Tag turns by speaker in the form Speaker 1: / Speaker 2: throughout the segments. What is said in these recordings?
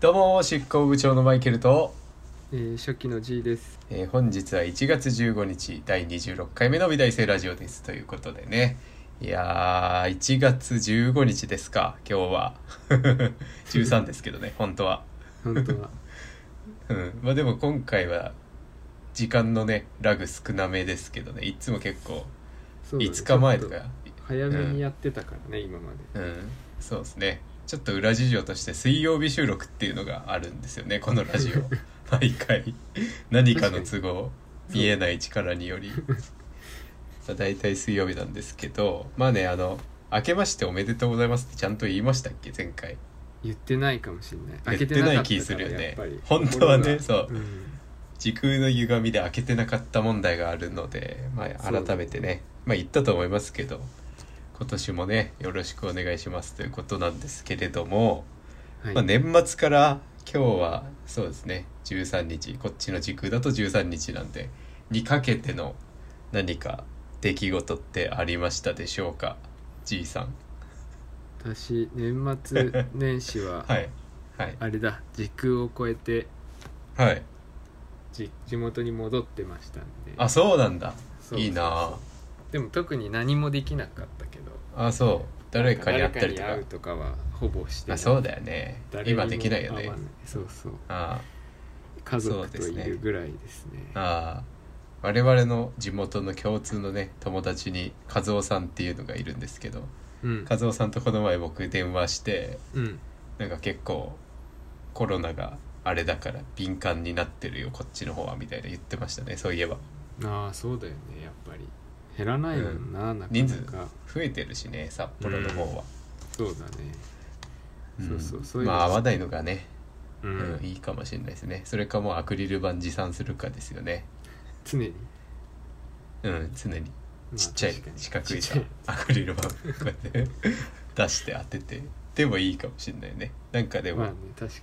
Speaker 1: どうも執行部長のマイケルと、
Speaker 2: えー初期の G です。
Speaker 1: えー本日は1月15日第26回目の美大生ラジオですということでねいやー1月15日ですか今日は 13ですけどね本当は、
Speaker 2: 本 当は。
Speaker 1: うん、まあでも今回は時間のねラグ少なめですけどねいつも結構
Speaker 2: そうだね
Speaker 1: 5日前と
Speaker 2: ちょっ
Speaker 1: か
Speaker 2: 早めにやってたからね、今まで。
Speaker 1: うん、そうですねちょっと裏事情として水曜日収録っていうのがあるんですよねこのラジ オ毎回何かの都合見えない力によりまあ大体水曜日なんですけどまあねあの「明けましておめでとうございます」ってちゃんと言いましたっけ前回
Speaker 2: 言ってないかもしれない。
Speaker 1: 言
Speaker 2: 開け
Speaker 1: って
Speaker 2: てな
Speaker 1: な
Speaker 2: か
Speaker 1: い
Speaker 2: った
Speaker 1: 気す
Speaker 2: か
Speaker 1: るよ
Speaker 2: ら
Speaker 1: ね
Speaker 2: やっぱり。
Speaker 1: 本当はね
Speaker 2: 俺ら
Speaker 1: そうん時空の歪みで開けてなかった問題があるので、ま
Speaker 2: そ
Speaker 1: あ、
Speaker 2: うだね
Speaker 1: 改めてね、まあ、言ったと思いますけど今年もねよろしくお願いしますということなんですけれども
Speaker 2: はい
Speaker 1: まあ、年末から今日はそうですね13日こっちの時空だと13日なんでにかけての何か出来事ってありましたでしょうかじいさん
Speaker 2: 私、年末年始は、
Speaker 1: はいはい
Speaker 2: あれだ、時空を超えて、
Speaker 1: はい
Speaker 2: じ地元に戻ってましたんで。
Speaker 1: あそうなんだ
Speaker 2: そう
Speaker 1: いいな
Speaker 2: でも特に何もできなかったけど。
Speaker 1: ああそう誰かに会ったりとか
Speaker 2: 誰に会うとかはほぼしてない
Speaker 1: あそうだよね
Speaker 2: 誰にも
Speaker 1: 今できないよね
Speaker 2: 会わそうそう。
Speaker 1: あ
Speaker 2: 家
Speaker 1: そう
Speaker 2: 族
Speaker 1: で
Speaker 2: と
Speaker 1: す
Speaker 2: い
Speaker 1: ね
Speaker 2: るぐらいですね。
Speaker 1: あああ我々の地元の共通のね友達に和夫さんっていうのがいるんですけど
Speaker 2: うん。
Speaker 1: 和夫さんとこの前僕電話して
Speaker 2: うん。
Speaker 1: なんか結構コロナがあれだから敏感になってるよこっちの方はみたいな言ってましたねそういえば
Speaker 2: ああそうだよねやっぱり減らないもんな、なか
Speaker 1: 人
Speaker 2: な
Speaker 1: 数
Speaker 2: か
Speaker 1: 増えてるしね札幌の方は、
Speaker 2: そうだねそうそうそういうの
Speaker 1: まあ合わないのがね、
Speaker 2: うん、
Speaker 1: うんいいかもしれないですねそれかもうアクリル板持参するかですよね
Speaker 2: 常に、
Speaker 1: うん常に
Speaker 2: まあ
Speaker 1: ちっちゃい
Speaker 2: 確かに
Speaker 1: 四角い
Speaker 2: ち
Speaker 1: さ
Speaker 2: っちゃい
Speaker 1: アクリル板こうやって出して当ててでもいいかもしれないねなんかで
Speaker 2: まあね
Speaker 1: も
Speaker 2: 確か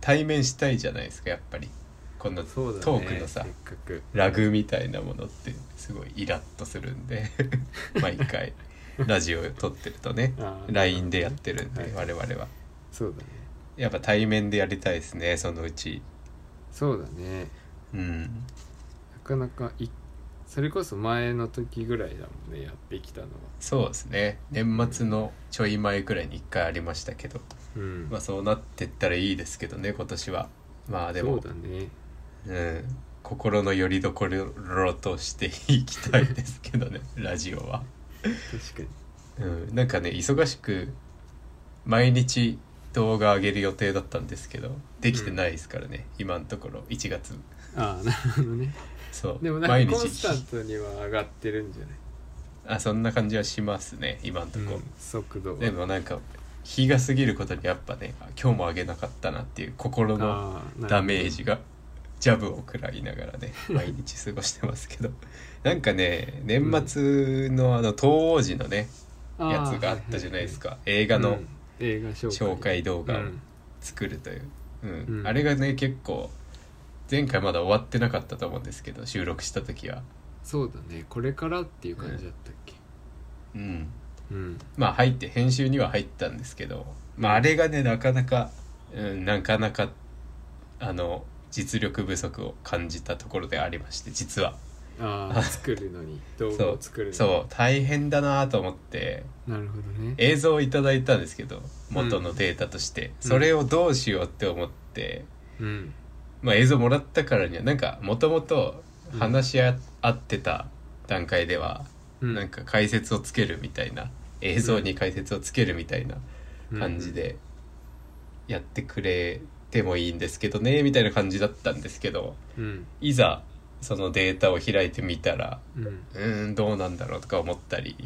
Speaker 1: 対面したいじゃないですかやっぱりこの
Speaker 2: にそうだね
Speaker 1: トークのさ
Speaker 2: せっかく
Speaker 1: ラグみたいなものってすごいイラッとするん で毎回ラジオ撮ってるとね
Speaker 2: あー
Speaker 1: LINE でやってるんで、
Speaker 2: はい
Speaker 1: 我々は
Speaker 2: そうだね
Speaker 1: やっぱ対面でやりたいですねそのうち
Speaker 2: そうだね
Speaker 1: うん
Speaker 2: なかなかいそれこそ前の時ぐらいだもんねやってきたのは
Speaker 1: そうですね年末のちょい前くらいに1回ありましたけど、
Speaker 2: うん、
Speaker 1: まあ、そうなってったらいいですけどね今年はまあで
Speaker 2: そう
Speaker 1: も
Speaker 2: だね
Speaker 1: うん心の拠り所としていきたいですけどね ラジオは。
Speaker 2: 確かに
Speaker 1: うん、なんかね忙しく毎日動画上げる予定だったんですけどできてないですからね、今のところ1月
Speaker 2: ああなるほど ね
Speaker 1: そう
Speaker 2: でもなん
Speaker 1: 毎
Speaker 2: かコンス
Speaker 1: 日
Speaker 2: タントには上がってるんじゃない、
Speaker 1: あそんな感じはしますね今のと
Speaker 2: う
Speaker 1: こ
Speaker 2: ん、速度
Speaker 1: ろ、
Speaker 2: は
Speaker 1: でもなんか日が過ぎることにやっぱねあ今日も上げなかったなっていう心の
Speaker 2: ああなるほど
Speaker 1: ダメージがジャブを食らいながら ね毎日過ごしてますけどなんかね年末のあの東王子のね、
Speaker 2: ああ
Speaker 1: やつがあったじゃないです
Speaker 2: は
Speaker 1: か、
Speaker 2: い
Speaker 1: 映
Speaker 2: は
Speaker 1: 画
Speaker 2: い
Speaker 1: の、
Speaker 2: うん映画紹介
Speaker 1: 紹介動画を
Speaker 2: うん
Speaker 1: 作るという、うん
Speaker 2: うん
Speaker 1: あれがね結構前回まだ終わってなかったと思うんですけど収録した時は、
Speaker 2: そうだねこれからっていう感じだったっけ
Speaker 1: うん、
Speaker 2: うん
Speaker 1: まあ入って編集には入ったんですけど、まあ、あれがねなかなか、うん、なかなかあの実力不足を感じたところでありまして実は
Speaker 2: ああ作 るのに動画
Speaker 1: そ
Speaker 2: を作るの
Speaker 1: う
Speaker 2: に
Speaker 1: そう大変だなと思って
Speaker 2: なるほどね
Speaker 1: 映像をいただいたんですけど元のデータとして、それをどうしようって思って。
Speaker 2: うん
Speaker 1: まあ、映像もらったからにはなんかもともと話し合合ってた段階では、
Speaker 2: うん
Speaker 1: なんか解説をつけるみたいな映像に解説をつけるみたいな感じでやってくれてもいいんですけどねみたいな感じだったんですけど
Speaker 2: うん
Speaker 1: いざそのデータを開いてみたら
Speaker 2: うん
Speaker 1: うーんどうなんだろうとか思ったり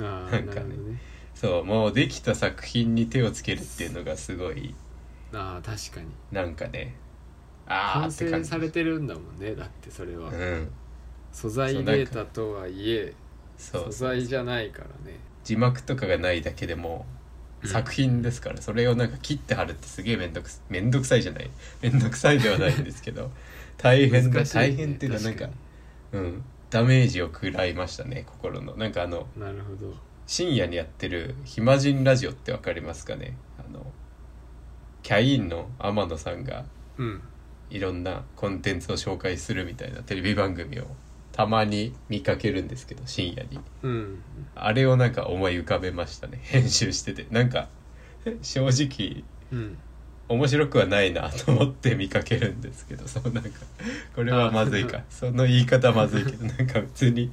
Speaker 2: あ
Speaker 1: な
Speaker 2: あなんる
Speaker 1: かね
Speaker 2: ほどね
Speaker 1: そうもうできた作品に手をつけるっていうのがすごい
Speaker 2: ああ確かに
Speaker 1: なんかねあー
Speaker 2: 完
Speaker 1: って感
Speaker 2: 成
Speaker 1: じ
Speaker 2: されてるんだもんねだってそれは
Speaker 1: うん
Speaker 2: 素材データとはいえ
Speaker 1: そう
Speaker 2: 素材じゃないからね
Speaker 1: 字幕とかがないだけでも
Speaker 2: うん
Speaker 1: 作品ですから、それをなんか切って貼るってすげえ面倒くす面倒くさいじゃない面倒くさいではないんですけ ど大変だ、
Speaker 2: 難しいね
Speaker 1: 大変っていうのはなんか
Speaker 2: 確
Speaker 1: うん、ダメージを食らいましたね心のなんかあの
Speaker 2: なるほど
Speaker 1: 深夜にやってる「暇人ラジオ」ってわかりますかねあのキャインの天野さんが
Speaker 2: うん
Speaker 1: いろんなコンテンツを紹介するみたいなテレビ番組をたまに見かけるんですけど深夜に
Speaker 2: うん
Speaker 1: あれをなんか思い浮かべましたね 編集しててなんか 正直
Speaker 2: うん
Speaker 1: 面白くはないなと思って見かけるんですけどそうなんかこれはまずいかその言い方まずいけ どなんか別に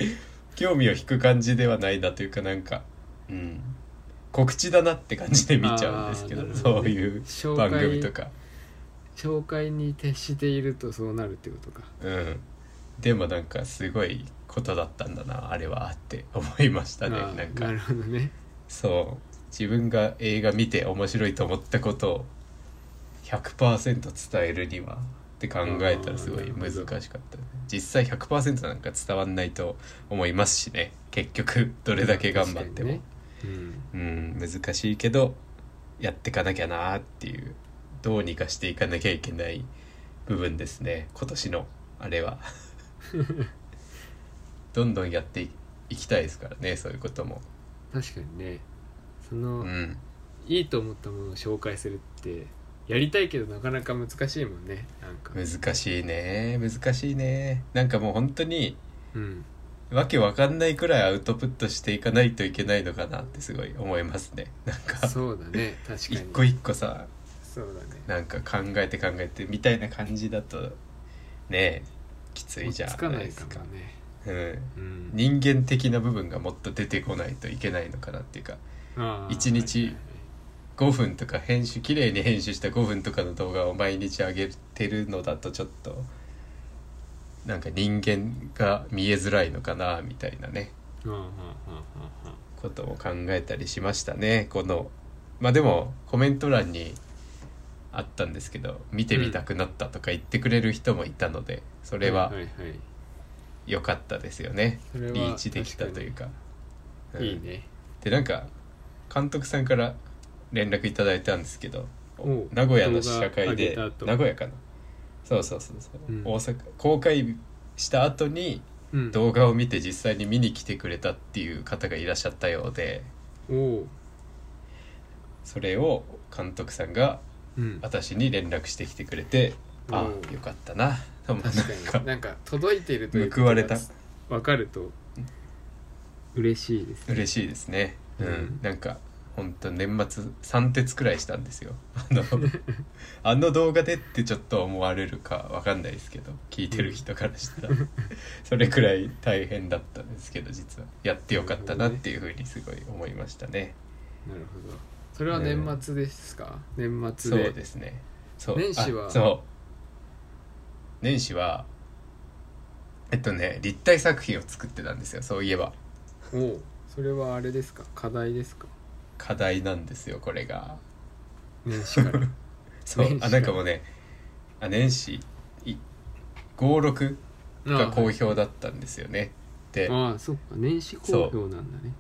Speaker 1: 興味を引く感じではないなというかなんかうん告知だなって感じで見ちゃうんですけど
Speaker 2: あーなるほ
Speaker 1: そ
Speaker 2: ど
Speaker 1: う
Speaker 2: ね
Speaker 1: いう
Speaker 2: 紹
Speaker 1: 番
Speaker 2: 介
Speaker 1: 組とか
Speaker 2: 紹介に徹しているとそうなるってことか
Speaker 1: うんでもなんかすごいことだったんだなあれはって思いましたね
Speaker 2: あー
Speaker 1: なんか
Speaker 2: なるほどね
Speaker 1: そう自分が映画見て面白いと思ったことを100%伝えるにはって考えたらすごい難しかったね実際100%なんか伝わんないと思いますしね結局どれだけ頑張っても、
Speaker 2: 確かにね
Speaker 1: うん難しいけどやってかなきゃなーっていうどうにかしていかなきゃいけない部分ですね今年のあれはどんどんやっていいきたいですからねそういうことも
Speaker 2: うん、確かにねその、
Speaker 1: うん
Speaker 2: いいと思ったものを紹介するってやりたいけどなかなか難しいもんねなんか
Speaker 1: 難しいね難しいねなんかもう本当に
Speaker 2: うん
Speaker 1: わけわかんないくらいアウトプットしていかないといけないのかなってすごい思いますねなんか
Speaker 2: そうだね確かに
Speaker 1: 一個一個さ
Speaker 2: そうだね
Speaker 1: なんか考えて考えてみたいな感じだとねえきついじ
Speaker 2: 落
Speaker 1: ゃ
Speaker 2: ち
Speaker 1: な
Speaker 2: 着か
Speaker 1: い
Speaker 2: な
Speaker 1: で
Speaker 2: い
Speaker 1: す
Speaker 2: か
Speaker 1: か
Speaker 2: もね
Speaker 1: うん
Speaker 2: うん
Speaker 1: 人間的な部分がもっと出てこないといけないのかなっていうか
Speaker 2: あー
Speaker 1: 一日
Speaker 2: はいはいはい
Speaker 1: 5分とか編集綺麗に編集した5分とかの動画を毎日上げてるのだとちょっとなんか人間が見えづらいのかなみたいなね
Speaker 2: うんうんうんうんうん
Speaker 1: ことを考えたりしましたねこのまあでもコメント欄にあったんですけど見てみたくなったとか言ってくれる人もいたのでそれはい
Speaker 2: いい
Speaker 1: 良かったですよね、
Speaker 2: それは
Speaker 1: リーチできたというか。うん
Speaker 2: いいね
Speaker 1: でなんか監督さんから連絡いただいたんですけど
Speaker 2: おう
Speaker 1: 名古屋の試写会で
Speaker 2: 動画上げた後
Speaker 1: 名古屋かなそうそうそうそう、
Speaker 2: うん
Speaker 1: 大阪公開した後に
Speaker 2: うん
Speaker 1: 動画を見て実際に見に来てくれたっていう方がいらっしゃったようで
Speaker 2: おう
Speaker 1: それを監督さんが
Speaker 2: うん
Speaker 1: 私に連絡してきてくれて、あ
Speaker 2: おう
Speaker 1: よかったなと思う
Speaker 2: 確か
Speaker 1: な
Speaker 2: に
Speaker 1: んか
Speaker 2: なんか届いてるという
Speaker 1: 報われた
Speaker 2: 分かると嬉しいですね
Speaker 1: 嬉しいですねうん、
Speaker 2: うん
Speaker 1: なんかほんと年末3徹くらいしたんですよあ のあの動画でってちょっと思われるかわかんないですけど聞いてる人からしたらそれくらい大変だったんですけど実はやってよかったなっていうふうにすごい思いましたね
Speaker 2: なるほどそれは年末ですか年
Speaker 1: そ
Speaker 2: 末
Speaker 1: う
Speaker 2: で
Speaker 1: ですねそう
Speaker 2: 年始は
Speaker 1: あそう年始はえっとね立体作品を作ってたんですよそういえば
Speaker 2: おうそれはあれですか課題ですか
Speaker 1: 課題なんですよこれが
Speaker 2: 年始 から
Speaker 1: そう
Speaker 2: 年始
Speaker 1: あなんかもうねあ年始い56が
Speaker 2: ああ
Speaker 1: 好評だったんですよねで
Speaker 2: ああそっか年始公表なんだね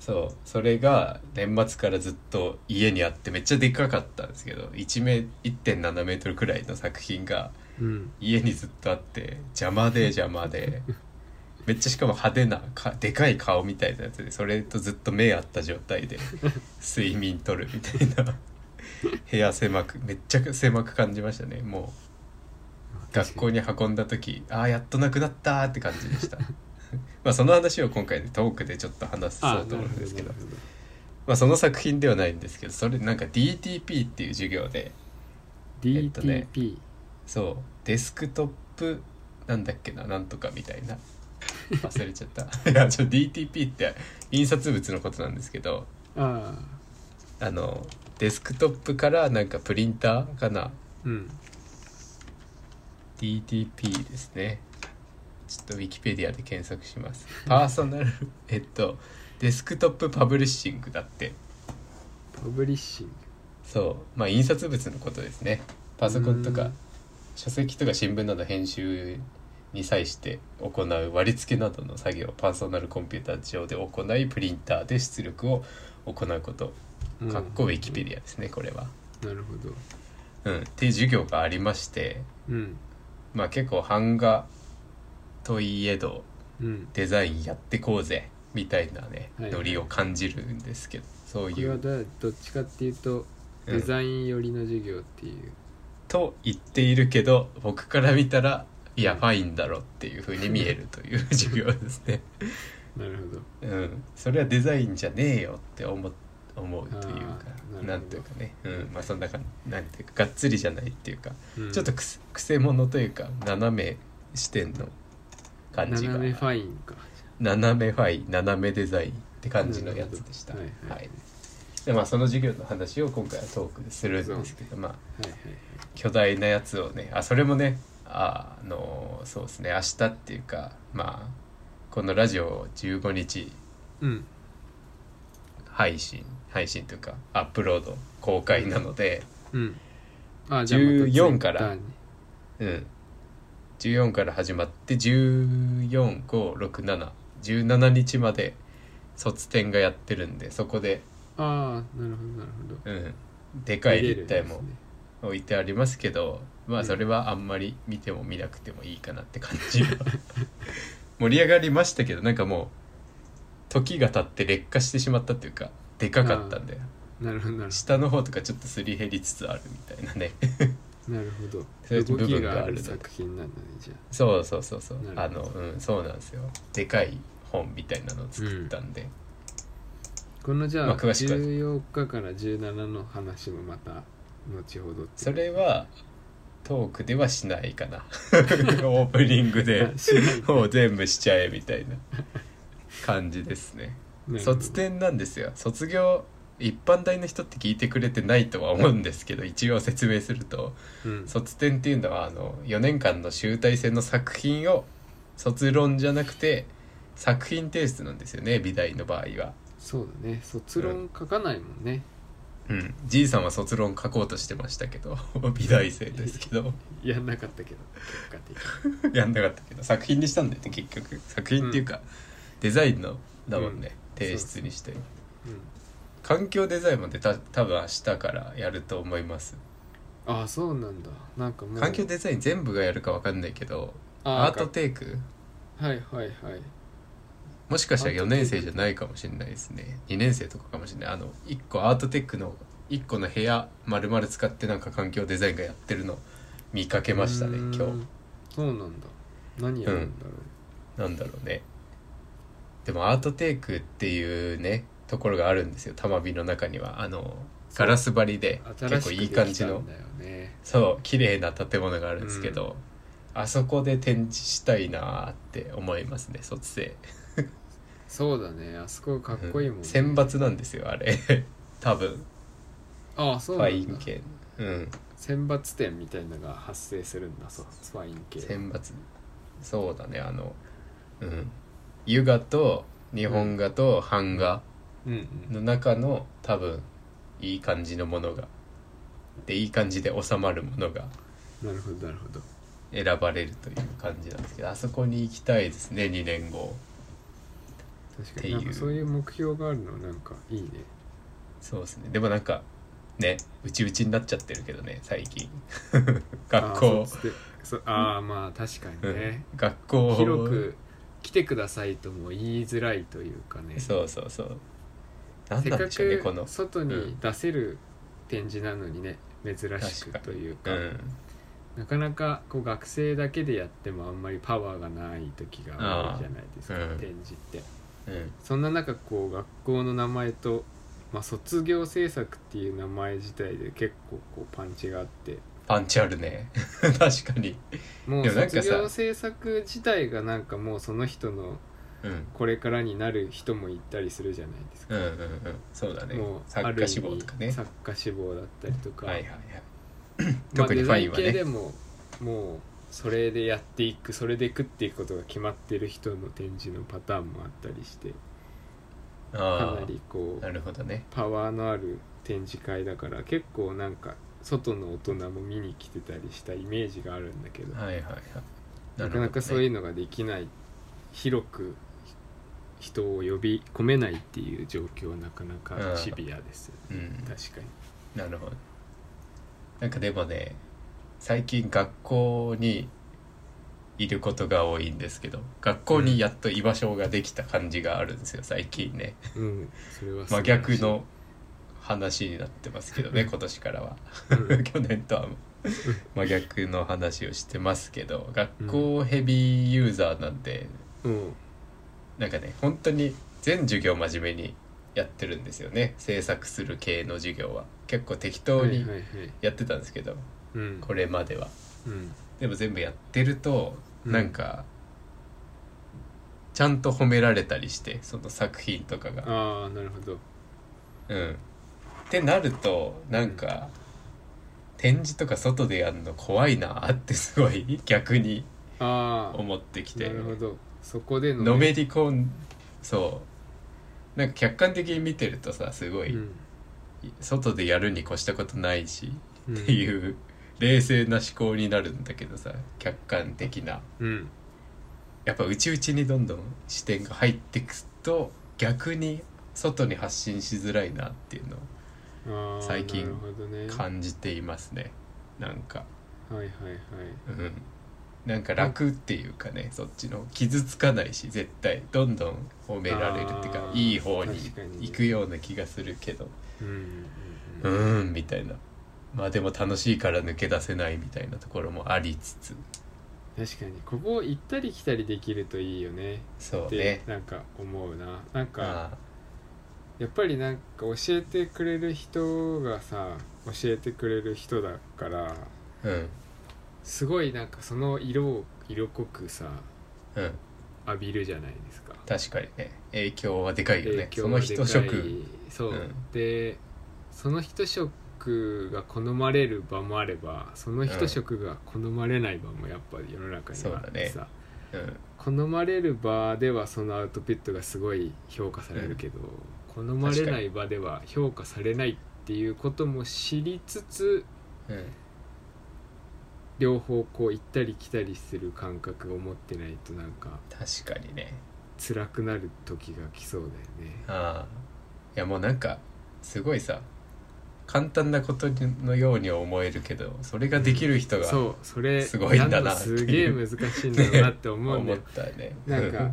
Speaker 1: そうそれが年末からずっと家にあってめっちゃでかかったんですけど1メ1.7メートルくらいの作品が
Speaker 2: うん
Speaker 1: 家にずっとあって邪魔 で邪魔でめっちゃしかも派手なかでかい顔みたいなやつでそれとずっと目合った状態 で睡眠とるみたいな部屋狭くめっちゃ狭く感じましたねもう。学校
Speaker 2: に
Speaker 1: に運んだ時ああやっとなくなったーって感じでした まあその話を今回ねトークでちょっと話そうと思うんですけどまあ、その作品ではないんですけどそれなんか DTP っていう授業で
Speaker 2: DTP、
Speaker 1: えっとねそうデスクトップなんだっけななんとかみたいな忘れちゃった いやちょ DTP って印刷物のことなんですけど
Speaker 2: ああ
Speaker 1: あのデスクトップからなんかプリンターかな
Speaker 2: うん
Speaker 1: DTP ですねちょっとウィキペディアで検索しますパーソナル えっとデスクトップパブリッシングだって
Speaker 2: パブリッシング
Speaker 1: そうまあ印刷物のことですねパソコンと
Speaker 2: う
Speaker 1: か
Speaker 2: ん
Speaker 1: 書籍とか新聞など編集に際して行う割り付けなどの作業をパーソナルコンピューター上で行いプリンターで出力を行うこと
Speaker 2: うん
Speaker 1: かっこウィキペディアですねこれは、
Speaker 2: なるほど
Speaker 1: うん、っていう授業がありまして
Speaker 2: うん
Speaker 1: まあ結構版画といえど
Speaker 2: うん
Speaker 1: デザインやってこうぜみたいなね、
Speaker 2: はい
Speaker 1: ノリを感じるんですけどそう
Speaker 2: こ
Speaker 1: い
Speaker 2: れは
Speaker 1: う
Speaker 2: だどっちかっていうと
Speaker 1: うん
Speaker 2: デザイン寄りの授業っていう、
Speaker 1: と言っているけど僕から見たらいやファインだろっていうふうに見えると いう授業ですね。
Speaker 2: なるほど
Speaker 1: うん、それはデザインじゃねえよって思思うというか
Speaker 2: あーなるほど
Speaker 1: なんというかね、うん、まあそんな感じなんていうかがっつりじゃないっていうか、
Speaker 2: うん
Speaker 1: ちょっとくせくせ者というか斜め視点の感じが
Speaker 2: 斜めファインか
Speaker 1: 斜めファイ斜めデザインって感じのやつでした。
Speaker 2: なるほどはいはい
Speaker 1: でまあ、その授業の話を今回はトークでするんですけど、まあ、
Speaker 2: はい
Speaker 1: 巨大なやつをねあそれもねああのそうですね明日っていうかまあこのラジオ15日
Speaker 2: うん
Speaker 1: 配信配信というかアップロード公開なので、
Speaker 2: うんあ
Speaker 1: 14から
Speaker 2: Twitter に
Speaker 1: うん、14から始まって145677日まで卒展がやってるんでそこで、
Speaker 2: ああなるほどなるほど
Speaker 1: うん、でかい立体も
Speaker 2: 見れるんですね
Speaker 1: 置いてありますけどまあそれはあんまり見ても見なくてもいいかなって感じは 盛り上がりましたけどなんかもう時が経って劣化してしまったっていうかでかかったんで
Speaker 2: なるほどなるほ
Speaker 1: 下の方とかちょっとすり減りつつあるみたいなね
Speaker 2: どなるほど
Speaker 1: そういう部
Speaker 2: 動き
Speaker 1: 分が
Speaker 2: が
Speaker 1: あ
Speaker 2: あ
Speaker 1: る
Speaker 2: る
Speaker 1: ので
Speaker 2: 作品なんだねじゃあ
Speaker 1: そうそうそうそうあ
Speaker 2: なる
Speaker 1: の
Speaker 2: ほ
Speaker 1: うんそうなんですよでかい本みたいなのを作ったんで、
Speaker 2: このじゃ
Speaker 1: まあ
Speaker 2: あ
Speaker 1: 詳しくは
Speaker 2: 14日から17の話もまた後ほどって
Speaker 1: それはトークではしないかな オープニングで
Speaker 2: あ しない
Speaker 1: もう全部しちゃえみたい な感じですね
Speaker 2: なるほど
Speaker 1: 卒点なんですよ卒業一般大の人って聞いてくれてないとは思うんですけど一応説明すると
Speaker 2: うん
Speaker 1: 卒点っていうのはあの4年間の集大成の作品を卒論じゃなくて作品提出なんですよね美大の場合は。
Speaker 2: そうだね卒論書かないもんね
Speaker 1: うん、じいさんは卒論書こうとしてましたけど 美大生ですけ ど
Speaker 2: やんなかったけど結果的に
Speaker 1: やんなかったけど作品にしたんだよね結局作品っていうか、デザインのだもんね、
Speaker 2: うん
Speaker 1: 提出にして
Speaker 2: うん
Speaker 1: 環境デザインまでた多分明日からやると思います
Speaker 2: ああそうなんだなんかもう
Speaker 1: 環境デザイン全部がやるかわかんないけど
Speaker 2: あ
Speaker 1: アートテイク
Speaker 2: はいはいはい
Speaker 1: もしかしたら
Speaker 2: ア
Speaker 1: 4
Speaker 2: ートテイ
Speaker 1: 年
Speaker 2: ク
Speaker 1: 生じゃないかもしれないですね2年生とかかもしれないあの1個アートテイクの1個の部屋丸々使ってなんか環境デザインがやってるの見かけましたね
Speaker 2: うーん
Speaker 1: 今日
Speaker 2: そうなんだ何やるんだろ
Speaker 1: な
Speaker 2: う、
Speaker 1: んだろうねでもアートテイクっていうねところがあるんですよたまびの中にはあのガラス張りで
Speaker 2: 新
Speaker 1: 結構い
Speaker 2: し
Speaker 1: い
Speaker 2: くで
Speaker 1: 感
Speaker 2: きた
Speaker 1: じの
Speaker 2: んだよね
Speaker 1: そう綺麗な建物があるんですけど、あそこで展示したいなーって思いますね卒生
Speaker 2: そうだねあそこかっこいいもん、
Speaker 1: うん
Speaker 2: ね
Speaker 1: 選抜なんですよあれ 多分
Speaker 2: ああそ
Speaker 1: フ
Speaker 2: うな
Speaker 1: ァイン
Speaker 2: んだ
Speaker 1: 系うん
Speaker 2: 選抜点みたいなのが発生するんだそうファイン系
Speaker 1: 選抜そうだねあのうんユガと日本画と版画
Speaker 2: うん
Speaker 1: の中の多分いい感じのものがでいい感じで収まるものが
Speaker 2: うんなるほどなるほど
Speaker 1: 選ばれるという感じなんですけどあそこに行きたいですね2年後
Speaker 2: 確かになん
Speaker 1: ってい
Speaker 2: か
Speaker 1: う
Speaker 2: そういう目標があるのはなんかいいね
Speaker 1: そうですねでもなんかねうちうちになっちゃってるけどね最 近学
Speaker 2: あ
Speaker 1: 校
Speaker 2: あそうっつってそうああまあ確かにね、
Speaker 1: 学校
Speaker 2: 広く来てくださいとも言いづらいというかね
Speaker 1: そうそうそうなん
Speaker 2: せっ
Speaker 1: なん
Speaker 2: か
Speaker 1: でしょうねこ
Speaker 2: く
Speaker 1: の
Speaker 2: 外
Speaker 1: うん
Speaker 2: に出せる展示なのにね珍し
Speaker 1: 確か
Speaker 2: く
Speaker 1: に
Speaker 2: という
Speaker 1: う
Speaker 2: か
Speaker 1: ん
Speaker 2: なかなかこう学生だけでやってもあんまりパワーがない時が多いじゃないですか
Speaker 1: ああうん
Speaker 2: 展示って
Speaker 1: うん
Speaker 2: そんな中こう学校の名前と、まあ、卒業制作っていう名前自体で結構こうパンチがあって
Speaker 1: パンチあるね 確かに
Speaker 2: も
Speaker 1: で
Speaker 2: う
Speaker 1: もなんかさ
Speaker 2: 卒業制作自体がなんかもうその人の
Speaker 1: うん
Speaker 2: これからになる人もいたりするじゃないですか
Speaker 1: うんうんうんそうだね
Speaker 2: もうあ
Speaker 1: 作
Speaker 2: る
Speaker 1: 家
Speaker 2: 意味
Speaker 1: 志望とかね
Speaker 2: 作家志望だったりとか、
Speaker 1: はいはいはい
Speaker 2: まあ
Speaker 1: 特にファインはね
Speaker 2: デザイン系でももうそれでやっていくそれで食っていくことが決まってる人の展示のパターンもあったりしてか
Speaker 1: あ
Speaker 2: なりこ
Speaker 1: あな
Speaker 2: う
Speaker 1: るほどね
Speaker 2: パワーのある展示会だから結構なんか外の大人も見に来てたりしたイメージがあるんだけど
Speaker 1: はいはいはい
Speaker 2: なかなかそういう
Speaker 1: う
Speaker 2: のができない広く人を呼び込めないっていう状況はなかなかシビアですよね、
Speaker 1: うん
Speaker 2: 確かに
Speaker 1: なるほどなんかでもね最近学校にいることが多いんですけど学校にやっと居場所ができた感じがあるんですよ最近ね
Speaker 2: うんそれは素
Speaker 1: 真
Speaker 2: 晴らしい
Speaker 1: 逆の話になってますけど ね今年からは
Speaker 2: うん
Speaker 1: 去年とは真逆の話をしてますけど学校ヘビーユーザーなんで
Speaker 2: うん
Speaker 1: なんかね本当に全授業真面目にやってるんですよね制作する系の授業は結構適当に
Speaker 2: はいはいはい
Speaker 1: やってたんですけど、
Speaker 2: うん
Speaker 1: これまでは
Speaker 2: うん
Speaker 1: でも全部やってると、
Speaker 2: うん
Speaker 1: なんかちゃんと褒められたりしてその作品とかが。
Speaker 2: ああなるほど
Speaker 1: うん、ってなるとなんか、展示とか外でやるの怖いなってすごい逆に
Speaker 2: ああ
Speaker 1: 思ってき
Speaker 2: な
Speaker 1: て
Speaker 2: るほどそこでのね
Speaker 1: のめり込んそうなんか客観的に見てるとさすごい、
Speaker 2: うん
Speaker 1: 外でやるに越したことないし
Speaker 2: うん
Speaker 1: っていう冷静な思考になるんだけどさ客観的な。
Speaker 2: うん
Speaker 1: やっぱ内々にどんどん視点が入ってくと逆に外に発信しづらいなっていうのを
Speaker 2: ああ
Speaker 1: 最近
Speaker 2: なるほどねはい
Speaker 1: 感じていますねなんか
Speaker 2: はいはい
Speaker 1: うんなんか楽っていうかねそっちの傷つかないし絶対どんどん褒められるっていうか
Speaker 2: あー
Speaker 1: いい方に
Speaker 2: 確かに
Speaker 1: 行くような気がするけど
Speaker 2: うんうん
Speaker 1: う
Speaker 2: うん
Speaker 1: ーんみたいなまあでも楽しいから抜け出せないみたいなところもありつつ
Speaker 2: 確かにここ行ったり来たりできるといいよね
Speaker 1: そ
Speaker 2: っ
Speaker 1: う
Speaker 2: て
Speaker 1: ね
Speaker 2: なんか思うななんか
Speaker 1: あ
Speaker 2: やっぱりなんか教えてくれる人がさ教えてくれる人だから
Speaker 1: ーうん
Speaker 2: すごいなんかその色を色濃くさ
Speaker 1: うん
Speaker 2: 浴びるじゃないですか
Speaker 1: 確かにね影響はでかいよ
Speaker 2: 影
Speaker 1: ねそ
Speaker 2: 響
Speaker 1: の
Speaker 2: がで
Speaker 1: 一
Speaker 2: かい
Speaker 1: 食
Speaker 2: そう、
Speaker 1: うん
Speaker 2: でその一食が好まれる場もあればその一食が好まれない場もやっぱり世の中にはあって
Speaker 1: そう
Speaker 2: さ、
Speaker 1: うん
Speaker 2: 好まれる場ではそのアウトプットがすごい評価されるけど、好まれない場では評価されないっていうことも知りつつ
Speaker 1: うん
Speaker 2: 両方こう行ったり来たりする感覚を持ってないとなんか
Speaker 1: 確かにね
Speaker 2: 辛くなる時が来そうだよね。
Speaker 1: ああいやもうなんかすごいさ簡単なことのように思えるけどそれができる人が
Speaker 2: そうそれ
Speaker 1: すごいんだな
Speaker 2: やるの
Speaker 1: っていう
Speaker 2: すげえ難しいんだろうなって思うんだ
Speaker 1: 思
Speaker 2: よ
Speaker 1: ったね
Speaker 2: なんか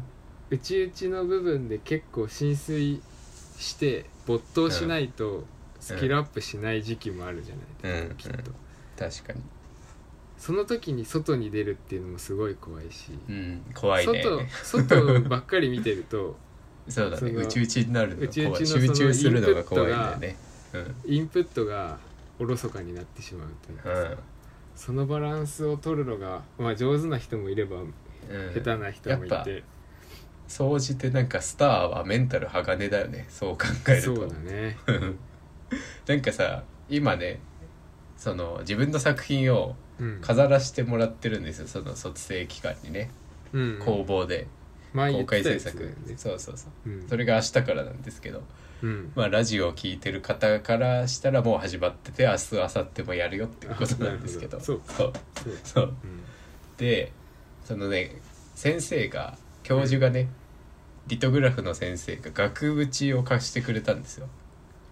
Speaker 2: うちうちの部分で結構浸水して没頭しないとスキルアップしない時期もあるじゃないですか、
Speaker 1: うん
Speaker 2: きっと、
Speaker 1: 確かに
Speaker 2: その時に外に出るっていうのもすごい怖いし、
Speaker 1: うん怖いね
Speaker 2: 外外ばっかり見てると
Speaker 1: そうだね
Speaker 2: その
Speaker 1: うちうちになるのが怖い
Speaker 2: 内々のその
Speaker 1: 集中するのが怖いんだよねうん
Speaker 2: インプットがおろそかになってしまうというかさ、そのバランスを取るのが、まあ、上手な人もいれば
Speaker 1: うん、うん、
Speaker 2: 下手な人もい、
Speaker 1: やって総じてなんかスターはメンタル鋼だよねそう考える
Speaker 2: そ
Speaker 1: と
Speaker 2: うだね
Speaker 1: なんかさ今ねその自分の作品を
Speaker 2: うん
Speaker 1: 飾らせてもらってるんですよその卒生期間にね
Speaker 2: うん
Speaker 1: 工房で
Speaker 2: 前言
Speaker 1: 公
Speaker 2: って
Speaker 1: 開制
Speaker 2: たやつだ
Speaker 1: 作、
Speaker 2: よね
Speaker 1: そうそうそう
Speaker 2: うん
Speaker 1: それが明日からなんですけど
Speaker 2: うん
Speaker 1: まあラジオを聞いてる方からしたらもう始まってて明日明後日もやるよっていうことなんですけど
Speaker 2: あなる
Speaker 1: そ
Speaker 2: ほ
Speaker 1: う
Speaker 2: そう
Speaker 1: そう
Speaker 2: うん
Speaker 1: でそのね先生が教授がね、リトグラフの先生が額縁を貸してくれたんですよ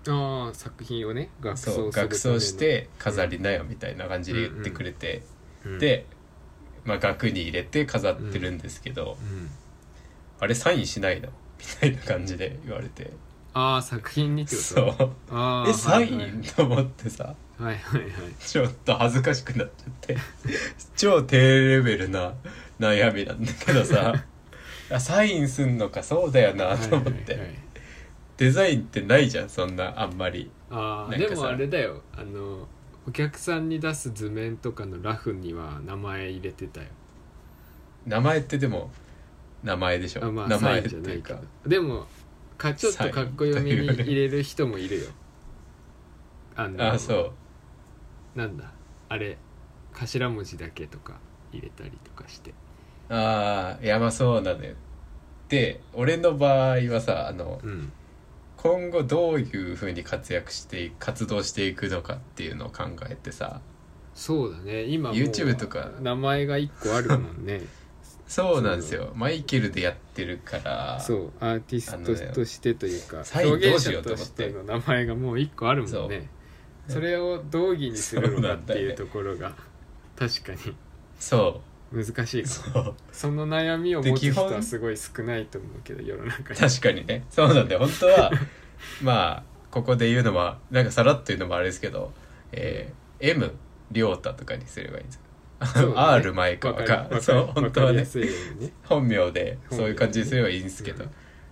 Speaker 2: ああ作品をね学装す
Speaker 1: そう
Speaker 2: るための
Speaker 1: 額装して飾りなよみたいな感じで言ってくれて、
Speaker 2: うん
Speaker 1: で、まあ、額に入れて飾ってるんですけど、
Speaker 2: うん
Speaker 1: あれサインしないのみたいな感じで言われて、
Speaker 2: ああ作品にってこと
Speaker 1: そう
Speaker 2: ああ
Speaker 1: えサイン、
Speaker 2: はい
Speaker 1: と思ってさ
Speaker 2: はいはいはい
Speaker 1: ちょっと恥ずかしくなっちゃって超低レベルな悩みなんだけど さあサインすんのかそうだよな
Speaker 2: はい
Speaker 1: と思って、
Speaker 2: はいはい
Speaker 1: デザインってないじゃんそんなあんまり
Speaker 2: ああ
Speaker 1: なんか
Speaker 2: で
Speaker 1: さ
Speaker 2: もあれだよあのお客さんに出す図面とかのラフには名前入れてたよ
Speaker 1: 名前ってでも名前でしょ、
Speaker 2: あまあ
Speaker 1: 名
Speaker 2: サ
Speaker 1: 前
Speaker 2: イ
Speaker 1: っ
Speaker 2: ン
Speaker 1: て
Speaker 2: じゃないいうけ
Speaker 1: か
Speaker 2: どでもかちょっとかっこ読みに入れる人もいるよあの
Speaker 1: あそう
Speaker 2: なんだあれ頭文字だけとか入れたりとかして
Speaker 1: ああやばそうなのよで俺の場合はさあの
Speaker 2: うん
Speaker 1: 今後どういうふうに活躍して活動していくのかっていうのを考えてさ
Speaker 2: そうだね今もう
Speaker 1: YouTube とか
Speaker 2: 名前が一個あるも んね
Speaker 1: そうなんですよマイケルでやってるから
Speaker 2: そうアーティストとしてというか
Speaker 1: サイン
Speaker 2: 表
Speaker 1: どう
Speaker 2: 現
Speaker 1: しよ
Speaker 2: 者
Speaker 1: うと
Speaker 2: と
Speaker 1: 思っ
Speaker 2: してての名前がもう一個あるもんね
Speaker 1: そう
Speaker 2: それを道義にするの
Speaker 1: そう
Speaker 2: か
Speaker 1: な
Speaker 2: っ
Speaker 1: ん
Speaker 2: て
Speaker 1: だよ
Speaker 2: い
Speaker 1: ね
Speaker 2: うところが確かに
Speaker 1: そ
Speaker 2: 難しいうかも
Speaker 1: そう
Speaker 2: その悩みを持
Speaker 1: で
Speaker 2: つ
Speaker 1: 基
Speaker 2: 人
Speaker 1: 本
Speaker 2: はすごい少ないと思うけど世の中に
Speaker 1: 確かにねそうなんで本当はまあここで言うのはなんかさらっと言うのもあれですけど、えー、M 亮太とかにすればいいんですよ。
Speaker 2: そうだね
Speaker 1: R 前川
Speaker 2: わ
Speaker 1: か
Speaker 2: るわる
Speaker 1: そう本当は
Speaker 2: わかり
Speaker 1: ね
Speaker 2: やすいようにね
Speaker 1: 本名でそういう感じにすればいいんですけど、
Speaker 2: うん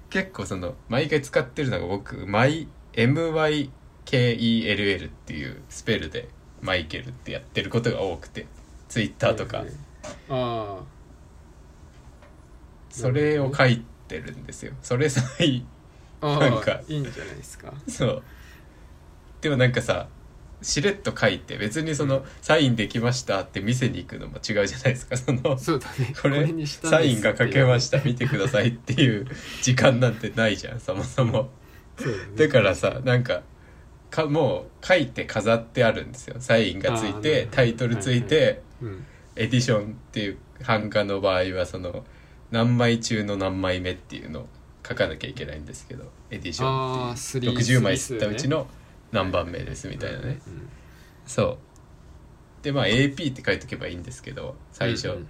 Speaker 1: 結構その毎回使ってるのが僕「マイ MYKELL」っていうスペルで「マイケル」ってやってることが多くてツイッターとか
Speaker 2: あ
Speaker 1: それを書いてるんですよそれさえ
Speaker 2: ああ
Speaker 1: なん
Speaker 2: あ
Speaker 1: か
Speaker 2: いいんじゃないですか
Speaker 1: そうでもなんかさしれっと書いて別にその「サインできました」って見せに行くのも違うじゃないですかその
Speaker 2: そうだね
Speaker 1: これ
Speaker 2: にしたん
Speaker 1: サ
Speaker 2: です
Speaker 1: インが書けました見てくださいっていう時間なんてないじゃんそもそも。
Speaker 2: そうだ
Speaker 1: だ
Speaker 2: ね
Speaker 1: からさなんかかもう書いて飾ってあるんですよサインがつい
Speaker 2: あーなるほ
Speaker 1: て
Speaker 2: ど
Speaker 1: タイトルついて、
Speaker 2: はいうん
Speaker 1: エディションっていう版画の場合はその何枚中の何枚目っていうのを書かなきゃいけないんですけどエディション
Speaker 2: ああス
Speaker 1: って
Speaker 2: リ
Speaker 1: いう
Speaker 2: ー
Speaker 1: 60枚吸ったうち
Speaker 2: ス
Speaker 1: の何番目ですみたいなね
Speaker 2: うんうん
Speaker 1: そうでまあ AP って書いとけばいいんですけど最初、
Speaker 2: うん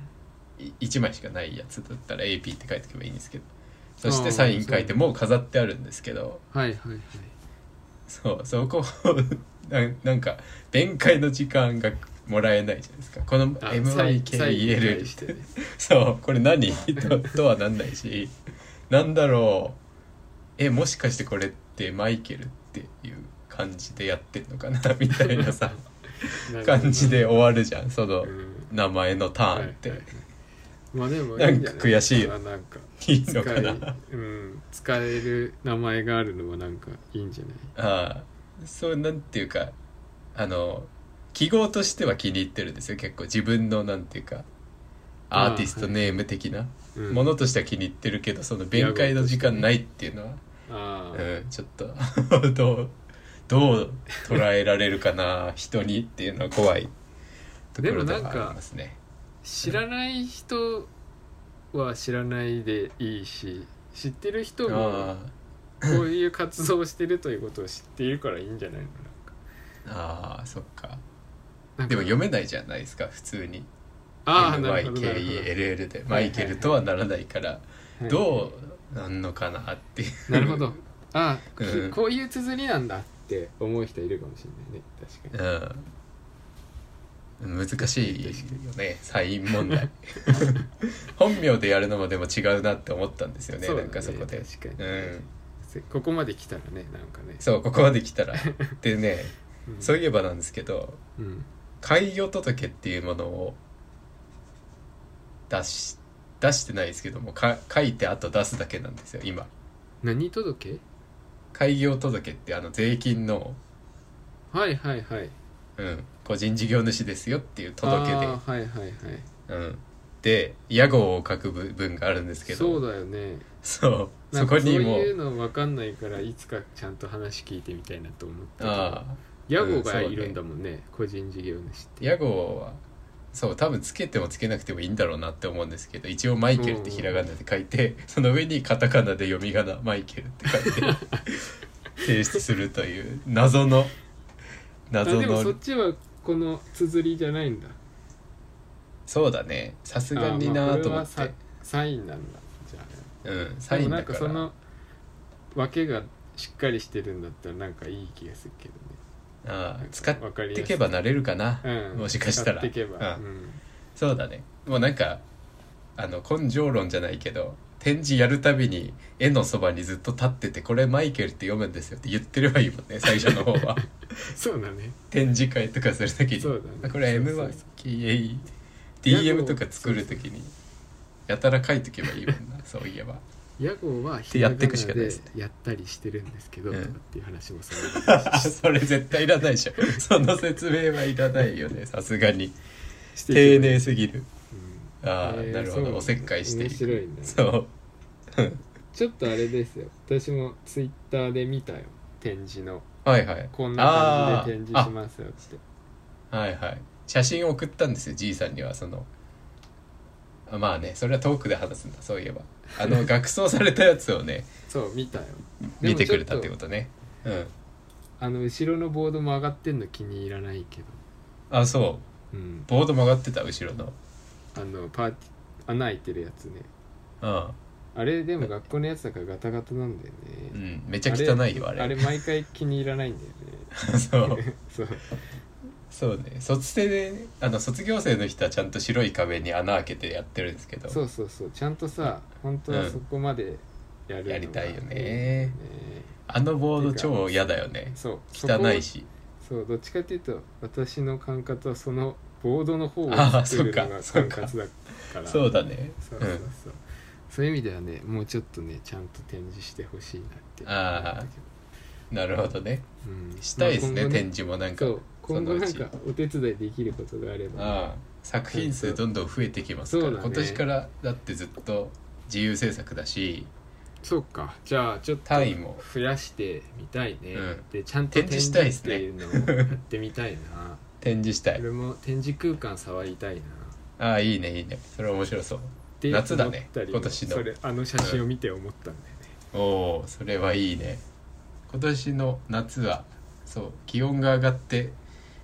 Speaker 1: い1枚しかないやつだったら AP って書いとけばいいんですけどそしてサイン書いてもう飾ってあるんですけど
Speaker 2: はいはいはい
Speaker 1: そうそこを ななんか弁解の時間がもらえないじゃないですかこの
Speaker 2: あサインサインに
Speaker 1: MIKEL
Speaker 2: 対してね
Speaker 1: そうこれ何 ととはなんないしなんだろうえもしかしてこれってマイケルっていう感じでやってんのかな みたいな さ
Speaker 2: なるほど
Speaker 1: 感じで終わるじゃんその
Speaker 2: うん
Speaker 1: 名前のターンって、
Speaker 2: はいはいまあでも
Speaker 1: なんか
Speaker 2: いいじゃい
Speaker 1: 悔しいよ
Speaker 2: あなんか
Speaker 1: い、いの
Speaker 2: 使
Speaker 1: か
Speaker 2: い
Speaker 1: な
Speaker 2: うん使える名前があるのはなんかいいんじゃない
Speaker 1: ああそうなんていうかあの記号としては気に入ってるんですよ結構自分のなんていうかア
Speaker 2: ああ
Speaker 1: ーティストネーム的な
Speaker 2: うん
Speaker 1: ものとしては気に入ってるけどその弁解の時間ないっていうのは、
Speaker 2: ああ
Speaker 1: うん、ちょっと どうどう捉えられるかな人にっていうのは怖いところで
Speaker 2: でもなん
Speaker 1: は
Speaker 2: か
Speaker 1: ありますね。
Speaker 2: 知らない人は知らないでいいし知ってる人も
Speaker 1: あ
Speaker 2: こういう活動をしてるということを知っているからいいんじゃないのなんか
Speaker 1: あああそっか
Speaker 2: なんか
Speaker 1: でも読めないじゃないですか普通に
Speaker 2: ああなるほどなるほど
Speaker 1: MYKELL でマイケルとはならないから。
Speaker 2: はい
Speaker 1: どうなんのかなっていう
Speaker 2: なるほどああ、
Speaker 1: うん
Speaker 2: こういう綴りなんだって思う人いるかもしれないね確かに
Speaker 1: うん難しいよねサイン問題 本名でやるのもでも違うなって思ったんですよね
Speaker 2: そうだ
Speaker 1: なんかそこで
Speaker 2: 確
Speaker 1: う
Speaker 2: かに、
Speaker 1: ん
Speaker 2: せここまで来たらねなんかね
Speaker 1: そうここまで来たらでね
Speaker 2: うん、
Speaker 1: そういえばなんですけど
Speaker 2: うん
Speaker 1: 開業届っていうものを出し出してないですけどもか書いてあと出すだけなんですよ今
Speaker 2: 何届け
Speaker 1: 開業届ってあの税金の、
Speaker 2: はいはいはい
Speaker 1: うん、個人事業主ですよっていう届けで
Speaker 2: あーはいはいはい
Speaker 1: うん、で屋号を書く部分があるんですけど
Speaker 2: そうだよね
Speaker 1: そう
Speaker 2: な
Speaker 1: そ
Speaker 2: んか
Speaker 1: こにも
Speaker 2: そう
Speaker 1: う
Speaker 2: いうの分かんないからいつかちゃんと話聞いてみたいなと思って
Speaker 1: ああ
Speaker 2: 屋号
Speaker 1: うんそ
Speaker 2: が
Speaker 1: うね
Speaker 2: いるんだもんね,、個人事業主って
Speaker 1: 屋号はそう多分つけてもつけなくてもいいんだろうなって思うんですけど一応マイケルってひらがなで書いて、その上にカタカナで読み仮名マイケルって書 いて提出するという謎の
Speaker 2: あ
Speaker 1: 謎
Speaker 2: でも
Speaker 1: の
Speaker 2: そ
Speaker 1: そ
Speaker 2: っちはこの綴りじゃないんだ
Speaker 1: うだねさすがに
Speaker 2: あーまあ
Speaker 1: な
Speaker 2: こ
Speaker 1: と
Speaker 2: れ
Speaker 1: 思
Speaker 2: は
Speaker 1: っ
Speaker 2: さ
Speaker 1: て、
Speaker 2: サインなんだじゃあ
Speaker 1: うんサインだか
Speaker 2: でも
Speaker 1: ら
Speaker 2: なんかその訳がしっかりしてるんだったらなんかいい気がするけどね
Speaker 1: あ
Speaker 2: な
Speaker 1: あ
Speaker 2: んか
Speaker 1: 使っ
Speaker 2: わかりや
Speaker 1: て
Speaker 2: すい
Speaker 1: けばなれるかな、
Speaker 2: うん、
Speaker 1: もしかしたら
Speaker 2: 使っていけば、
Speaker 1: うん
Speaker 2: うん
Speaker 1: そうだねもうなんかあの根性論じゃないけど展示やるたびに絵のそばにずっと立ってて「これマイケルって読むんですよ」って言ってればいいもんね最初の方 は
Speaker 2: そうだね
Speaker 1: 展示会とかするときに
Speaker 2: そうだ
Speaker 1: あ
Speaker 2: ね
Speaker 1: これ
Speaker 2: そうそう
Speaker 1: MYKADM とか作るときにやたら書いとけばいいもん なそういえば
Speaker 2: 屋号はひ
Speaker 1: でや
Speaker 2: らが
Speaker 1: っ
Speaker 2: な
Speaker 1: てくしかないです
Speaker 2: でやったりしてるんですけど、
Speaker 1: うん
Speaker 2: とかっていう話も さ
Speaker 1: それ絶対いらないでしょその説明はいらないよねさすが に
Speaker 2: して
Speaker 1: 丁
Speaker 2: いけば
Speaker 1: 寧すぎる
Speaker 2: うん
Speaker 1: ああ、
Speaker 2: えー
Speaker 1: なるほ
Speaker 2: そう
Speaker 1: どおせっかいしてい
Speaker 2: 面白いね
Speaker 1: そう
Speaker 2: ちょっとあれですよ私もツイッターで見たよ展示の
Speaker 1: はいはい
Speaker 2: こんな感じで展示しますよって
Speaker 1: はいはい写真を送ったんですよじいさんにはそのあまあねそれはトークで話すんだそういえばあ の学装されたやつをね
Speaker 2: そう見たよでも
Speaker 1: 見てくれたってことねうん
Speaker 2: あの後ろのボードも上がってんの気に入らないけど
Speaker 1: あそう
Speaker 2: うん
Speaker 1: ボード曲がってた後ろの
Speaker 2: あのパーティー穴開いてるやつね
Speaker 1: うん
Speaker 2: あれでも学校のやつだからガタガタなんだよ
Speaker 1: う
Speaker 2: ね、
Speaker 1: んめっちゃ汚いよあれ
Speaker 2: あれ毎回気に入らないんだ よ
Speaker 1: そう
Speaker 2: ねそう
Speaker 1: そうね卒生であの卒業生の人はちゃんと白い壁に穴開けてやってるんですけど
Speaker 2: そうそうそうちゃんとさ本当はそこまでやるのが
Speaker 1: やりたいよね
Speaker 2: いいんだ
Speaker 1: あのボード超嫌だよね
Speaker 2: そう
Speaker 1: 汚いし
Speaker 2: そこそうどっちかっていうと私の管轄はそのボードの方を
Speaker 1: あー
Speaker 2: 作るのが管
Speaker 1: そっか
Speaker 2: 轄だから
Speaker 1: そうだね
Speaker 2: そう
Speaker 1: う
Speaker 2: そうそうんそういう意味ではねもうちょっとねちゃんと展示してほしいなって
Speaker 1: あー
Speaker 2: 思ったけ
Speaker 1: なるほどね
Speaker 2: どうん
Speaker 1: したいですね,、
Speaker 2: まあ今後
Speaker 1: 展示もなんか
Speaker 2: そう今後
Speaker 1: のう
Speaker 2: なん
Speaker 1: ち
Speaker 2: かお手伝いできることがあれば
Speaker 1: ああ作品数どんどん増えてきますから、
Speaker 2: そうだね
Speaker 1: 今年からだってずっと自由制作だし
Speaker 2: そうかじゃあちょっと
Speaker 1: 単位も
Speaker 2: 増やしてみたいね、
Speaker 1: うん
Speaker 2: でちゃんと展
Speaker 1: 展示
Speaker 2: 示
Speaker 1: したいっすね
Speaker 2: っていうのをやってみた いな
Speaker 1: 展示したい
Speaker 2: 俺も展示空間触りたいな
Speaker 1: ああいいねいいねそれ面白そう
Speaker 2: って思った
Speaker 1: 夏
Speaker 2: り
Speaker 1: だね今年の
Speaker 2: それあの写真を見て思ったんだよね、
Speaker 1: おおそれはいいね今年の夏はそう気温が上がって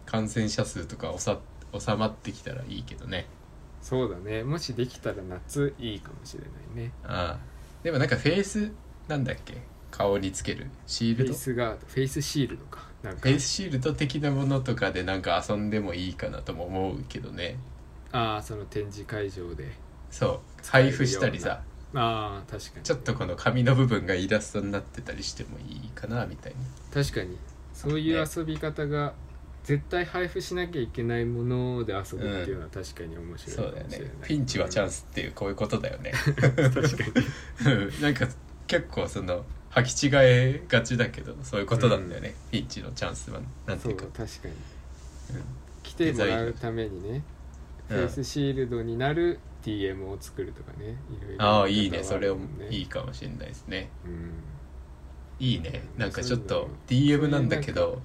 Speaker 1: 感染者数とかおさ収まってきたらいいけどね
Speaker 2: そうだねもしできたら夏いいかもしれないね
Speaker 1: ああでもなんかフェイスなんだっけ顔につけるシー
Speaker 2: フ
Speaker 1: ル
Speaker 2: ェ
Speaker 1: ド
Speaker 2: イスガードフェイスシールドかなん
Speaker 1: フ
Speaker 2: か
Speaker 1: ェイスシールド的なものとかでなんか遊んでもいいかなとも思うけどね
Speaker 2: ああその展示会場で
Speaker 1: そう配布したりさ
Speaker 2: ああ確かにね、
Speaker 1: ちょっとこの紙の部分がイラストになってたりしてもいいかなみたいな
Speaker 2: 確かにそういう
Speaker 1: ね
Speaker 2: 遊び方が絶対配布しなきゃいけないもので遊ぶっていうのは確かに面白い
Speaker 1: そうだ
Speaker 2: か
Speaker 1: よ
Speaker 2: もし
Speaker 1: ね
Speaker 2: れない、
Speaker 1: ピンチはチャン
Speaker 2: ス
Speaker 1: スっていうこういうことだよね
Speaker 2: 確かに
Speaker 1: うんなんか結構その履き違えがちだけどそういうことなんだよね、ピンチのチャンスはなんて
Speaker 2: そ
Speaker 1: いううか
Speaker 2: 確かに
Speaker 1: うん
Speaker 2: 来てもらうためにね
Speaker 1: う
Speaker 2: フ
Speaker 1: ん
Speaker 2: ェイスシールドになる DM を作るとかねいろいろ
Speaker 1: ああいいね
Speaker 2: やり方
Speaker 1: そ
Speaker 2: は
Speaker 1: れ
Speaker 2: る
Speaker 1: を
Speaker 2: もんね
Speaker 1: いいかもしれないですね
Speaker 2: うん
Speaker 1: いいねなんかちょっと
Speaker 2: そういうの
Speaker 1: DM なんだけ
Speaker 2: そういうなん
Speaker 1: ど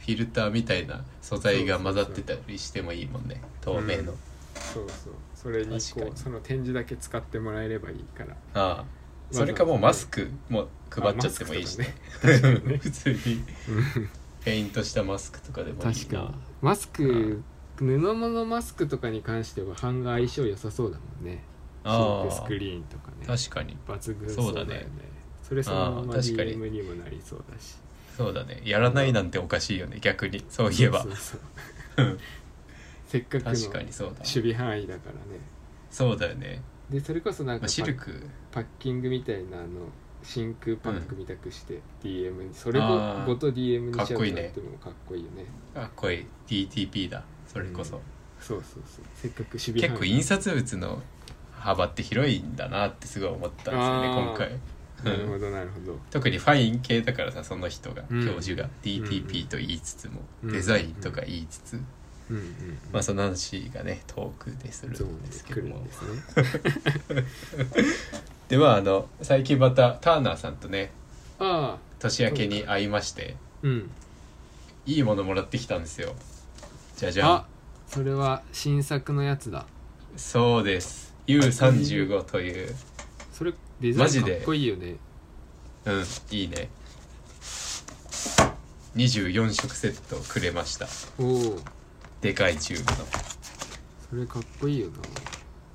Speaker 1: フィルターみたいな素材が混ざってたりしてもいいもんね透明の、
Speaker 2: うんそうそうそれに
Speaker 1: 確か
Speaker 2: こ
Speaker 1: に
Speaker 2: うその展示だけ使ってもらえればいいから
Speaker 1: ああそれかもうマスクも配っちゃってもいいしね
Speaker 2: あマスクと かね確かにね
Speaker 1: 普通に
Speaker 2: うん
Speaker 1: ペイントしたマスクとかでもいいな
Speaker 2: 確かにマスク布物マスクとかに関しては版が相性良さそうだもんね
Speaker 1: あ
Speaker 2: シンクス
Speaker 1: あ
Speaker 2: クリーンとかね
Speaker 1: 確かに
Speaker 2: 抜群
Speaker 1: そうだね
Speaker 2: よそれそのまま
Speaker 1: あー確かに
Speaker 2: DM にもなりそうだし
Speaker 1: そうだねやらないなんておかしいよね逆にそういえば
Speaker 2: そ うそう
Speaker 1: うん
Speaker 2: せっかくの
Speaker 1: 確か
Speaker 2: 守
Speaker 1: にそうだ
Speaker 2: 備範囲だからね
Speaker 1: そうだよね、
Speaker 2: でそれこそなん
Speaker 1: ま
Speaker 2: か
Speaker 1: あ、シルク
Speaker 2: パッキングみたいなあの真空パックみたくして DM にそれご
Speaker 1: あー
Speaker 2: ごと DM にしちゃ
Speaker 1: かっこ
Speaker 2: う
Speaker 1: いい
Speaker 2: と
Speaker 1: ね
Speaker 2: なってもかっこいいよね
Speaker 1: あこれ DTP だそれこそ、
Speaker 2: うんそうそうそうせっかく守備
Speaker 1: 結
Speaker 2: 範
Speaker 1: 構
Speaker 2: 囲
Speaker 1: 印刷物の幅って広いんだなってすごい思ったんですよね
Speaker 2: あー
Speaker 1: 今回、
Speaker 2: なる
Speaker 1: う
Speaker 2: ほ
Speaker 1: ん、
Speaker 2: どなるほど
Speaker 1: 特にファイン系だからさその人が、
Speaker 2: うん
Speaker 1: 教授が
Speaker 2: うん
Speaker 1: DTP と言いつつも、
Speaker 2: うん
Speaker 1: デザインとか言いつつ、
Speaker 2: うんうんうん
Speaker 1: まあその話がね遠くでする
Speaker 2: そうん
Speaker 1: ですけ
Speaker 2: 来
Speaker 1: ど
Speaker 2: る
Speaker 1: も
Speaker 2: んですね
Speaker 1: でまああの最近またターナーさんとね
Speaker 2: ああ
Speaker 1: 年明けに会いまして
Speaker 2: うん
Speaker 1: いいものもらってきたんですよじゃじゃん
Speaker 2: あそれは新作のやつだ
Speaker 1: そうです U35 という
Speaker 2: それデザ
Speaker 1: マ
Speaker 2: イン
Speaker 1: ジ
Speaker 2: か
Speaker 1: で
Speaker 2: っこいいよね
Speaker 1: うんいいね24色セットをくれました
Speaker 2: おお
Speaker 1: でかいチューブの
Speaker 2: それかっこいいよな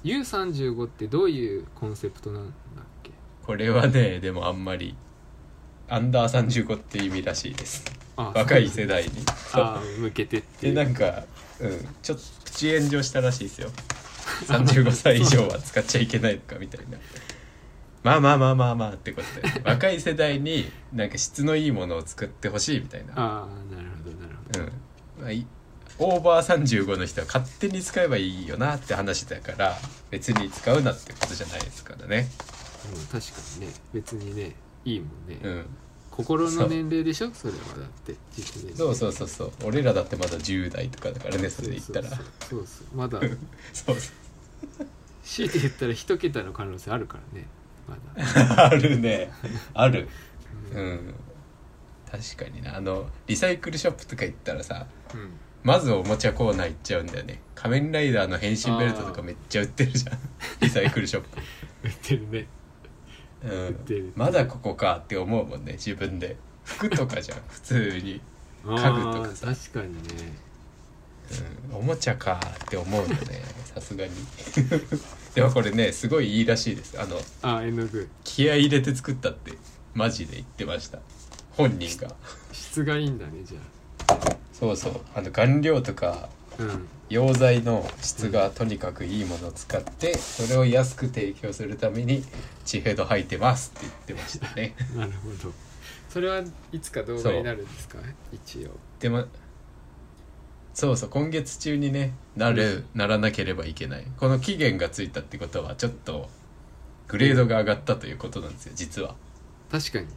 Speaker 2: U35 ってどういうコンセプトなんだっけ
Speaker 1: これはねでもあんまりアンダー35って意味らしいです
Speaker 2: あ
Speaker 1: 若い
Speaker 2: そう
Speaker 1: 世代に
Speaker 2: あー向けてってい
Speaker 1: で
Speaker 2: う
Speaker 1: なんか、うん、ちょっとプチ炎上したらしいですよ35歳以上は使っちゃいけないとかみたいなまあまあまあまあまあってことで若い世代になんか質のいいものを作ってほしいみたいな、
Speaker 2: ああなるほどなる
Speaker 1: うん
Speaker 2: ほど
Speaker 1: まあ、いオーバー35の人は勝手に使えばいいよなって話だから別に使うなってことじゃないですからね
Speaker 2: うん確かにね別にねいいもんね、
Speaker 1: うん
Speaker 2: 心
Speaker 1: そ
Speaker 2: の
Speaker 1: う
Speaker 2: 年齢でしょそれはだって実年齢
Speaker 1: そうそうそうそう俺らだってまだ10代とかだからねそれで言ったら
Speaker 2: そうそうそうそうまだ
Speaker 1: そうそう
Speaker 2: 強いて言ったら一桁の可能性あるからねま だ、
Speaker 1: あるねある
Speaker 2: う
Speaker 1: うんん確かになあのリサイクルショップとか行ったらさ
Speaker 2: うん
Speaker 1: まずおもちゃコーナー行っちゃうんだよね仮面ライダーの変身ベルトとかめっちゃ売ってる じゃんリサイクルショッ
Speaker 2: 売ってるね
Speaker 1: プ、う
Speaker 2: 売ってる
Speaker 1: ん、まだここかって思うもんね自分で服とかじゃん 普通に、
Speaker 2: あ
Speaker 1: 家具と
Speaker 2: ー
Speaker 1: かさ
Speaker 2: 確かにね
Speaker 1: うん、おもちゃかって思うよねさすがに でもこれねすごいいいらしいですあの
Speaker 2: あ絵の具
Speaker 1: 気合い入れて作ったってマジで言ってました本人が
Speaker 2: 質がいいんだねじゃ
Speaker 1: そうそうあの顔料とか
Speaker 2: あうん
Speaker 1: 溶剤の質がとにかくいいものを使ってそれを安く提供するために地平ド吐いてますって言ってました ね
Speaker 2: なるほどそれはいつか動画になるんですか一応
Speaker 1: でもそうそう今月中にねなる、ならなければいけないこの期限がついたってことはちょっとグレードが上がったということなんですよ実は
Speaker 2: 確かに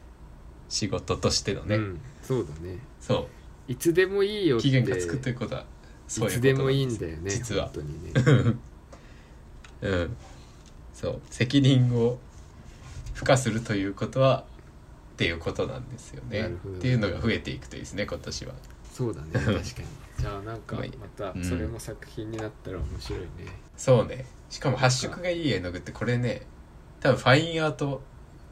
Speaker 1: 仕事としてのね、
Speaker 2: うん、そうだね
Speaker 1: そ
Speaker 2: いつでもいいよっ
Speaker 1: う
Speaker 2: て
Speaker 1: 期限がつくということはい
Speaker 2: つでもいいん
Speaker 1: よ
Speaker 2: だよね
Speaker 1: 実は
Speaker 2: 本当にね
Speaker 1: うん、そう責任を付加するということはっていうことなんですよ
Speaker 2: な
Speaker 1: ね
Speaker 2: るほど
Speaker 1: っていうのが増えていくといいですね今年は
Speaker 2: そうだね確かにじゃあなんか
Speaker 1: まあ
Speaker 2: またそれも作品になったら面白いね、
Speaker 1: そうねしかも発色がいい絵の具ってこれね多分ファインアート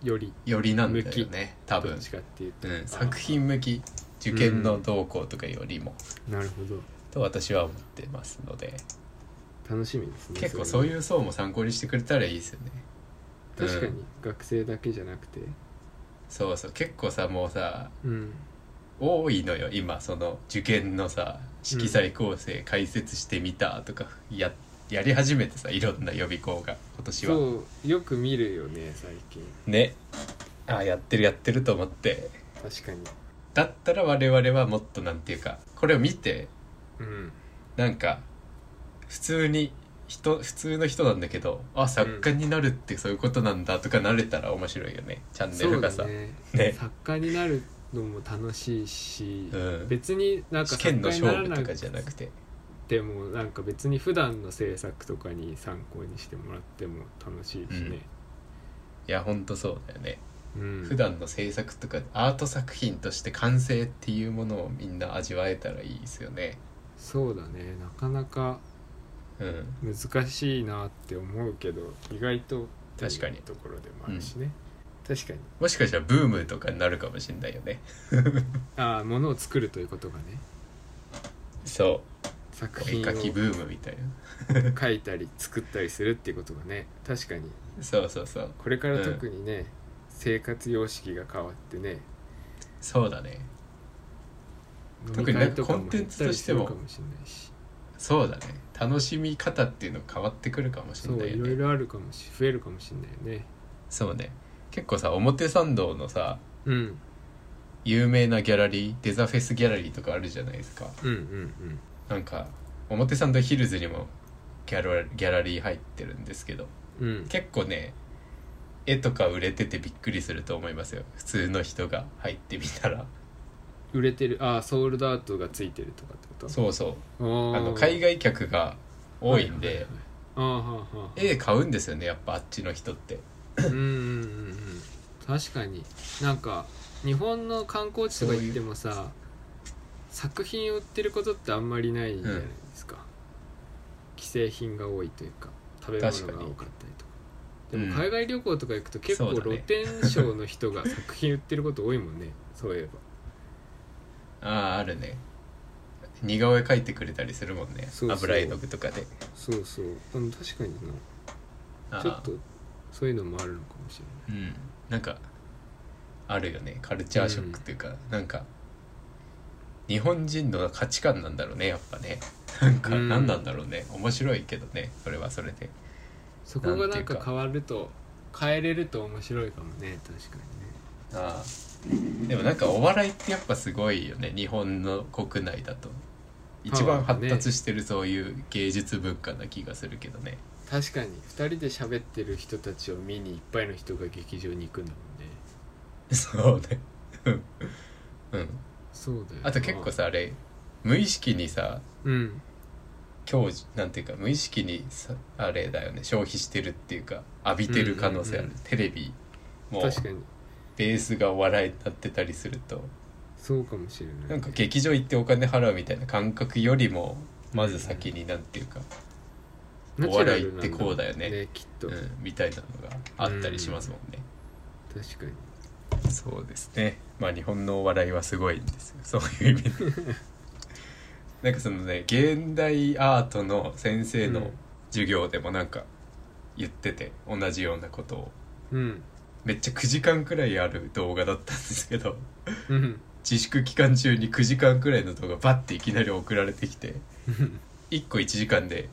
Speaker 2: より
Speaker 1: 寄りなんだよね多
Speaker 2: ど
Speaker 1: 分
Speaker 2: っ、ちかっていうと、
Speaker 1: うん、作品向き受験の動向とかよりも、
Speaker 2: あなるほど
Speaker 1: と私は思ってますので
Speaker 2: 楽しみですね
Speaker 1: 結構そう
Speaker 2: う
Speaker 1: いう層も参考にしてくれたらいいですよね
Speaker 2: 確か
Speaker 1: う
Speaker 2: に
Speaker 1: ん
Speaker 2: 学生だけじゃなくて
Speaker 1: そうそう結構さもうさ
Speaker 2: うん
Speaker 1: 多いのよ今その受験のさ色彩構成解説してみたとかや,、やり始めてさいろんな予備校が今年は
Speaker 2: そうよく見るよね最近
Speaker 1: ねあやってるやってると思って
Speaker 2: 確かに
Speaker 1: だったら我々はもっとなんていうかこれを見て
Speaker 2: うん
Speaker 1: なんか普通に人普通の人なんだけどあ作家になるってそういうことなんだとかなれたら面白いよねチャンネ
Speaker 2: そう
Speaker 1: ルが
Speaker 2: だ
Speaker 1: さ
Speaker 2: ね
Speaker 1: ね
Speaker 2: 作家になるのも楽しいし、
Speaker 1: うん
Speaker 2: 別になん
Speaker 1: 試
Speaker 2: か作
Speaker 1: 験
Speaker 2: 家
Speaker 1: の
Speaker 2: にな
Speaker 1: 勝
Speaker 2: ら
Speaker 1: 負
Speaker 2: な
Speaker 1: と
Speaker 2: く
Speaker 1: かじゃなくて
Speaker 2: てもなんか別に普段の制作とかに参考にしてもらっても楽しいしね、
Speaker 1: いやほんとそうだよね
Speaker 2: うん
Speaker 1: 普段の制作とかアート作品として完成っていうものをみんな味わえたらいいですよね。
Speaker 2: そうだねなかなか
Speaker 1: うん、
Speaker 2: 難しいなって思うけど意外と
Speaker 1: 確かに
Speaker 2: いいところでもあるしね、確かに
Speaker 1: もしかしたらブームとかになるかもしれないよね。
Speaker 2: ああものを作るということがね
Speaker 1: そ
Speaker 2: 作
Speaker 1: う絵
Speaker 2: 品を
Speaker 1: 描きブームみたいな。
Speaker 2: 書いたり作ったりするっていうことがね確かに
Speaker 1: そうそうそう
Speaker 2: これから特にね、生活様式が変わってね
Speaker 1: そうだね特
Speaker 2: 飲み
Speaker 1: になん
Speaker 2: 会
Speaker 1: か
Speaker 2: とか
Speaker 1: コ
Speaker 2: も
Speaker 1: ンテ
Speaker 2: 減
Speaker 1: ン
Speaker 2: っ
Speaker 1: ツ
Speaker 2: た
Speaker 1: と
Speaker 2: り
Speaker 1: し
Speaker 2: す
Speaker 1: ても
Speaker 2: るかもしれないし
Speaker 1: そうだね楽しみ方っていうの変わってくるかもしれ
Speaker 2: そう
Speaker 1: ない
Speaker 2: い
Speaker 1: よ
Speaker 2: ろい
Speaker 1: ね。
Speaker 2: ろあるかもし増えるかもしれないよね
Speaker 1: そうね結構さ表参道のさ
Speaker 2: うん
Speaker 1: 有名なギャラリーデザフェスギャラリーとかあるじゃないですか。
Speaker 2: うんうん
Speaker 1: なんか表参道ヒルズにもギャラギャラリー入ってるんですけど。
Speaker 2: うんうん
Speaker 1: 結構ね絵とか売れててびっくりすると思いますよ普通の人が入ってみたら
Speaker 2: 売れてるああソールドアウトがついてるとかってこと
Speaker 1: そうそう
Speaker 2: あ
Speaker 1: あの海外客が多いんで、
Speaker 2: ああはあはあ
Speaker 1: 絵買うんですよねやっぱあっちの人って
Speaker 2: うんうんうんうん確かになんか日本の観光地とか行ってもさ作品を売ってることってあんまりないじゃないですか、既製品が多いというか食べ物が多
Speaker 1: 確かに
Speaker 2: かったりとかで
Speaker 1: うん
Speaker 2: も海外旅行とか行くと結
Speaker 1: そ
Speaker 2: 構
Speaker 1: うだね
Speaker 2: 露天商の人が作品売ってること多いもんねそういえば
Speaker 1: あああるね似顔絵描いてくれたりするもんね
Speaker 2: そうそう
Speaker 1: 油絵の具とかで
Speaker 2: そうそうあの確かにな
Speaker 1: ああ
Speaker 2: ちょっとそういうのもあるのかもしれない
Speaker 1: うんなんかあるよねカルチャーショックっていうか、なんか日本人の価値観なんだろうねやっぱねなんか
Speaker 2: うん
Speaker 1: 何なんだろうね、面白いけどねそれはそれで
Speaker 2: そこが
Speaker 1: な
Speaker 2: なんん
Speaker 1: ていう
Speaker 2: か
Speaker 1: か
Speaker 2: 変わると変えれると面白いかもね確かにね
Speaker 1: ああでもなんかお笑いってやっぱすごいよね日本の国内だと一番発達してるそういう芸術文化な気がするけどね
Speaker 2: 確かに2人で喋ってる人たちを見にいっぱいの人が劇場に行くんだもんね
Speaker 1: そうねうんうん
Speaker 2: そうだよ
Speaker 1: あと結構さあれ無意識にさ
Speaker 2: うん
Speaker 1: 今日なんていうか無意識にさあれだよね消費してるっていうか浴びてる可能性ある、
Speaker 2: うんうん
Speaker 1: テレビも
Speaker 2: 確かに
Speaker 1: ベースがお笑いになってたりすると
Speaker 2: そうかもしれない
Speaker 1: なんか劇場行ってお金払うみたいな感覚よりもまず先になんていうか、
Speaker 2: ナ
Speaker 1: お
Speaker 2: チュラ
Speaker 1: 笑
Speaker 2: ル
Speaker 1: いってこうだよね
Speaker 2: なんろうきっと、
Speaker 1: うん、みたいなのがあったりしますもんね、
Speaker 2: 確かに
Speaker 1: そうですねまあ日本のお笑いはすごいんですよそういう意味 でなんかそのね現代アートの先生
Speaker 2: う
Speaker 1: の
Speaker 2: ん
Speaker 1: 授業でもなんか言ってて同じようなことを
Speaker 2: うん
Speaker 1: めっちゃ9時間くらいある動画だったんですけど
Speaker 2: うん
Speaker 1: 自粛期間中に9時間くらいの動画バッていきなり送られてきて1個1時間で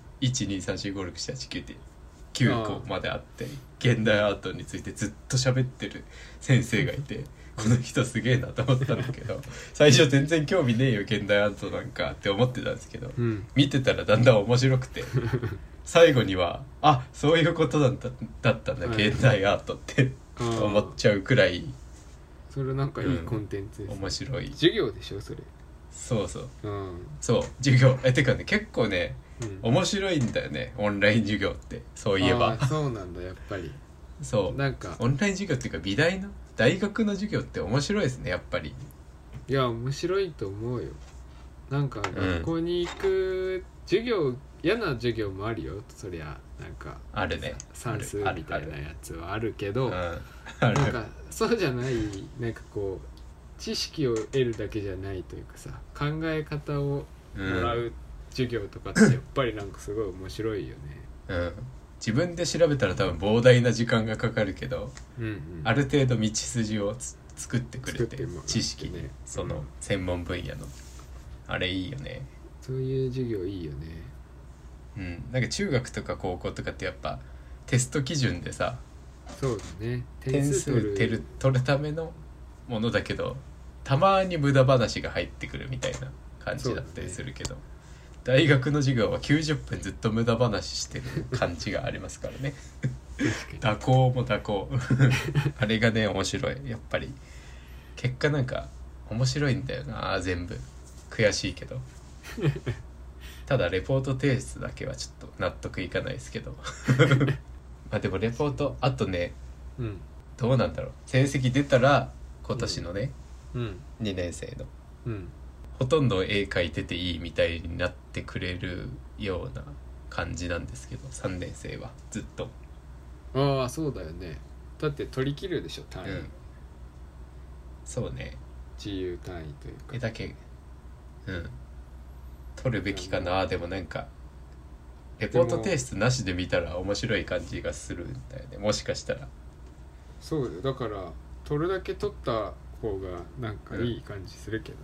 Speaker 1: 123456789って9個まであって現代アートについてずっと喋ってる先生がいてこの人すげえなと思ったんだけど最初全然興味ねえよ現代アートなんかって思ってたんですけど
Speaker 2: うん
Speaker 1: 見てたらだんだん面白くて最後にはあそういうことなんだだったんだ
Speaker 2: はい
Speaker 1: 現代アートって
Speaker 2: あー
Speaker 1: 思っちゃうくらい
Speaker 2: それなんかいい
Speaker 1: うん
Speaker 2: コンテンツです、
Speaker 1: 面白い
Speaker 2: 授業でしょそれ
Speaker 1: そうそう
Speaker 2: うん、
Speaker 1: そう授業えてかね結構ね
Speaker 2: うん、
Speaker 1: 面白いんだよねオンライン授業ってそういえば
Speaker 2: あーそうなんだやっぱり
Speaker 1: そう
Speaker 2: なんか
Speaker 1: オンライン授業っていうか美大の大学の授業って面白いですねやっぱり
Speaker 2: いや面白いと思うよなんか
Speaker 1: ん
Speaker 2: 学校に行く授業、嫌な授業もあるよそりゃなんか
Speaker 1: あるね
Speaker 2: 算数
Speaker 1: ある
Speaker 2: みたいなやつはあるけど
Speaker 1: うんある
Speaker 2: なんかそうじゃないなんかこう知識を得るだけじゃないというかさ考え方を
Speaker 1: うん
Speaker 2: もらう授業とかってやっぱりなんかすごい面白いよね
Speaker 1: うん自分で調べたら多分膨大な時間がかかるけど
Speaker 2: うん、うん、
Speaker 1: ある程度道筋をつ作ってく
Speaker 2: 作
Speaker 1: れ
Speaker 2: っててもらって
Speaker 1: 知識ね
Speaker 2: ね
Speaker 1: そうの
Speaker 2: ん
Speaker 1: 専門分野のあれいいよね
Speaker 2: そういう授業いいよね
Speaker 1: うんなんか中学とか高校とかってやっぱテスト基準でさ
Speaker 2: そうだね
Speaker 1: 点数取る取るためのものだけどたまに無駄話が入ってくるみたいな感じだったりするけど、大学の授業は90分ずっと無駄話してる感じがありますからね
Speaker 2: 確か
Speaker 1: 蛇行も蛇行 あれがね面白いやっぱり結果なんか面白いんだよな全部悔しいけ どただレポート提出だけはちょっと納得いかないですけ どまあでもレポートあとね
Speaker 2: にうん
Speaker 1: どうなんだろう成績出たら今年のね、
Speaker 2: うん
Speaker 1: 2年生の
Speaker 2: うん
Speaker 1: ほとんど絵描いてていいみたいになってくれるような感じなんですけど3年生はずっと、
Speaker 2: ああそうだよねだって取り切るでしょ単
Speaker 1: う
Speaker 2: 位、
Speaker 1: ん、そうね
Speaker 2: 自由単位という
Speaker 1: 絵
Speaker 2: か
Speaker 1: だけうん取るべきかなでもなんかレポート提出なしで見たら面白い感じがするんだよねもしかしたら
Speaker 2: そうだよだから取るだけ取った方がなんかいい感じするけどね、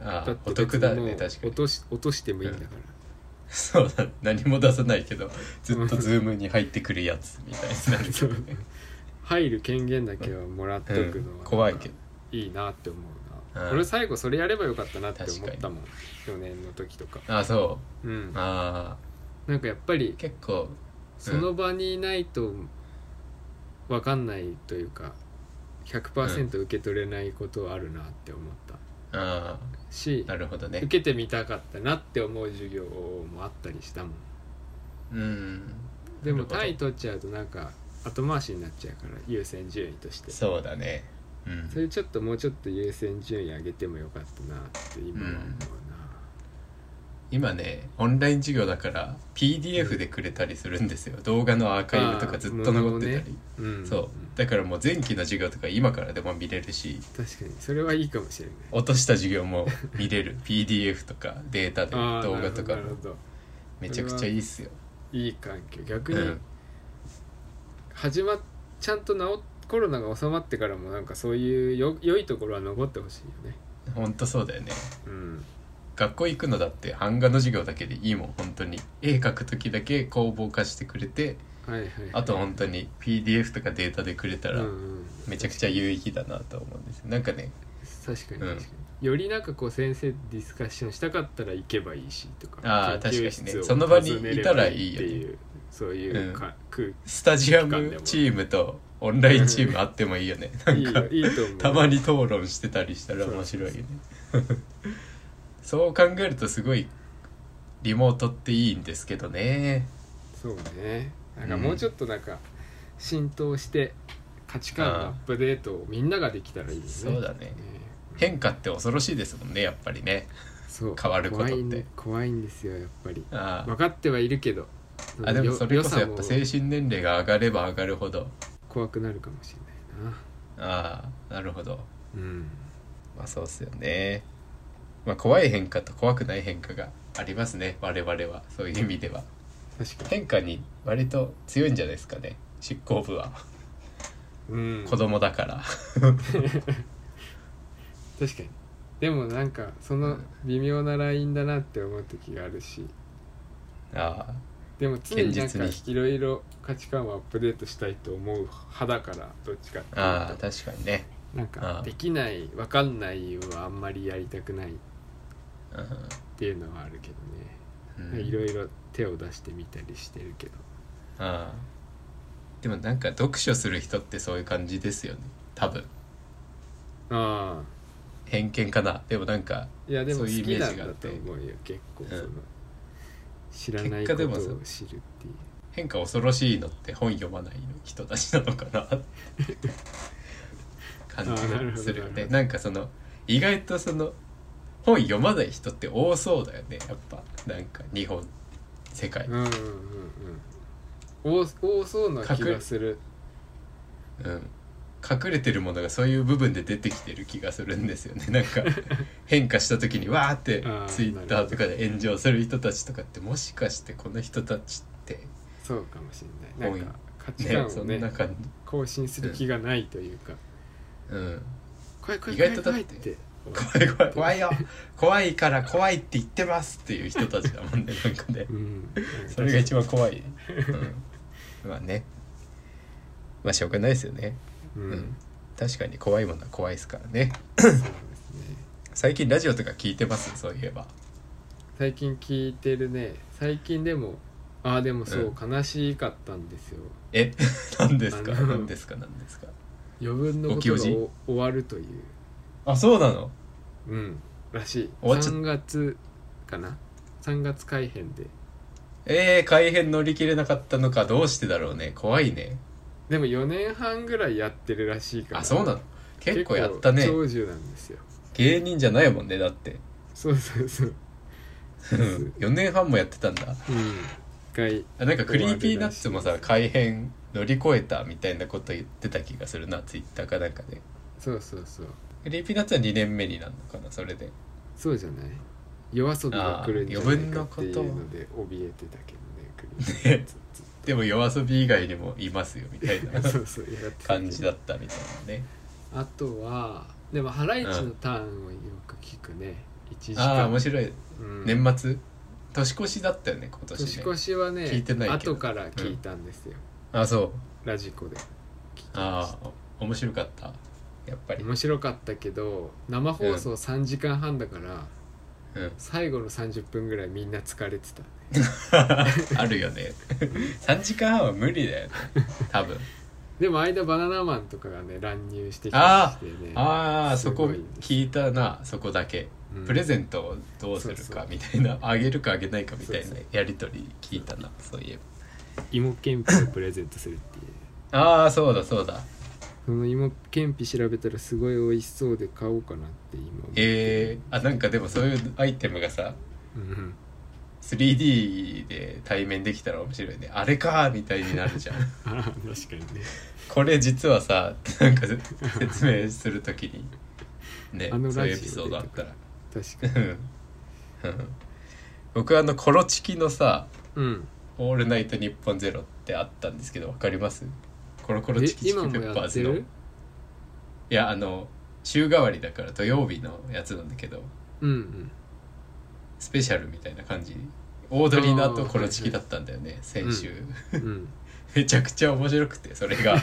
Speaker 1: あ
Speaker 2: だ
Speaker 1: あ
Speaker 2: って
Speaker 1: お得だよ
Speaker 2: 別
Speaker 1: ね
Speaker 2: にもう
Speaker 1: 確かに
Speaker 2: 落とし落としてもいいんだから、
Speaker 1: そうだ何も出さないけどずっとズームに入ってくるやつみたいになるけどね
Speaker 2: 入る権限だけはもらっておくの
Speaker 1: うん
Speaker 2: は
Speaker 1: 怖いけど
Speaker 2: いいなって思うな、
Speaker 1: うん
Speaker 2: 俺最後それやればよかったなって思っ
Speaker 1: 確
Speaker 2: た
Speaker 1: か
Speaker 2: もん去年の時とか
Speaker 1: あそ
Speaker 2: うん
Speaker 1: うあ
Speaker 2: なんかやっぱり
Speaker 1: ー結構
Speaker 2: その場にいないと分かんないというか100%受け取れないことはあるなって思った
Speaker 1: あ
Speaker 2: し
Speaker 1: ーなるほど
Speaker 2: 受
Speaker 1: ね
Speaker 2: けてみたかったなって思う授業もあったりしたもん
Speaker 1: うん
Speaker 2: で
Speaker 1: な
Speaker 2: も
Speaker 1: るほど
Speaker 2: 単位取っちゃうとなんか後回しになっちゃうから優先順位としてそ
Speaker 1: そうだねうん
Speaker 2: れちょっともうちょっと優先順位上げてもよかったなって今は思う
Speaker 1: 今ねオンライン授業だから PDF でくれたりするんですよ動画のアーカイブとかずっと残ってたり、
Speaker 2: なうん、
Speaker 1: そうだからもう前期の授業とか今からでも見れるし
Speaker 2: 確かにそれはいいかもしれない
Speaker 1: 落とした授業も見れ る PDF とかデータで
Speaker 2: ああ
Speaker 1: 動画とか
Speaker 2: なるほ
Speaker 1: も
Speaker 2: どなるほ
Speaker 1: めちゃくちゃいいっすよ、
Speaker 2: どいい環境逆
Speaker 1: う
Speaker 2: に、
Speaker 1: ん、
Speaker 2: 始まっちゃんと治っコロナが収まってからもなんかそういうよ良いところは残ってほしいよね
Speaker 1: ほんとそうだよね
Speaker 2: うん
Speaker 1: 学校行くのだって版画の授業だけでいいもん本当に絵描く時だけ工房化してくれて
Speaker 2: はいはい、
Speaker 1: あと本当に PDF とかデータでくれた
Speaker 2: うん
Speaker 1: ら
Speaker 2: うん、
Speaker 1: めちゃくちゃ有意義だなと思うんですなんかね
Speaker 2: 確かに確かに、
Speaker 1: うん
Speaker 2: よりなんかこう先生とディスカッションしたかったら行けばいいしとか
Speaker 1: ああ
Speaker 2: 研究
Speaker 1: 確かにね
Speaker 2: 室を
Speaker 1: その場に
Speaker 2: 訪ねれば
Speaker 1: いたらいいよね
Speaker 2: っていうそういうか、空
Speaker 1: スタジアムチームとオンラインチームあってもいいよねなん
Speaker 2: 気いい
Speaker 1: か
Speaker 2: よいいと思う
Speaker 1: たまに討論してたりしたら面白いよねそう考えるとすごいリモートっていいんですけどね
Speaker 2: そうねなんかもうちょっとなんか浸透して価値観のアップデートをみんなができたらいいよね
Speaker 1: そうだね
Speaker 2: ね
Speaker 1: 変化って恐ろしいですもんねやっぱりね
Speaker 2: そう
Speaker 1: 変わることって
Speaker 2: 怖いんで怖いんですよやっぱり
Speaker 1: ああ
Speaker 2: 分かってはいるけど
Speaker 1: あでもそれこそやっぱ精
Speaker 2: 良さ
Speaker 1: 神年齢が上がれば上がるほど
Speaker 2: も怖くなるかもしれないな
Speaker 1: ああなるほど
Speaker 2: うん
Speaker 1: まあそうっすよねまあ怖い変化と怖くない変化がありますね我々はそういう意味では
Speaker 2: 確かに
Speaker 1: 変化に割と強いんじゃないですかね執行部は
Speaker 2: うん
Speaker 1: 子供だから
Speaker 2: 確かにでもなんかその微妙なラインだなって思う時があるし
Speaker 1: ああ
Speaker 2: でも常になんか
Speaker 1: 堅実
Speaker 2: いろいろ価値観をアップデートしたいと思う派だからどっちかっていうと
Speaker 1: ああ確かにね、
Speaker 2: なん
Speaker 1: あ
Speaker 2: か
Speaker 1: ー
Speaker 2: できないわかんないはあんまりやりたくないっ
Speaker 1: う
Speaker 2: ていうのはあるけどね
Speaker 1: んうん、
Speaker 2: いろいろ手を出してみたりしてるけど
Speaker 1: ああでもなんか読書する人ってそういう感じですよね多分
Speaker 2: ああ
Speaker 1: 偏見かなでもなんか
Speaker 2: いやでも
Speaker 1: そういう
Speaker 2: 好
Speaker 1: イメー
Speaker 2: きな
Speaker 1: ジ
Speaker 2: ん
Speaker 1: があ
Speaker 2: だ
Speaker 1: っ
Speaker 2: と
Speaker 1: て
Speaker 2: 思うよ結構
Speaker 1: ん
Speaker 2: その、知らない
Speaker 1: 結果
Speaker 2: こと
Speaker 1: で
Speaker 2: を
Speaker 1: も
Speaker 2: 知るっ
Speaker 1: そう
Speaker 2: ていう
Speaker 1: 変化恐ろしいのって本読まない人たちなのかなって感じがするよ
Speaker 2: あーなるほどなる
Speaker 1: ね
Speaker 2: ほど
Speaker 1: なんかその意外とその本読まない人って多そうだよねやっぱなんか日本世界、
Speaker 2: うんうんうんうん多多そうな気がする
Speaker 1: うん、隠れてるものがそういう部分で出てきてる気がするんですよねなんか変化した時にわーって
Speaker 2: あー
Speaker 1: ツイッターとかで炎上する人たちとかってもしかしてこの人たちって
Speaker 2: そうかもしれないなんか価値
Speaker 1: ね
Speaker 2: 観
Speaker 1: そ
Speaker 2: を
Speaker 1: ん
Speaker 2: ね
Speaker 1: な感じ、
Speaker 2: 更新する気がないというか
Speaker 1: うん、
Speaker 2: 怖い怖い
Speaker 1: 意外
Speaker 2: 怖い
Speaker 1: と
Speaker 2: 怖い
Speaker 1: だ
Speaker 2: っ
Speaker 1: って
Speaker 2: て
Speaker 1: 怖い怖い怖いよ怖いから怖いって言ってますっていう人たちだもんねなんかね
Speaker 2: うん
Speaker 1: それが一番怖い、うん、まあねまあしょうがないですよね
Speaker 2: うん、
Speaker 1: うん確かに怖いものは怖いですからね
Speaker 2: そうですね
Speaker 1: 最近ラジオとか聞いてますそういえば
Speaker 2: 最近聞いてるね最近でもああでもそう、悲しかったんですよ
Speaker 1: え 何ですか
Speaker 2: あの
Speaker 1: 何ですか何ですか
Speaker 2: 余分のこ
Speaker 1: ご教
Speaker 2: とが
Speaker 1: 示
Speaker 2: お終わるという
Speaker 1: あそうなの
Speaker 2: うんらしい
Speaker 1: 終わっちゃっ
Speaker 2: 3月かな3月改編で
Speaker 1: えー、改編乗り切れなかったのかどうしてだろうね怖いね
Speaker 2: でも4年半ぐらいやってるらしいから
Speaker 1: あそうなの結構やったね
Speaker 2: 結構長寿なんですよ
Speaker 1: 芸人じゃないもんねだって
Speaker 2: そうそうそう
Speaker 1: うん4年半もやってたんだ
Speaker 2: うん一回
Speaker 1: あなんかクリーピーナッツもさ改編乗り越えたみたいなこと言ってた気がするなツイッターかなんかで
Speaker 2: そうそうそう
Speaker 1: クリーピーナッツは2年目になるのかなそれ で
Speaker 2: そうじゃない夜遊びが来るんじゃ
Speaker 1: あー
Speaker 2: ない
Speaker 1: 余分
Speaker 2: か
Speaker 1: な
Speaker 2: って
Speaker 1: こと
Speaker 2: いうので怯えてたけどねクリーピーナッツずっ
Speaker 1: でも夜遊び以外にもいますよみたいな
Speaker 2: とそうそうやってた
Speaker 1: 感じだったみたいなね
Speaker 2: あとはでもハライチのターンをよく聞くね一時
Speaker 1: ああ
Speaker 2: 間
Speaker 1: ー面白い
Speaker 2: うん
Speaker 1: 年末年越しだったよね今年ね
Speaker 2: 年越しはね
Speaker 1: 聞いてないけど
Speaker 2: 後から聞いたんですよ、
Speaker 1: あそう
Speaker 2: ラジコで聞きまし
Speaker 1: ああ面白かったやっぱ
Speaker 2: た
Speaker 1: り、
Speaker 2: 面白かったけど生放送3時間半だから、
Speaker 1: うん
Speaker 2: 最後の30分ぐらいみんな疲れてた
Speaker 1: あるよね3時間半は無理だよね多 分
Speaker 2: でも間バナナマンとかがね乱入してきたり
Speaker 1: あ
Speaker 2: してね
Speaker 1: ああ
Speaker 2: す
Speaker 1: そ
Speaker 2: ご
Speaker 1: こ
Speaker 2: い
Speaker 1: 聞いたなそこだけ、プレゼントをどうする
Speaker 2: そうそ
Speaker 1: か
Speaker 2: う
Speaker 1: みたいなあげるかあげないかみたい
Speaker 2: そう
Speaker 1: な
Speaker 2: そう
Speaker 1: やり取り聞いたなそういえ
Speaker 2: 芋けんぴをプレゼントするっていう
Speaker 1: ばああそうだそうだ
Speaker 2: その芋けんぴ調べたらすごい美味しそうで買おうかなって今思って
Speaker 1: えー、あなんかでもそういうアイテムがさ
Speaker 2: うん、
Speaker 1: 3D で対面できたら面白いねあれかーみたいにな るじゃん
Speaker 2: あら確かにね
Speaker 1: これ実はさなんかせ説明するときにね
Speaker 2: あのラジ
Speaker 1: そ
Speaker 2: オ
Speaker 1: う
Speaker 2: で
Speaker 1: いうエピソードあったら
Speaker 2: 確か
Speaker 1: う
Speaker 2: に
Speaker 1: んうん僕あのコロチキのさ
Speaker 2: うん
Speaker 1: 「オールナイトニッポンゼロってあったんですけどわかりますコロコロ
Speaker 2: え
Speaker 1: チキチキペ
Speaker 2: 今も
Speaker 1: ッパ
Speaker 2: や
Speaker 1: ー
Speaker 2: って
Speaker 1: ズのい
Speaker 2: る
Speaker 1: やあの週替わりだから土曜日のやつなんだけど
Speaker 2: うんうん
Speaker 1: スペシャルみたいな感じオードリーのとコロチキだったんだよね先週、
Speaker 2: うん
Speaker 1: めちゃくちゃ面白くてそれ が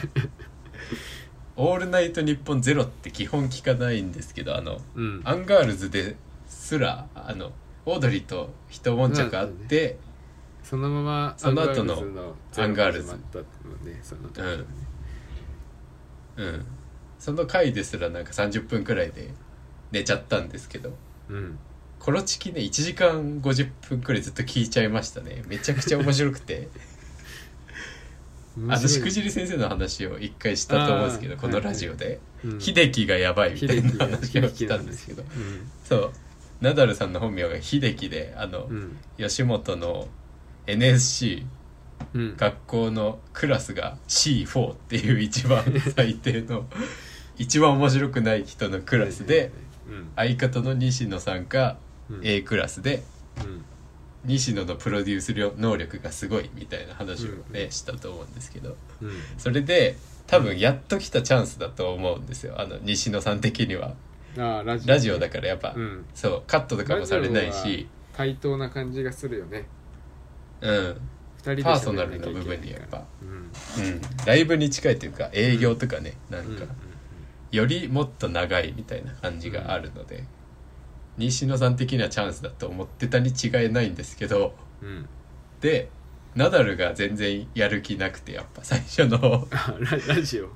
Speaker 1: 「オールナイトニッポンゼロって基本聞かないんですけどあの
Speaker 2: うん
Speaker 1: アンガールズですらあのオードリーと一悶着あって、
Speaker 2: そのまま
Speaker 1: その後の
Speaker 2: ア
Speaker 1: ア
Speaker 2: ン
Speaker 1: ン
Speaker 2: ガ
Speaker 1: ガー
Speaker 2: ール
Speaker 1: ル
Speaker 2: ズ
Speaker 1: ズ
Speaker 2: のゼロ始まったのねその時
Speaker 1: うんうん、その回ですらなんか30分くらいで寝ちゃったんですけど
Speaker 2: うん
Speaker 1: コロチキね1時間50分くらいずっと聞いちゃいましたねめちゃくちゃ面白く てあのしくじり先生の話を一回したと思うんですけ
Speaker 2: あ
Speaker 1: ど
Speaker 2: ー
Speaker 1: このラジオで、
Speaker 2: うん
Speaker 1: 秀樹がやばいみたい
Speaker 2: 秀樹
Speaker 1: な
Speaker 2: が
Speaker 1: 話をしたんですけど
Speaker 2: 秀樹なんです
Speaker 1: そうナダルさんの本名が秀樹であの、
Speaker 2: ようん
Speaker 1: 吉本の NSC
Speaker 2: うんうん
Speaker 1: 学校のクラスが C4 っていう一番最低 の一番面白くない人のクラスで
Speaker 2: うん
Speaker 1: 相方の西野さんが
Speaker 2: うん
Speaker 1: A クラスで
Speaker 2: うん
Speaker 1: 西野のプロデュース量能力がすごいみたいな話を
Speaker 2: うんう
Speaker 1: ね
Speaker 2: ん
Speaker 1: したと思うんですけど
Speaker 2: うん
Speaker 1: それで多分やっと来たチャンスだと思うんですよあの西野さん的には
Speaker 2: あーラジオ
Speaker 1: ラジオだからやっぱ、
Speaker 2: うん
Speaker 1: そうカットとかもされないし、
Speaker 2: 対等な感じがするよね
Speaker 1: うん
Speaker 2: 二人で
Speaker 1: パーソナ
Speaker 2: 喋んな
Speaker 1: ル
Speaker 2: きゃ
Speaker 1: ない部
Speaker 2: けないから
Speaker 1: 分にやっぱ、
Speaker 2: うん
Speaker 1: うん、ライブに近いというか営業とかね、なん
Speaker 2: うんうん
Speaker 1: かよりもっと長いみたいな感じがあるので、西野さん的にはチャンスだと思ってたに違いないんですけど
Speaker 2: うん
Speaker 1: でナダルが全然やる気なくてやっぱ最初の
Speaker 2: あララジオ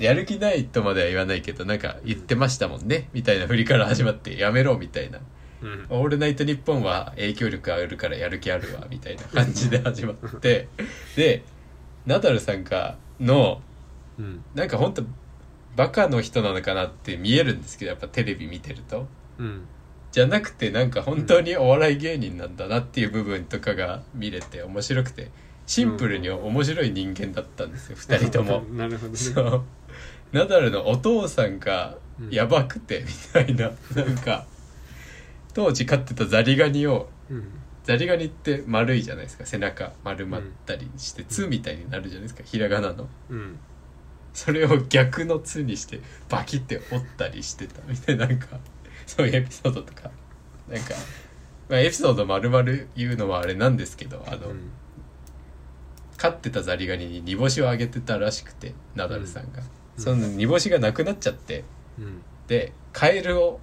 Speaker 1: やる気ないとまでは言わないけどなんか言ってましたもんねみたいな振りから始まってやめろみたいな
Speaker 2: う
Speaker 1: 「
Speaker 2: ん
Speaker 1: オールナイトニッポン」は影響力あるからやる気あるわみたいな感じで始まってでナダルさんがの
Speaker 2: うん
Speaker 1: なんかほんとバカの人なのかなって見えるんですけどやっぱテレビ見てると。
Speaker 2: うん。
Speaker 1: じゃなくてなんか本当にお笑い芸人なんだなっていう部分とかが見れて面白くてシンプルに面白い人間だったんですよ、二2人とも
Speaker 2: なるほどね
Speaker 1: そうナダルのお父さんが
Speaker 2: うん
Speaker 1: やばくてみたいな、なんか当時飼ってたザリガニを
Speaker 2: うん
Speaker 1: ザリガニって丸いじゃないですか背中丸まったりして「つ」みたいになるじゃないですかひらがなの。
Speaker 2: うん
Speaker 1: それを逆の「つ」にしてバキって折ったりしてたみたいななんかそういうエピソードとかなんか、まあ、エピソード丸々言うのはあれなんですけどあの、
Speaker 2: うん
Speaker 1: 飼ってたザリガニに煮干しをあげてたらしくてナダルさんが、
Speaker 2: うん
Speaker 1: その煮干しがなくなっちゃって
Speaker 2: うん
Speaker 1: でカエルを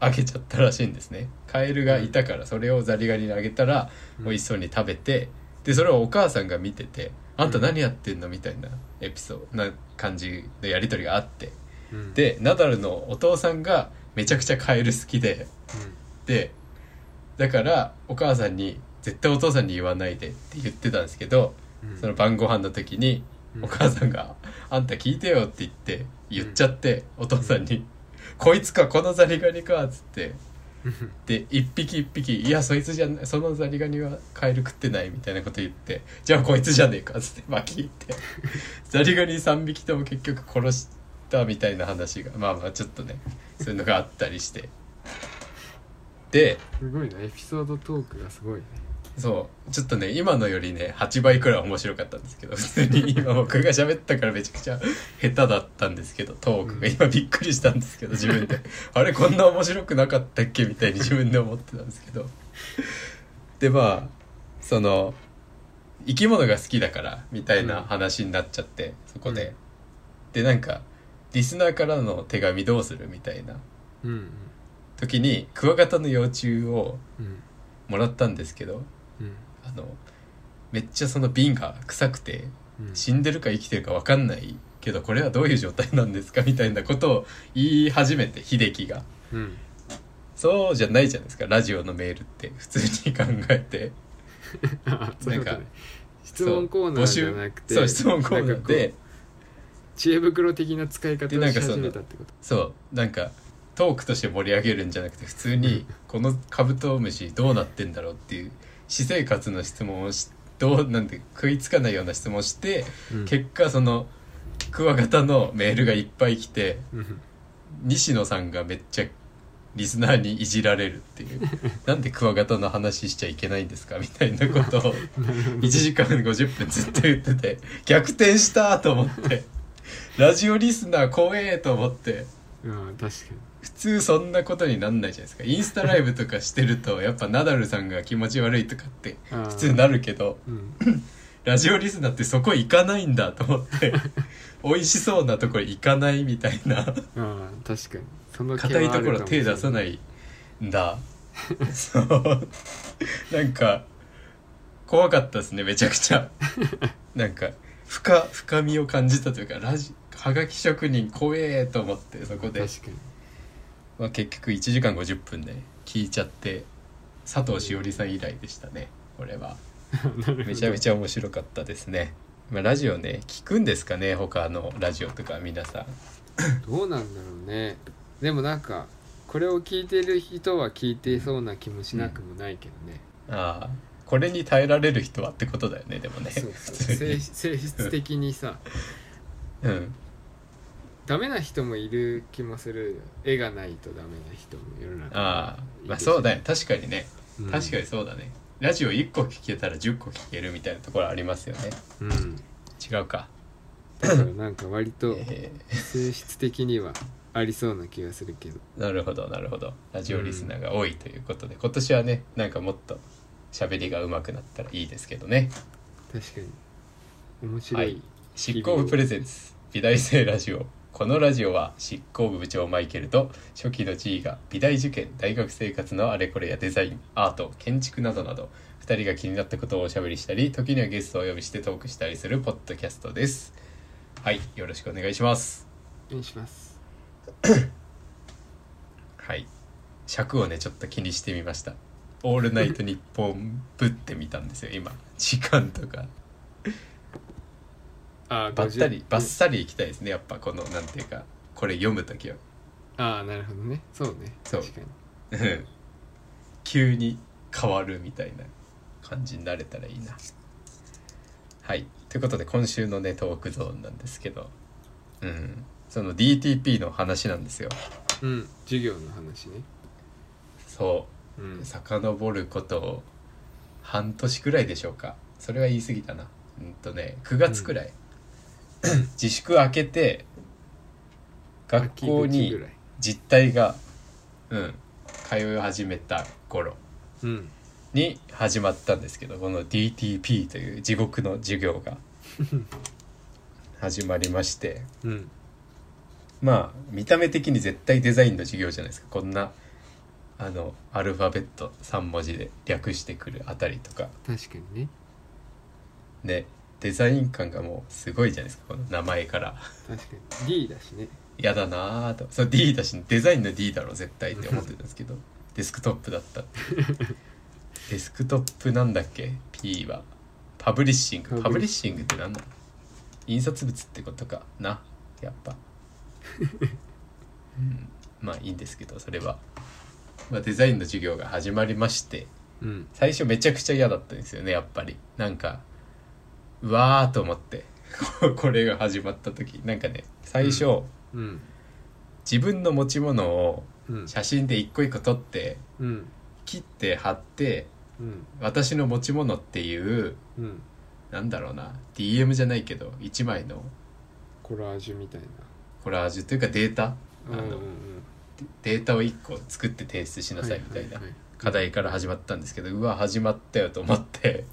Speaker 1: あげちゃったらしいんですねカエルがいたからそれをザリガニにあげたら
Speaker 2: うん
Speaker 1: 美味しそうに食べてでそれをお母さんが見てて「あんた何やってんの?」みたいなエピソードな感じのやり取りがあって
Speaker 2: うん
Speaker 1: でナダルのお父さんがめちゃくちゃカエル好きででだからお母さんに「絶対お父さんに言わないで」って言ってたんですけど
Speaker 2: うんうん
Speaker 1: その晩ご飯の時に
Speaker 2: うん
Speaker 1: お母さんが「あんた聞いてよ」って言って言っちゃってお父さんに「こいつかこのザリガニか」っつって
Speaker 2: うん
Speaker 1: で一匹一匹「いやそいつじゃないそのザリガニはカエル食ってない」みたいなこと言って「じゃあこいつじゃねえか」っつって巻き入ってザリガニ3匹とも結局殺したみたいな話がまあまあちょっとねそういうのがあったりしてです
Speaker 2: ごいなエピソードトークがすごいね
Speaker 1: そうちょっとね今のよりね8倍くらい面白かったんですけど普通に今僕が喋ったからめちゃくちゃ下手だったんですけどトークが
Speaker 2: うん
Speaker 1: 今びっくりしたんですけど自 分であれこんな面白くなかったっけみたいに自分で思ってたんですけどでまあその生き物が好きだからみたいな話になっちゃってそこで、
Speaker 2: うん
Speaker 1: でなんかリスナーからの手紙どうするみたいな
Speaker 2: うん
Speaker 1: 時にクワガタの幼虫を
Speaker 2: うん
Speaker 1: もらったんですけど
Speaker 2: うん
Speaker 1: あのめっちゃその瓶が臭くて
Speaker 2: うん
Speaker 1: 死んでるか生きてるか分かんないけどこれはどういう状態なんですかみたいなことを言い始めて秀樹が
Speaker 2: うん
Speaker 1: そうじゃないじゃないですかラジオのメールって普通に考えて
Speaker 2: あそういうこと
Speaker 1: なん
Speaker 2: ね
Speaker 1: か
Speaker 2: 質問コーナーじゃなくて
Speaker 1: そう募集そう質問コーナ
Speaker 2: なん
Speaker 1: ー
Speaker 2: かこう
Speaker 1: で
Speaker 2: 知恵袋的な使い方
Speaker 1: で
Speaker 2: を
Speaker 1: なん
Speaker 2: し
Speaker 1: かそ
Speaker 2: 始
Speaker 1: の
Speaker 2: めたってこと
Speaker 1: そうなんかトークとして盛り上げるんじゃなくて普通にこのカブトムシどうなってんだろうっていう私生活の質問をしどうなんて食いつかないような質問をして
Speaker 2: 構
Speaker 1: 結果そのクワガタのメールがいっぱい来て西野さんがめっちゃリスナーにいじられるっていうなんでクワガタの話しちゃいけないんですかみたいなことを1時間50分ずっと言ってて逆転したと思ってラジオリスナー怖えと思って
Speaker 2: うん確か
Speaker 1: 普通そんなことになんないじゃないですかインスタライブとかしてるとやっぱナダルさんが気持ち悪いとかって
Speaker 2: に
Speaker 1: 普通なるけど
Speaker 2: うん
Speaker 1: ラジオリスナーってそこ行かないんだと思って 美味しそうなところ行かないみたいな。
Speaker 2: ああ確かにその
Speaker 1: 硬いところ手出さないいんだそう なんか怖かったですねめちゃくち ゃなんか深深みを感じたというかラジはがき職人怖えと思ってそこ
Speaker 2: 確か
Speaker 1: で、
Speaker 2: に
Speaker 1: まあ、結局1時間50分ね聞いちゃって佐藤しおりさん以来でしたねこれは めちゃめちゃ面白かったですね、まあ、ラジオね聞くんですかね他のラジオとか皆さん
Speaker 2: どうなんだろうねでもなんかこれを聞いてる人は聞いてそうな気もしなくもないけどね、
Speaker 1: ああこれに耐えられる人はってことだよねでもね
Speaker 2: そう
Speaker 1: 普
Speaker 2: そう
Speaker 1: 通
Speaker 2: 性
Speaker 1: に
Speaker 2: 性質的にさ
Speaker 1: うん
Speaker 2: ダメな人もいる気もするよ絵がないとダメな人も世の中に
Speaker 1: ああ
Speaker 2: いるし
Speaker 1: まあそうだよ確かにね、
Speaker 2: うん
Speaker 1: 確かにそうだねラジオ1個聞けたら10個聞けるみたいなところありますよね
Speaker 2: うん
Speaker 1: 違うか、
Speaker 2: だからなんか割と
Speaker 1: え
Speaker 2: 性質的にはありそうな気がするけど
Speaker 1: ーなるほどなるほどラジオリスナーが多いということで、今年はねなんかもっと喋りが上手くなったらいいですけどね
Speaker 2: 確かに面白
Speaker 1: はい
Speaker 2: い
Speaker 1: 執行部プレゼンツ美大生ラジオこのラジオは執行部部長マイケルと初期の地位が美大受験大学生活のあれこれやデザインアート建築などなど2人が気になったことをおしゃべりしたり時にはゲストをお呼びしてトークしたりするポッドキャストですはいよろしくお願いします
Speaker 2: お願いします
Speaker 1: はい尺をねちょっと気にしてみました「オールナイトニッポン」ぶってみたんですよ今時間とか
Speaker 2: ああ
Speaker 1: ばったりばっさりいきたいですねやっぱこのなんていうかこれ読む時は
Speaker 2: ああなるほどねそうね
Speaker 1: そう
Speaker 2: 確かに
Speaker 1: うん 急に変わるみたいな感じになれたらいいな。はい。ということで今週のねトークゾーンなんですけど、うん、その DTP の話なんですよ。
Speaker 2: うん授業の話ね
Speaker 1: そうう、
Speaker 2: ん
Speaker 1: 遡ること半年くらいでしょうか。それは言い過ぎたな。うんとね、9月くらい、自粛明けて学校
Speaker 2: 秋口ぐ
Speaker 1: に
Speaker 2: らい
Speaker 1: 実態が、うん、通い始めた頃。
Speaker 2: うん
Speaker 1: に始まったんですけどこの DTP という地獄の授業が始まりまして
Speaker 2: うん
Speaker 1: まあ見た目的に絶対デザインの授業じゃないですかこんなあのアルファベット3文字で略してくるあたりとか
Speaker 2: 確かにね
Speaker 1: ねデザイン感がもうすごいじゃないですかこの名前から
Speaker 2: 確かに D だしね
Speaker 1: 嫌だなあとそう D だしデザインの D だろ絶対って思ってたんですけど デスクトップだった デスクトップなんだっけ P はパブリッシングパ
Speaker 2: パ
Speaker 1: ブ
Speaker 2: ブ
Speaker 1: リッ
Speaker 2: リッ
Speaker 1: シングってなんだ印刷物ってことかなやっぱ、 うん、まあいいんですけどそれは、まあ、デザインの授業が始まりまして
Speaker 2: うん
Speaker 1: 最初めちゃくちゃ嫌だったんですよねやっぱりなんかうわーと思って ここれが始まった時なんかね最初、
Speaker 2: うん
Speaker 1: 自分の持ち物を
Speaker 2: うん
Speaker 1: 写真で一個一個撮って
Speaker 2: うん
Speaker 1: 切って貼って
Speaker 2: うん
Speaker 1: 私の持ち物っていう
Speaker 2: うん
Speaker 1: なんだろうな DM じゃないけど一枚の
Speaker 2: コラージュみたい
Speaker 1: コラージュというかデータ
Speaker 2: な
Speaker 1: あ
Speaker 2: うん
Speaker 1: の
Speaker 2: うん
Speaker 1: データを一個作って提出しなさいみたいな
Speaker 2: はは
Speaker 1: 課題から始まったんですけどうわ始まったよと思って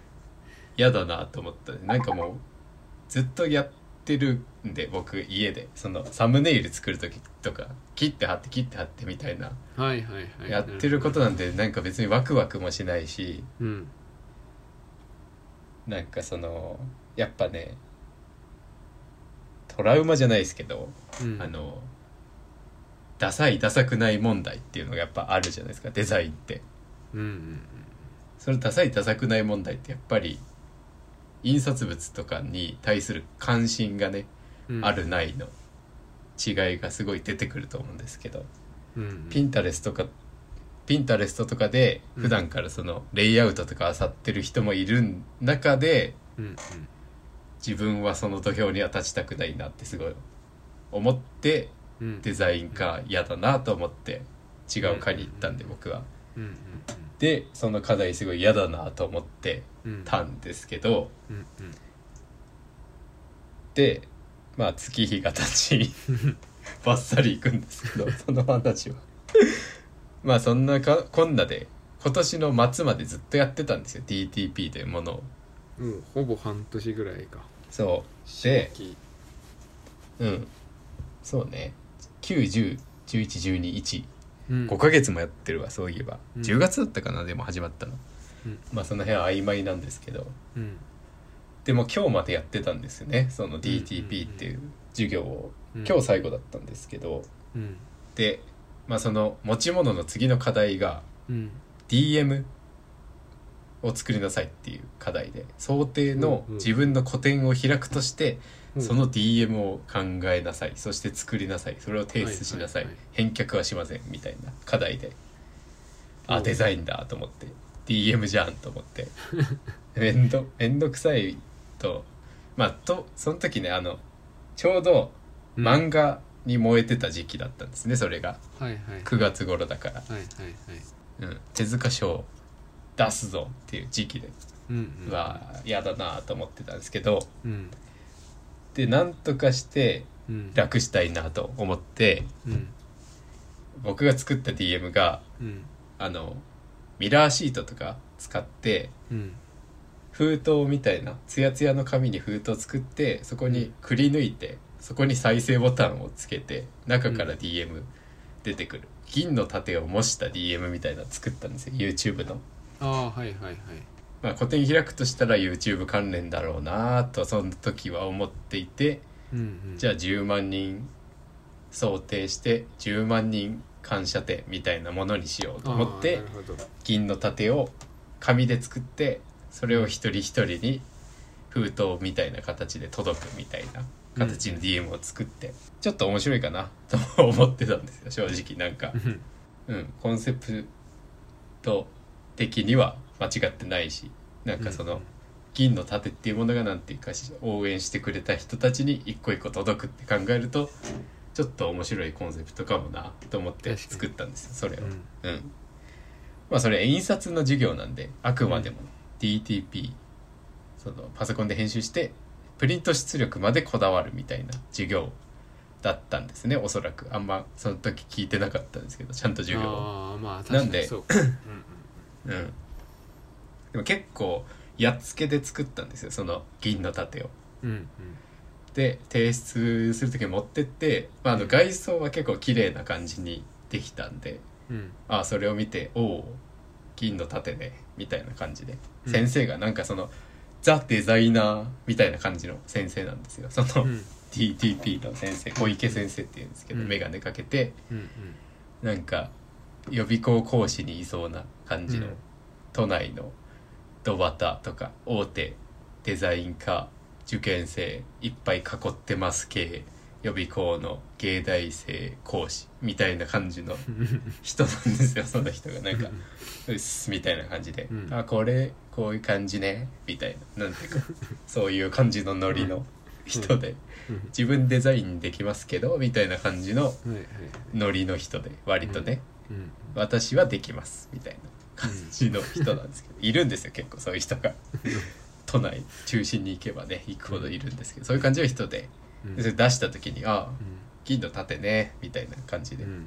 Speaker 1: 嫌だなと思ったなんかもうずっとやってるんで僕家でそのサムネイル作る時とか切って貼って切って貼ってみたいな
Speaker 2: はいはいはいはい
Speaker 1: やってること
Speaker 2: な
Speaker 1: なんでなんか別にワクワクもしないし
Speaker 2: うん
Speaker 1: なんかそのやっぱねトラウマじゃないですけど、
Speaker 2: うん
Speaker 1: あのダサいダサくない問題っていうのがやっぱあるじゃないですかデザインって
Speaker 2: うんうん
Speaker 1: それダサいダサくない問題ってやっぱり印刷物とかに対する関心がね、
Speaker 2: うん
Speaker 1: あるないの違いがすごい出てくると思うんですけど
Speaker 2: うん
Speaker 1: ピンタレスとかピンタレストとかで
Speaker 2: うん
Speaker 1: 普段からそのレイアウトとか漁ってる人もいる中で
Speaker 2: うんうん
Speaker 1: 自分はその土俵には立ちたくないなってすごい思って
Speaker 2: うん
Speaker 1: デザイン科嫌だなと思って違う科に行ったんで僕は。
Speaker 2: うんうん
Speaker 1: でその課題すごい嫌だなと思って
Speaker 2: うんうん
Speaker 1: たんですけど
Speaker 2: うんうん
Speaker 1: でまあ月日が経 ちバッサリ行くんですけどその話はまあそんなかこんなで今年の末までずっとやってたんですよ DTP というものを
Speaker 2: もうほぼ半年ぐらいか
Speaker 1: そうで
Speaker 2: 新規
Speaker 1: うんそうね910111215
Speaker 2: うん
Speaker 1: ヶ月もやってるわそういえば、
Speaker 2: うん
Speaker 1: 10月だったかなでも始まったの、
Speaker 2: うん
Speaker 1: まあその辺は曖昧なんですけど
Speaker 2: うん
Speaker 1: でも今日までやってたんですよねその DTP っていう授業を、
Speaker 2: うん
Speaker 1: 今日最後だったんですけど、
Speaker 2: うん
Speaker 1: で、まあ、その持ち物の次の課題が
Speaker 2: うん、
Speaker 1: DM を作りなさいっていう課題で想定の
Speaker 2: うんうん
Speaker 1: 自分の個展を開くとして
Speaker 2: うん
Speaker 1: その DM を考えなさいそして作りなさいそれを提出しなさい
Speaker 2: はいはい
Speaker 1: 返却はしませんみたいな課題であ
Speaker 2: うん
Speaker 1: デザインだと思って DM じゃんと思って めんどめんどくさいとまあとその時ねあのちょうど
Speaker 2: うん
Speaker 1: 漫画に燃えてた時期だったんですねそれが
Speaker 2: はいはいはい
Speaker 1: 9月頃だから、
Speaker 2: はいはい
Speaker 1: うん、手塚賞出すぞっていう時期で
Speaker 2: うんうん
Speaker 1: うわ嫌だなと思ってたんですけど
Speaker 2: うん
Speaker 1: でなんとかして
Speaker 2: うん
Speaker 1: 楽したいなと思って
Speaker 2: うん
Speaker 1: 僕が作った DM が
Speaker 2: うん
Speaker 1: あのミラーシートとか使って
Speaker 2: うん
Speaker 1: 封筒みたいなツヤツヤの紙に封筒作ってそこにくり抜いてそこに再生ボタンをつけて中から DM 出てくる、銀の盾を模した DM みたいなの作ったんですよ YouTube の。
Speaker 2: ああはいはいはい
Speaker 1: まあ、個展開くとしたら YouTube 関連だろうなとその時は思っていて
Speaker 2: うんうん
Speaker 1: じゃあ10万人想定して10万人感謝展みたいなものにしようと思っ
Speaker 2: あ
Speaker 1: て
Speaker 2: あなるほど
Speaker 1: 銀の盾を紙で作ってそれを一人一人に封筒みたいな形で届くみたいな形の DM を作って、ちょっと面白いかなと思ってたんですよ正直なんか
Speaker 2: うん
Speaker 1: うん、コンセプト的には間違ってないしなんかその銀の盾っていうものがなんていうかし応援してくれた人たちに一個一個届くって考えるとちょっと面白いコンセプトかもなと思って
Speaker 2: 確かに
Speaker 1: 作ったんですよそれを。
Speaker 2: う
Speaker 1: うん
Speaker 2: ん
Speaker 1: まあそれ印刷の授業なんであくまでも DTP そのパソコンで編集してプリント出力までこだわるみたいな授業だったんですねおそらくあんまその時聞いてなかったんですけどちゃんと授業を
Speaker 2: ああまあ
Speaker 1: な
Speaker 2: 確
Speaker 1: ん
Speaker 2: かに
Speaker 1: で
Speaker 2: そうかうんうん
Speaker 1: うん、でも結構やっつけで作ったんですよその銀の盾を。
Speaker 2: うんうん
Speaker 1: で提出する時に持ってって、まあ、あの外装は結構綺麗な感じにできたんで
Speaker 2: うん
Speaker 1: あそれを見て「おお銀の盾ね」みたいな感じで、
Speaker 2: うん
Speaker 1: 先生がなんかそのザ・デザイナーみたいな感じの先生なんですよその、
Speaker 2: うん
Speaker 1: TTP の先生小池先生っていうんですけど、
Speaker 2: うん
Speaker 1: 眼鏡かけて
Speaker 2: うんうん
Speaker 1: なんか予備校講師にいそうな感じの
Speaker 2: うん
Speaker 1: 都内のドバタとか大手デザイン科受験生いっぱい囲ってます系予備校の芸大生講師みたいな感じの人なんですよその人がなんか「うっす」みたいな感じで「
Speaker 2: うん
Speaker 1: あこれこういう感じね」みたいななんていうかそういう感じのノリの人で
Speaker 2: うん
Speaker 1: 自分デザインできますけどみたいな感じの
Speaker 2: はいはいはい
Speaker 1: ノリの人で割とね、
Speaker 2: うん
Speaker 1: 私はできますみたいな感じの人なんですけど、いるんですよ結構そういう人が都内中心に行けばね行くほどいるんですけどそういう感じの人で
Speaker 2: うん
Speaker 1: でそれ出した時に「ああ
Speaker 2: う
Speaker 1: 銀の盾ね」みたいな感じで、
Speaker 2: んうん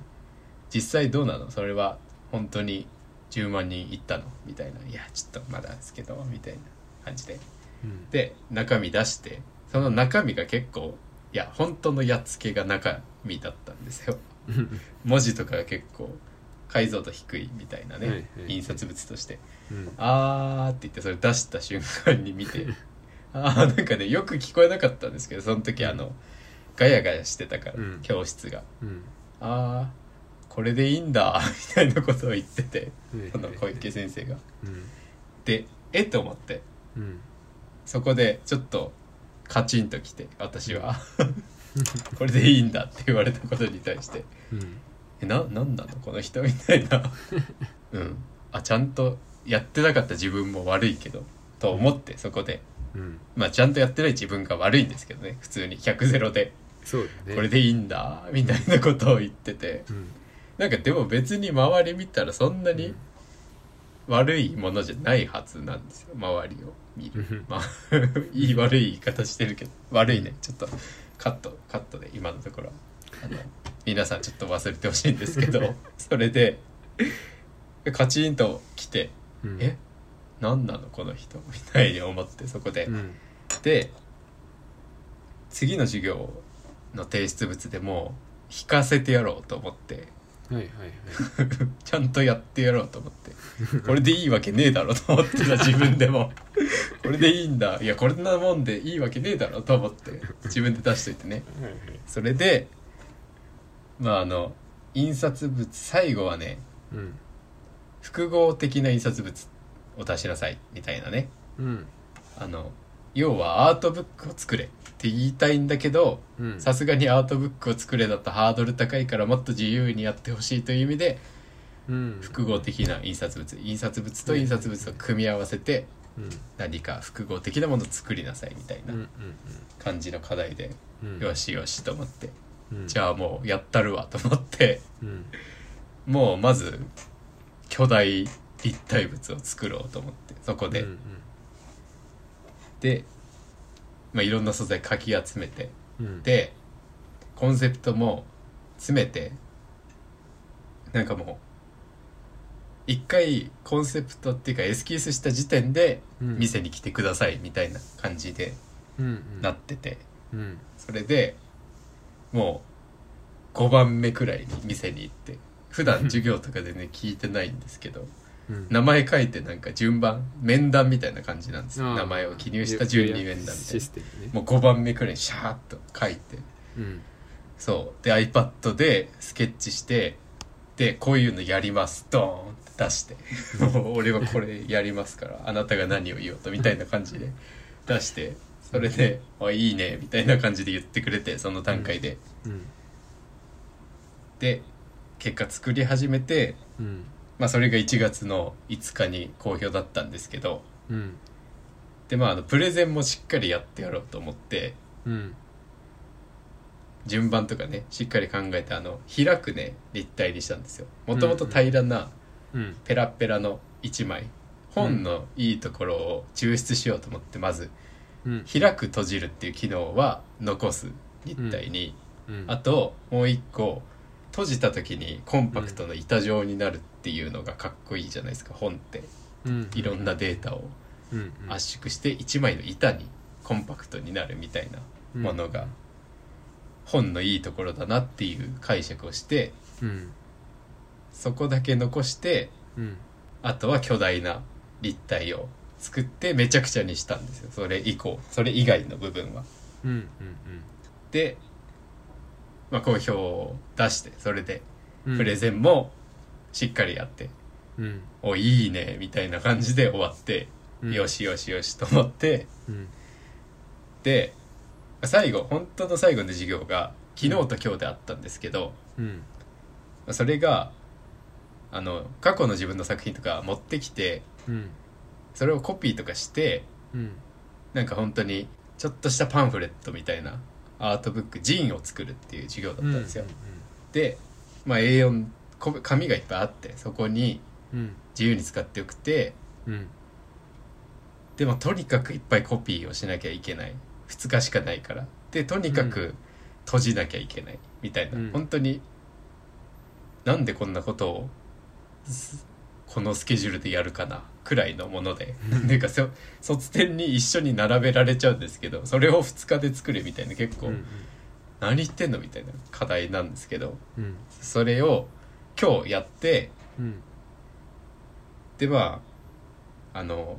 Speaker 1: 実際どうなのそれは本当に10万人いったのみたいな「いやちょっとまだですけど」みたいな感じで
Speaker 2: うん
Speaker 1: で中身出してその中身が結構いや本当のやっつけが中身だったんですよ。
Speaker 2: うん
Speaker 1: 文字とかが結構解像度低いみたいなね、
Speaker 2: はいはいはい
Speaker 1: 印刷物として
Speaker 2: う
Speaker 1: 「
Speaker 2: ん
Speaker 1: あー」って言ってそれ出した瞬間に見 てあーなんかねよく聞こえなかったんですけどその時あの、ガヤガヤしてたから、
Speaker 2: うん
Speaker 1: 教室が
Speaker 2: うん
Speaker 1: 「あーこれでいいんだ」みたいなことを言ってて
Speaker 2: はい
Speaker 1: その小池先生が。
Speaker 2: うん
Speaker 1: でえっと思って
Speaker 2: うん
Speaker 1: そこでちょっとカチンときて私 はこれでいいんだって言われたことに対して
Speaker 2: うん
Speaker 1: えななんなのこの人みたいなうんあちゃんとやってなかった自分も悪いけどと思ってそこで
Speaker 2: うん
Speaker 1: まあちゃんとやってない自分が悪いんですけどね普通に100ゼロで
Speaker 2: そうだね
Speaker 1: これでいいんだみたいなことを言ってて
Speaker 2: うん
Speaker 1: なんかでも別に周り見たらそんなに悪いものじゃないはずなんですよ周りを見る
Speaker 2: うん
Speaker 1: まあ いい悪い言い方してるけど悪いねちょっとカットカットで今のところあの皆さんちょっと忘れてほしいんですけ どそれでカチンと来て
Speaker 2: うん
Speaker 1: 「え何なのこの人」みたいに思ってそこで
Speaker 2: うん
Speaker 1: で次の授業の提出物でもう引かせてやろうと思って
Speaker 2: はいはいはい
Speaker 1: ちゃんとやってやろうと思ってこれでいいわけねえだろと思ってた自分でもこれでいいんだいやこんなもんでいいわけねえだろと思って自分で出しといてね
Speaker 2: はいはい
Speaker 1: それでまああの印刷物最後はね
Speaker 2: うん
Speaker 1: 複合的な印刷物を出しなさいみたいなね
Speaker 2: うん
Speaker 1: あの要はアートブックを作れって言いたいんだけど
Speaker 2: うん
Speaker 1: さすがにアートブックを作れだとハードル高いからもっと自由にやってほしいという意味で
Speaker 2: うん
Speaker 1: 複合的な印刷物印刷物と印刷物を組み合わせて
Speaker 2: うん
Speaker 1: 何か複合的なものを作りなさいみたい
Speaker 2: うんう
Speaker 1: なん感じの課題で、
Speaker 2: うん
Speaker 1: よしよしと思って、
Speaker 2: うん
Speaker 1: じゃあもうやったるわと思って
Speaker 2: うん
Speaker 1: もうまず巨大立体物を作ろうと思ってそこで、
Speaker 2: うん
Speaker 1: で、まあ、いろんな素材かき集めて
Speaker 2: うんうん、
Speaker 1: でコンセプトも詰めてなんかもう一回コンセプトっていうかエスキースした時点で
Speaker 2: うん
Speaker 1: 店に来てくださいみたいな感じで
Speaker 2: うんうん、
Speaker 1: なってて、
Speaker 2: うん
Speaker 1: それでもう5番目くらいに店に行って普段授業とかでね聞いてないんですけど
Speaker 2: うん、
Speaker 1: 名前書いてなんか順番面談みたいな感じなんですよ
Speaker 2: あー
Speaker 1: 名前を記入した順に面談みたいな
Speaker 2: システムね
Speaker 1: もう5番目くらいにシャーッと書いて
Speaker 2: うん
Speaker 1: そうで iPad でスケッチしてでこういうのやりますドーンって出して「もう俺はこれやりますからあなたが何を言おうと」みたいな感じで出してそれで「あいいね」みたいな感じで言ってくれてその段階で。
Speaker 2: うん
Speaker 1: で結果作り始めて、
Speaker 2: うん
Speaker 1: まあ、それが1月の5日に好評だったんですけど
Speaker 2: うん
Speaker 1: で、まあ、あのプレゼンもしっかりやってやろうと思って
Speaker 2: うん
Speaker 1: 順番とかねしっかり考えてあの開くね立体にしたんですよ。もともと平らな
Speaker 2: うん
Speaker 1: ペラペラの1枚本のいいところを抽出しようと思ってまず
Speaker 2: うん
Speaker 1: 開く閉じるっていう機能は残す立体に、
Speaker 2: うん
Speaker 1: あともう一個閉じた時にコンパクトの板状になるっていうのがかっこいいじゃないですか本って
Speaker 2: うん
Speaker 1: いろんなデータを
Speaker 2: うんうん
Speaker 1: 圧縮して1枚の板にコンパクトになるみたいなものが本のいいところだなっていう解釈をして
Speaker 2: うん
Speaker 1: そこだけ残して
Speaker 2: うん
Speaker 1: あとは巨大な立体を作ってめちゃくちゃにしたんですよそれ以降それ以外の部分は。
Speaker 2: うんうん
Speaker 1: で、まあ、好評を出してそれで
Speaker 2: うん
Speaker 1: プレゼンもしっかりやって
Speaker 2: うん
Speaker 1: 「おいいね」みたいな感じで終わって、
Speaker 2: うん
Speaker 1: よしよしよしと思って
Speaker 2: うん
Speaker 1: で最後本当の最後の授業が昨日と今日であったんですけど
Speaker 2: うん
Speaker 1: それがあの過去の自分の作品とか持ってきて
Speaker 2: うん
Speaker 1: それをコピーとかして
Speaker 2: うん
Speaker 1: なんか本当にちょっとしたパンフレットみたいなアートブックジーンを作るっていう授業だったんですよ、で、まあ、A4 こ紙がいっぱいあってそこに
Speaker 2: うん
Speaker 1: 自由に使ってよくて
Speaker 2: うん
Speaker 1: でもとにかくいっぱいコピーをしなきゃいけない2日しかないからでとにかく閉じなきゃいけないみたいな、
Speaker 2: うん
Speaker 1: 本当になんでこんなことをすこのスケジュールでやるかなくらいのもので、
Speaker 2: うん
Speaker 1: なんかそ卒展に一緒に並べられちゃうんですけどそれを2日で作れみたいな結構、
Speaker 2: うん
Speaker 1: 何言ってんのみたいな課題なんですけど
Speaker 2: うん
Speaker 1: それを今日やって
Speaker 2: うん
Speaker 1: でまああの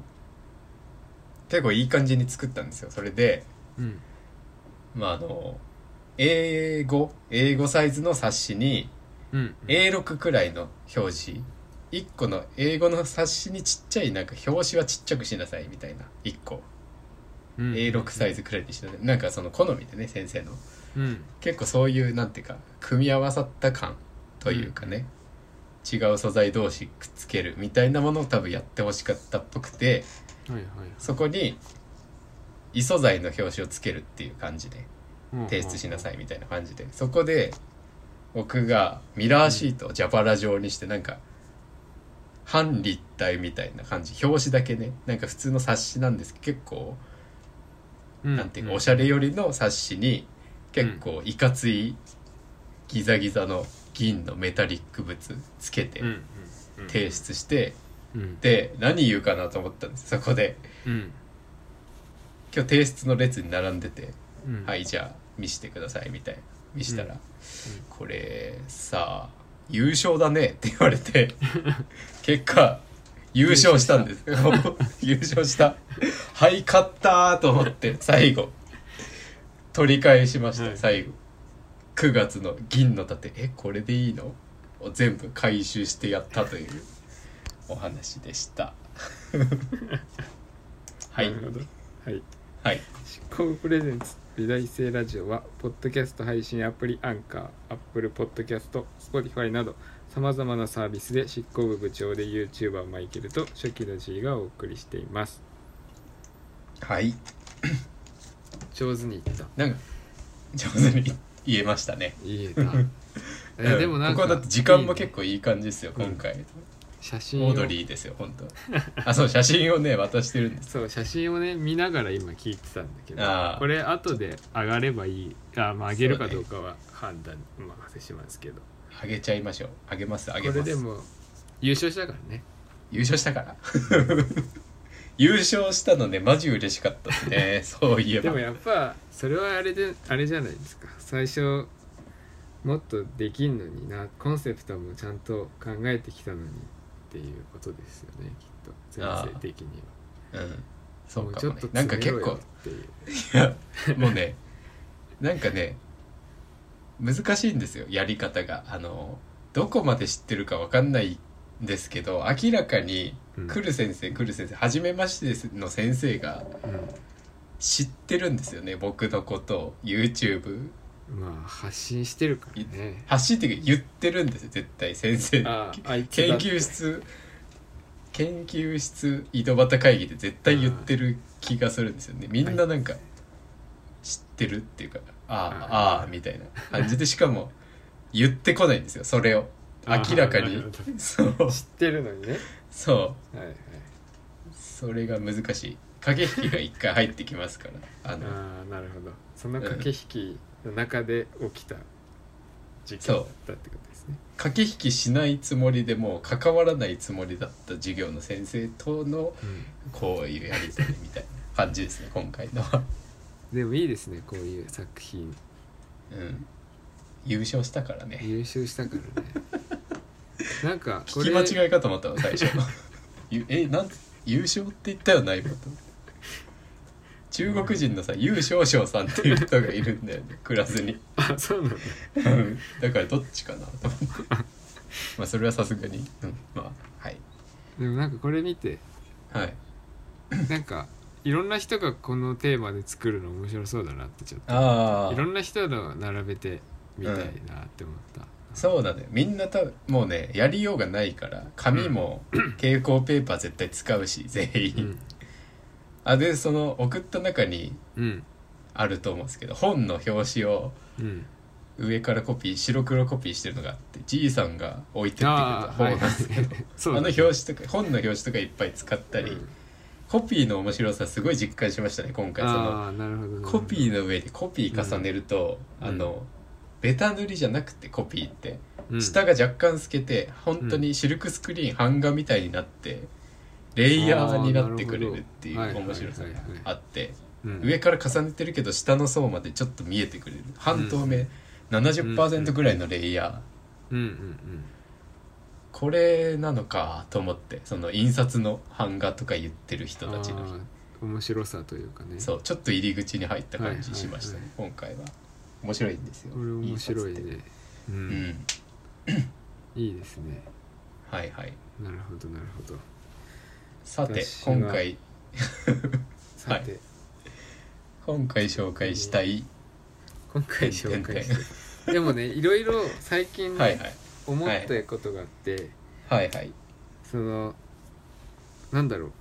Speaker 1: 結構いい感じに作ったんですよそれで
Speaker 2: うん
Speaker 1: まああの英語英語サイズの冊子に
Speaker 2: うん、
Speaker 1: A6 くらいの表示1個の英語の冊子にちっちゃいなんか表紙はちっちゃくしなさいみたいな1個 A6 サイ
Speaker 2: ズ、
Speaker 1: ズくらいにしなさいなんかその好みでね先生の
Speaker 2: うん
Speaker 1: 結構そういうなんていうか組み合わさった感というかね、違う素材同士くっつけるみたいなものを多分やってほしかったっぽくて
Speaker 2: はいはい
Speaker 1: そこに異素材の表紙をつけるっていう感じで
Speaker 2: はい、
Speaker 1: 提出しなさ
Speaker 2: い、
Speaker 1: いみたいな感じでそこで僕がミラーシートをジャパラ状にしてなんか半立体みたいな感じ表紙だけねなんか普通の冊子なんですけど結構
Speaker 2: うん、
Speaker 1: なんていうかおしゃれ寄りの冊子に結構いかついギザギザの銀のメタリック物つけて
Speaker 2: うんうんうん、
Speaker 1: 提出して
Speaker 2: うん
Speaker 1: で何言うかなと思ったんですそこで
Speaker 2: うん
Speaker 1: 今日提出の列に並んでて
Speaker 2: うん、
Speaker 1: はいじゃあ見してくださいみたいな見したら、
Speaker 2: うん
Speaker 1: これさ優勝だねって言われ て結果優勝したんです 優勝したはい勝ったーと思って最後取り返しました、
Speaker 2: はい
Speaker 1: 最後9月の銀の盾えこれでいいのを全部回収してやったというお話でした はい
Speaker 2: なるほどはい
Speaker 1: はい
Speaker 2: 執行プレゼンツ美大生ラジオはポッドキャスト配信アプリアンカーアップルポッドキャスト Spotify などさまざまなサービスで執行部部長で YouTuber マイケルと初期の G がお送りしています
Speaker 1: はい
Speaker 2: 上手にいった
Speaker 1: なんか上手に言えましたね
Speaker 2: 言えたいやでもなんか
Speaker 1: ここはだって時間も結構いい感じですよ、
Speaker 2: うん
Speaker 1: 今回
Speaker 2: 写真を
Speaker 1: オードリーですよ本当あそう写真をね渡してる んです
Speaker 2: そう写真をね見ながら今聞いてたんだけど
Speaker 1: あー
Speaker 2: これ後で上がればいいあ、まあ、上げるかどうかは判断お任せしますけど、
Speaker 1: あげちゃいましょうあげますあげ
Speaker 2: これ
Speaker 1: ます
Speaker 2: でも優勝したからね
Speaker 1: 優勝したから 優勝したのねマジ嬉しかったです ねそういえ
Speaker 2: で
Speaker 1: ば
Speaker 2: もやっぱそれはあれであれじゃないですか最初もっとできんのになコンセプトもちゃんと考えてきたのにっていうことですよねきっと
Speaker 1: あー
Speaker 2: 先生的には
Speaker 1: うんそう
Speaker 2: もう
Speaker 1: か
Speaker 2: ちょ
Speaker 1: も
Speaker 2: っ
Speaker 1: ね
Speaker 2: と
Speaker 1: なんか結
Speaker 2: 詰めろよ
Speaker 1: 構
Speaker 2: っていう
Speaker 1: いやもうねなんかね難しいんですよやり方があのどこまで知ってるかわかんないんですけど明らかに
Speaker 2: うん
Speaker 1: 来る先生来る先生初めましての先生が知ってるんですよね僕のことを YouTube
Speaker 2: うん、まあ発信してるからね
Speaker 1: 発信っていうか言ってるんですよ絶対先生に
Speaker 2: ああいつ
Speaker 1: 研
Speaker 2: だって
Speaker 1: 究室研究室井戸端会議で絶対言ってる気がするんですよねみんななんか知ってるっていうかああああみたいな感じでしかも言ってこないんですよそれを
Speaker 2: ああ
Speaker 1: 明らか
Speaker 2: な
Speaker 1: に
Speaker 2: るほ
Speaker 1: そう
Speaker 2: ど知ってるのにね
Speaker 1: そう
Speaker 2: はいはい
Speaker 1: それが難しい駆け引きが一回入ってきますからあの
Speaker 2: ああなるほどその駆け引きの中で起きた事件だったってことですね
Speaker 1: 駆け引きしないつもりでもう関わらないつもりだった授業の先生との
Speaker 2: うん
Speaker 1: こういうやり取りみたいな感じですね今回のは。
Speaker 2: でもいいですねこういう作品
Speaker 1: うん、優勝したからね
Speaker 2: 優勝したか らねなんかこ
Speaker 1: 聞
Speaker 2: れ
Speaker 1: き間違えかと思ったの最初 ゆえなん優勝って言ったよないこと中国人のさ優勝賞さんっていう人がいるんだよね クラスに
Speaker 2: あそうなんだ
Speaker 1: うんだからどっちかなと思ってまあそれはさすがに、うん、まあはい
Speaker 2: でもなんかこれ見て
Speaker 1: はい
Speaker 2: なんかいろんな人がこのテーマで作るの面白そうだなってちょっ
Speaker 1: あ
Speaker 2: といろ
Speaker 1: あ
Speaker 2: んな人の並べてみたいなって思った、
Speaker 1: そうだねみんな多分もうねやりようがないから紙も蛍光ペーパー絶対使うし全員、
Speaker 2: うん
Speaker 1: あでその送った中に
Speaker 2: うん
Speaker 1: あると思うんですけど本の表紙を
Speaker 2: うん
Speaker 1: 上からコピー白黒コピーしてるのがあってじいさんが置いてってくれた
Speaker 2: ああ
Speaker 1: 本ない
Speaker 2: は
Speaker 1: ん ですけど、
Speaker 2: そう
Speaker 1: あの
Speaker 2: だね
Speaker 1: 表紙とか本の表紙とかいっぱい使ったり、
Speaker 2: うん
Speaker 1: コピーの面白さすごい実感しましたね今回その
Speaker 2: ああなるほどなるほど
Speaker 1: コピーの上にコピー重ねると、
Speaker 2: うん
Speaker 1: あのベタ塗りじゃなくてコピーって、
Speaker 2: うん
Speaker 1: 下が若干透けて本当にシルクスクリーン版画みたいになってレイヤーになってくれるっていう
Speaker 2: あーなるほど
Speaker 1: 面白さがあって。
Speaker 2: うん
Speaker 1: 上から重ねてるけど下の層までちょっと見えてくれる半透明、70%ぐらいのレイヤー、
Speaker 2: うんうんうん
Speaker 1: これなのかと思ってその印刷の版画とか言ってる人たちの
Speaker 2: あー面白さというかね
Speaker 1: そうちょっと入り口に入った感じしましたね、
Speaker 2: はい
Speaker 1: 今回は面白いんですよ
Speaker 2: これ面白
Speaker 1: 印刷
Speaker 2: い
Speaker 1: って
Speaker 2: ねう、
Speaker 1: うんん
Speaker 2: いいですね
Speaker 1: はいはい
Speaker 2: なるほどなるほど
Speaker 1: さて
Speaker 2: 私は
Speaker 1: 今回
Speaker 2: さて、
Speaker 1: 今回紹介したい、
Speaker 2: 今回紹介してでもねいろいろ最近ね
Speaker 1: はいはい
Speaker 2: 思ったことがあって、
Speaker 1: はいはい
Speaker 2: そのなんだろう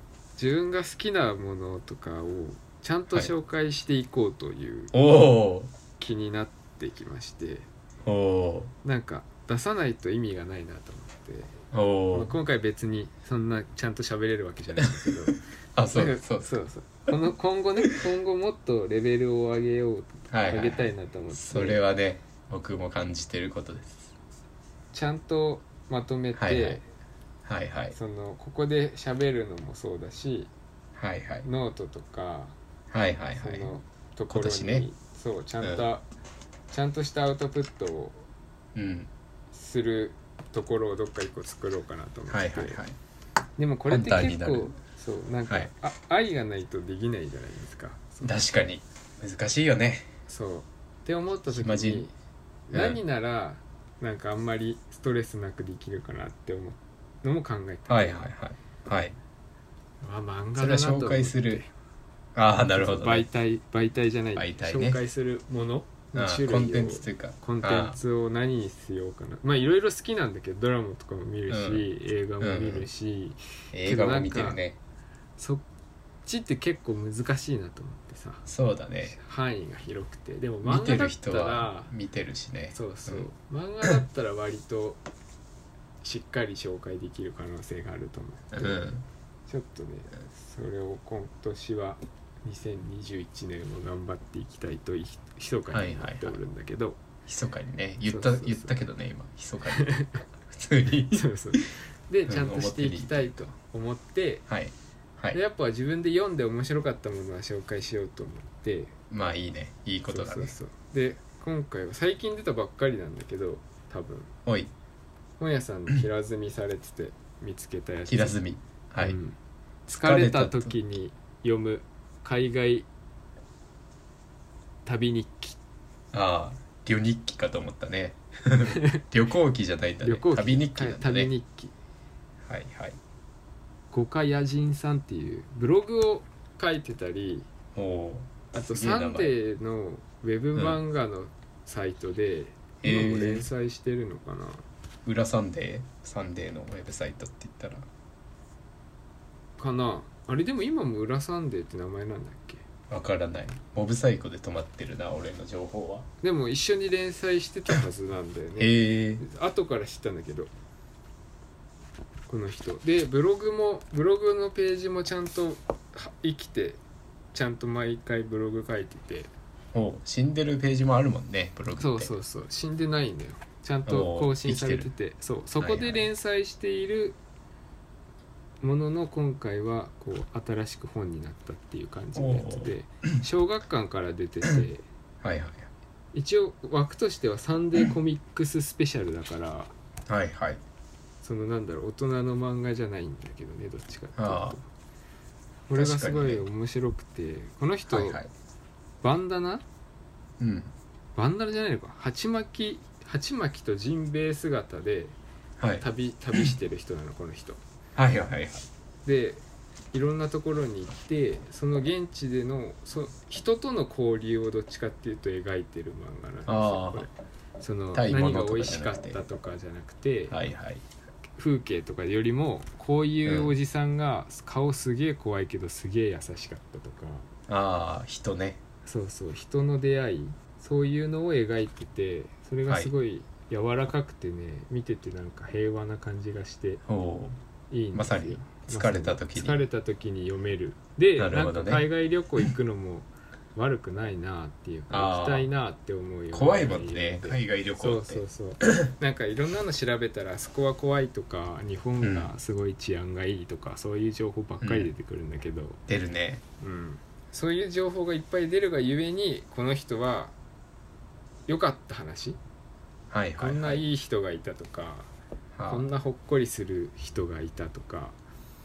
Speaker 2: 自分が好きなものとかをちゃんと
Speaker 1: はい
Speaker 2: 紹介していこうという
Speaker 1: おお
Speaker 2: 気になってきまして、
Speaker 1: ーお
Speaker 2: なんか出さないと意味がないなと思って、
Speaker 1: ーお
Speaker 2: まあ
Speaker 1: ー
Speaker 2: 今回別にそんなちゃんと喋れるわけじゃないんだけど
Speaker 1: あ そ
Speaker 2: なん
Speaker 1: う
Speaker 2: か
Speaker 1: そう
Speaker 2: そうそうこの今後ね今後もっとレベルを上げよう
Speaker 1: はいはい、
Speaker 2: 上げたいなと思って
Speaker 1: それはね僕も感じてることです
Speaker 2: ちゃんとまとめて、
Speaker 1: はいはいはいはい
Speaker 2: そのここで喋るのもそうだし
Speaker 1: はいはい
Speaker 2: ノートとか
Speaker 1: はいはい
Speaker 2: そ
Speaker 1: はい
Speaker 2: のところに、
Speaker 1: 今年ね
Speaker 2: そうちゃんと、
Speaker 1: う
Speaker 2: ちゃんとしたアウトプットを
Speaker 1: うん
Speaker 2: するところをどっか一個作ろうかなと思って、
Speaker 1: はいはいはい
Speaker 2: でもこれって
Speaker 1: 本体に
Speaker 2: 結
Speaker 1: なる
Speaker 2: 構そうなんか、
Speaker 1: はい
Speaker 2: あ愛がないとできないじゃないですかそう
Speaker 1: 確かに難しいよね
Speaker 2: そうって思った時
Speaker 1: 暇
Speaker 2: に
Speaker 1: 人うん
Speaker 2: 何ならなんかあんまりストレスなくできるかなって思うのも考えた
Speaker 1: はいはいはいはい
Speaker 2: あ漫
Speaker 1: そ
Speaker 2: 画だ
Speaker 1: れは
Speaker 2: なと思っ
Speaker 1: 紹
Speaker 2: て
Speaker 1: 介するああなるほど、
Speaker 2: 媒
Speaker 1: ね、
Speaker 2: 体媒体じゃない
Speaker 1: 媒体ね
Speaker 2: 紹介するものの
Speaker 1: あー
Speaker 2: 種類を
Speaker 1: コンテンツというか
Speaker 2: コンテンツを何にしようかなまあいろいろ好きなんだけどドラマとかも見るし、映画も見るし、
Speaker 1: あー映画も見てるね
Speaker 2: そっちって結構難しいなと思ってさ
Speaker 1: そうだね
Speaker 2: 範囲が広くてでも
Speaker 1: 見
Speaker 2: 漫
Speaker 1: て
Speaker 2: 画だ
Speaker 1: る
Speaker 2: った
Speaker 1: 人は
Speaker 2: ら
Speaker 1: 見てるしね
Speaker 2: そうそう、漫画だったら割としっかり紹介できる可能性があると思
Speaker 1: う
Speaker 2: う、
Speaker 1: ん
Speaker 2: ちょっとねそれを今年は2021年も頑張っていきたいとい密かに思っておるんだけど、
Speaker 1: 密かにね言った
Speaker 2: そうそうそう
Speaker 1: 言ったけどね今密か に普通に
Speaker 2: そうそうで
Speaker 1: うん
Speaker 2: ちゃんとしていきたいと思って、
Speaker 1: はいは
Speaker 2: で
Speaker 1: い
Speaker 2: やっぱ自分で読んで面白かったものは紹介しようと思って
Speaker 1: まあいいねいいことだ
Speaker 2: そう
Speaker 1: ね
Speaker 2: そうそうで今回は最近出たばっかりなんだけど多分
Speaker 1: おい
Speaker 2: 本屋さんの平積みされてて見つけたやつ
Speaker 1: 平積みはい、
Speaker 2: うん疲れた時に読む海外旅日記
Speaker 1: ああ旅日記かと思った ね旅行記じゃないんだね
Speaker 2: 旅行記
Speaker 1: 旅日記なんだ
Speaker 2: 旅
Speaker 1: ね
Speaker 2: 日記
Speaker 1: はいはい
Speaker 2: 五家野人さんっていうブログを書いてたり
Speaker 1: おお
Speaker 2: あと「
Speaker 1: すげえ名
Speaker 2: サ
Speaker 1: 前
Speaker 2: ンデー」のウェブ漫画のサイトで、
Speaker 1: え
Speaker 2: 今も連
Speaker 1: ー、
Speaker 2: 載してるのかな、
Speaker 1: 裏サンデーサンデーのウェブサイトって言った
Speaker 2: かなあれでも今も「裏サンデー」って名前なんだっけ
Speaker 1: らわからないモブサイコで止まってるな俺の情報は
Speaker 2: でも一緒に連載してたはずなんだよね
Speaker 1: えー、
Speaker 2: 後から知ったんだけどこの人でブログもブログのページもちゃんとは生きてちゃんと毎回ブログ書いてて
Speaker 1: おう死んでるページもあるもんねブログって
Speaker 2: そうそうそう死んでないんだよちゃんと更新されてて
Speaker 1: おー
Speaker 2: そうそこで連載しているものの今回はこう新しく本になったっていう感じのやつで小学館から出てて
Speaker 1: はいはい
Speaker 2: 一応枠としては「サンデーコミックススペシャル」だから。
Speaker 1: はいはい
Speaker 2: そのなんだろう大人の漫画じゃないんだけどねどっちかっていう
Speaker 1: ああ
Speaker 2: とこれがす
Speaker 1: 確
Speaker 2: ご
Speaker 1: かに
Speaker 2: い
Speaker 1: ね
Speaker 2: 面白くてこの人、
Speaker 1: はいはい
Speaker 2: バンダナ
Speaker 1: うん
Speaker 2: バンダナじゃないのか鉢巻き鉢巻きとジンベエ姿で
Speaker 1: はい
Speaker 2: 旅旅してる人なのこの人
Speaker 1: はいはいはい
Speaker 2: でいろんなところに行ってその現地でのそ人との交流をどっちかっていうと描いてる漫画なんです
Speaker 1: ああ
Speaker 2: よこれその
Speaker 1: 対物
Speaker 2: 何
Speaker 1: と
Speaker 2: が
Speaker 1: か
Speaker 2: 美味
Speaker 1: じ
Speaker 2: し
Speaker 1: ゃ
Speaker 2: か
Speaker 1: な
Speaker 2: っ
Speaker 1: くて
Speaker 2: たとかじゃなくて、
Speaker 1: はいはい
Speaker 2: 風景とかよりもこういうおじさんが顔すげえ怖いけどすげえ優しかったとか、
Speaker 1: ああ人ね
Speaker 2: そうそう人の出会いそういうのを描いててそれがすごい柔らかくてね、見ててなんか平和な感じがして
Speaker 1: おお
Speaker 2: いいんですよ
Speaker 1: まさに疲れた時に
Speaker 2: 疲れた時に読めるで
Speaker 1: な
Speaker 2: な、
Speaker 1: るほ
Speaker 2: ん
Speaker 1: どね
Speaker 2: か海外旅行行くのも悪くないなっていうか
Speaker 1: あー
Speaker 2: 行きたいなって思うような
Speaker 1: 怖いもんね
Speaker 2: 内容で
Speaker 1: 海外旅行って
Speaker 2: そうそうそう なんかいろんなの調べたらあそこは怖いとか日本がすごい治安がいいとか、そういう情報ばっかり出てくるんだけど、
Speaker 1: 出るね
Speaker 2: うんそういう情報がいっぱい出るがゆえにこの人は良かった話
Speaker 1: はい
Speaker 2: こ
Speaker 1: はい
Speaker 2: ん
Speaker 1: は
Speaker 2: ないいい人がいたとか、
Speaker 1: はあ
Speaker 2: こんなほっこりする人がいたとか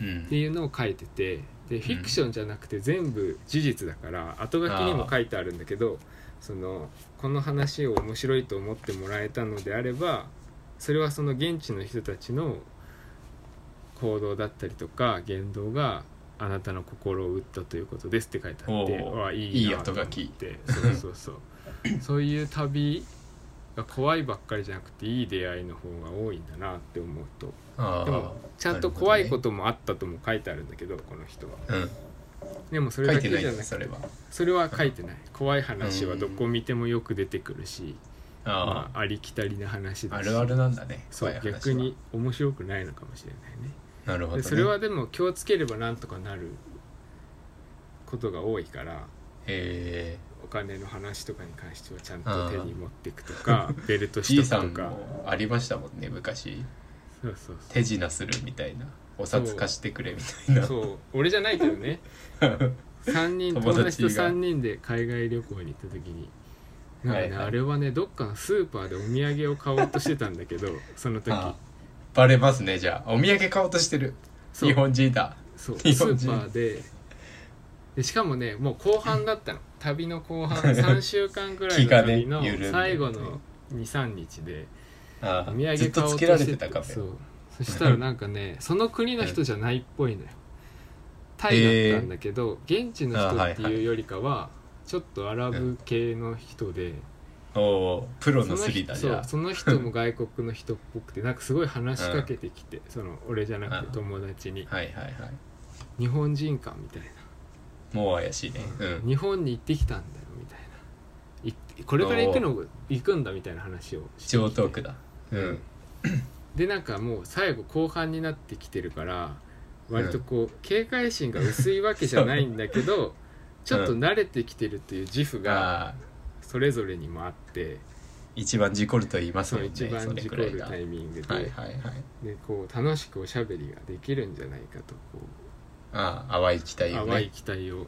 Speaker 1: う
Speaker 2: って
Speaker 1: ん
Speaker 2: いうのを書いててでフィクションじゃなくて全部事実だから後書きにも書いてあるんだけどそのこの話を面白いと思ってもらえたのであればそれはその現地の人たちの行動だったりとか言動があなたの心を打ったということですって書いてあって
Speaker 1: おー
Speaker 2: わあいい
Speaker 1: いい
Speaker 2: な
Speaker 1: 後
Speaker 2: と思
Speaker 1: 書
Speaker 2: っ
Speaker 1: き
Speaker 2: てそうそうそう そういう旅が怖いばっかりじゃなくていい出会いの方が多いんだなって思うと
Speaker 1: あ
Speaker 2: でも
Speaker 1: あ
Speaker 2: ちゃんと怖いこともあったとも書いてあるんだけどこの人は
Speaker 1: うん
Speaker 2: でもそれ
Speaker 1: 書
Speaker 2: だ
Speaker 1: い
Speaker 2: け
Speaker 1: て
Speaker 2: じ
Speaker 1: ない
Speaker 2: ゃ
Speaker 1: んだ
Speaker 2: なく
Speaker 1: それは
Speaker 2: それは書いてない怖い話はどこ見てもよく出てくるし
Speaker 1: あ
Speaker 2: まあ、ありきたりな話
Speaker 1: あ
Speaker 2: だし
Speaker 1: あるあるなんだね
Speaker 2: そ
Speaker 1: 怖いう話は
Speaker 2: 逆に面白くないのかもしれないね
Speaker 1: なるほど
Speaker 2: で
Speaker 1: ね
Speaker 2: それはでも気をつければなんとかなることが多いから
Speaker 1: えー
Speaker 2: お金の話とかに関してはちゃんと手に持っていくとかベルトし
Speaker 1: じい
Speaker 2: と
Speaker 1: さ
Speaker 2: く
Speaker 1: ん
Speaker 2: とか
Speaker 1: もありましたもんね昔
Speaker 2: そうそうそう
Speaker 1: 手品するみたいなお札貸してくれみたいな
Speaker 2: そう俺じゃないけどね3人
Speaker 1: 友
Speaker 2: 友
Speaker 1: 達が
Speaker 2: 達と3人で海外旅行に行った時になんかね、
Speaker 1: はいはい
Speaker 2: あれはねどっかのスーパーでお土産を買おうとしてたんだけどその 時
Speaker 1: あバレますねじゃあお土産買おうとしてる
Speaker 2: そう
Speaker 1: 日本人だ
Speaker 2: そうス
Speaker 1: 日本
Speaker 2: ー
Speaker 1: 人
Speaker 2: パーででしかもねもう後半だったの旅の後半3週間ぐらい
Speaker 1: 気が
Speaker 2: の
Speaker 1: ね
Speaker 2: 旅の
Speaker 1: 緩んで
Speaker 2: 最後の23日で
Speaker 1: ああ
Speaker 2: お土産買おうと
Speaker 1: ず
Speaker 2: して
Speaker 1: っとつけられてたカフ
Speaker 2: そ
Speaker 1: ェ
Speaker 2: うそしたらなん かねその国の人じゃないっぽいのよタイだったんだけど、現地の人っていうよりかはちょっとアラブ系の人で、
Speaker 1: おおプロ
Speaker 2: そ
Speaker 1: の
Speaker 2: の
Speaker 1: スリ
Speaker 2: 人
Speaker 1: だじ
Speaker 2: そう
Speaker 1: ゃ
Speaker 2: その人も外国の人っぽくてなんかすごい話しかけてきて、その俺じゃなく
Speaker 1: うん
Speaker 2: て友達に
Speaker 1: あはいはいはい
Speaker 2: 「日本人か」みたい
Speaker 1: もう怪しいねう
Speaker 2: な、
Speaker 1: ん
Speaker 2: 日本に行ってきたんだよ」みたいないこれから行くの行くんだみたいな話をしてきて
Speaker 1: 上等区だうん
Speaker 2: でなんかもう最後後半になってきてるから割とこう警戒心が薄いわけじゃないんだ けどちょっと慣れてきてるという自負が
Speaker 1: が
Speaker 2: それぞれにもあって
Speaker 1: 一番事故ると言います
Speaker 2: そ
Speaker 1: もん
Speaker 2: の
Speaker 1: ね
Speaker 2: 一
Speaker 1: そ
Speaker 2: 番事故
Speaker 1: れく
Speaker 2: る
Speaker 1: ら
Speaker 2: タイミング
Speaker 1: いがはい
Speaker 2: で
Speaker 1: はいはい
Speaker 2: でこう楽しくおしゃべりができるんじゃないかとこ
Speaker 1: ああ淡い期待
Speaker 2: う
Speaker 1: を
Speaker 2: 淡い
Speaker 1: ね
Speaker 2: 期待を
Speaker 1: うん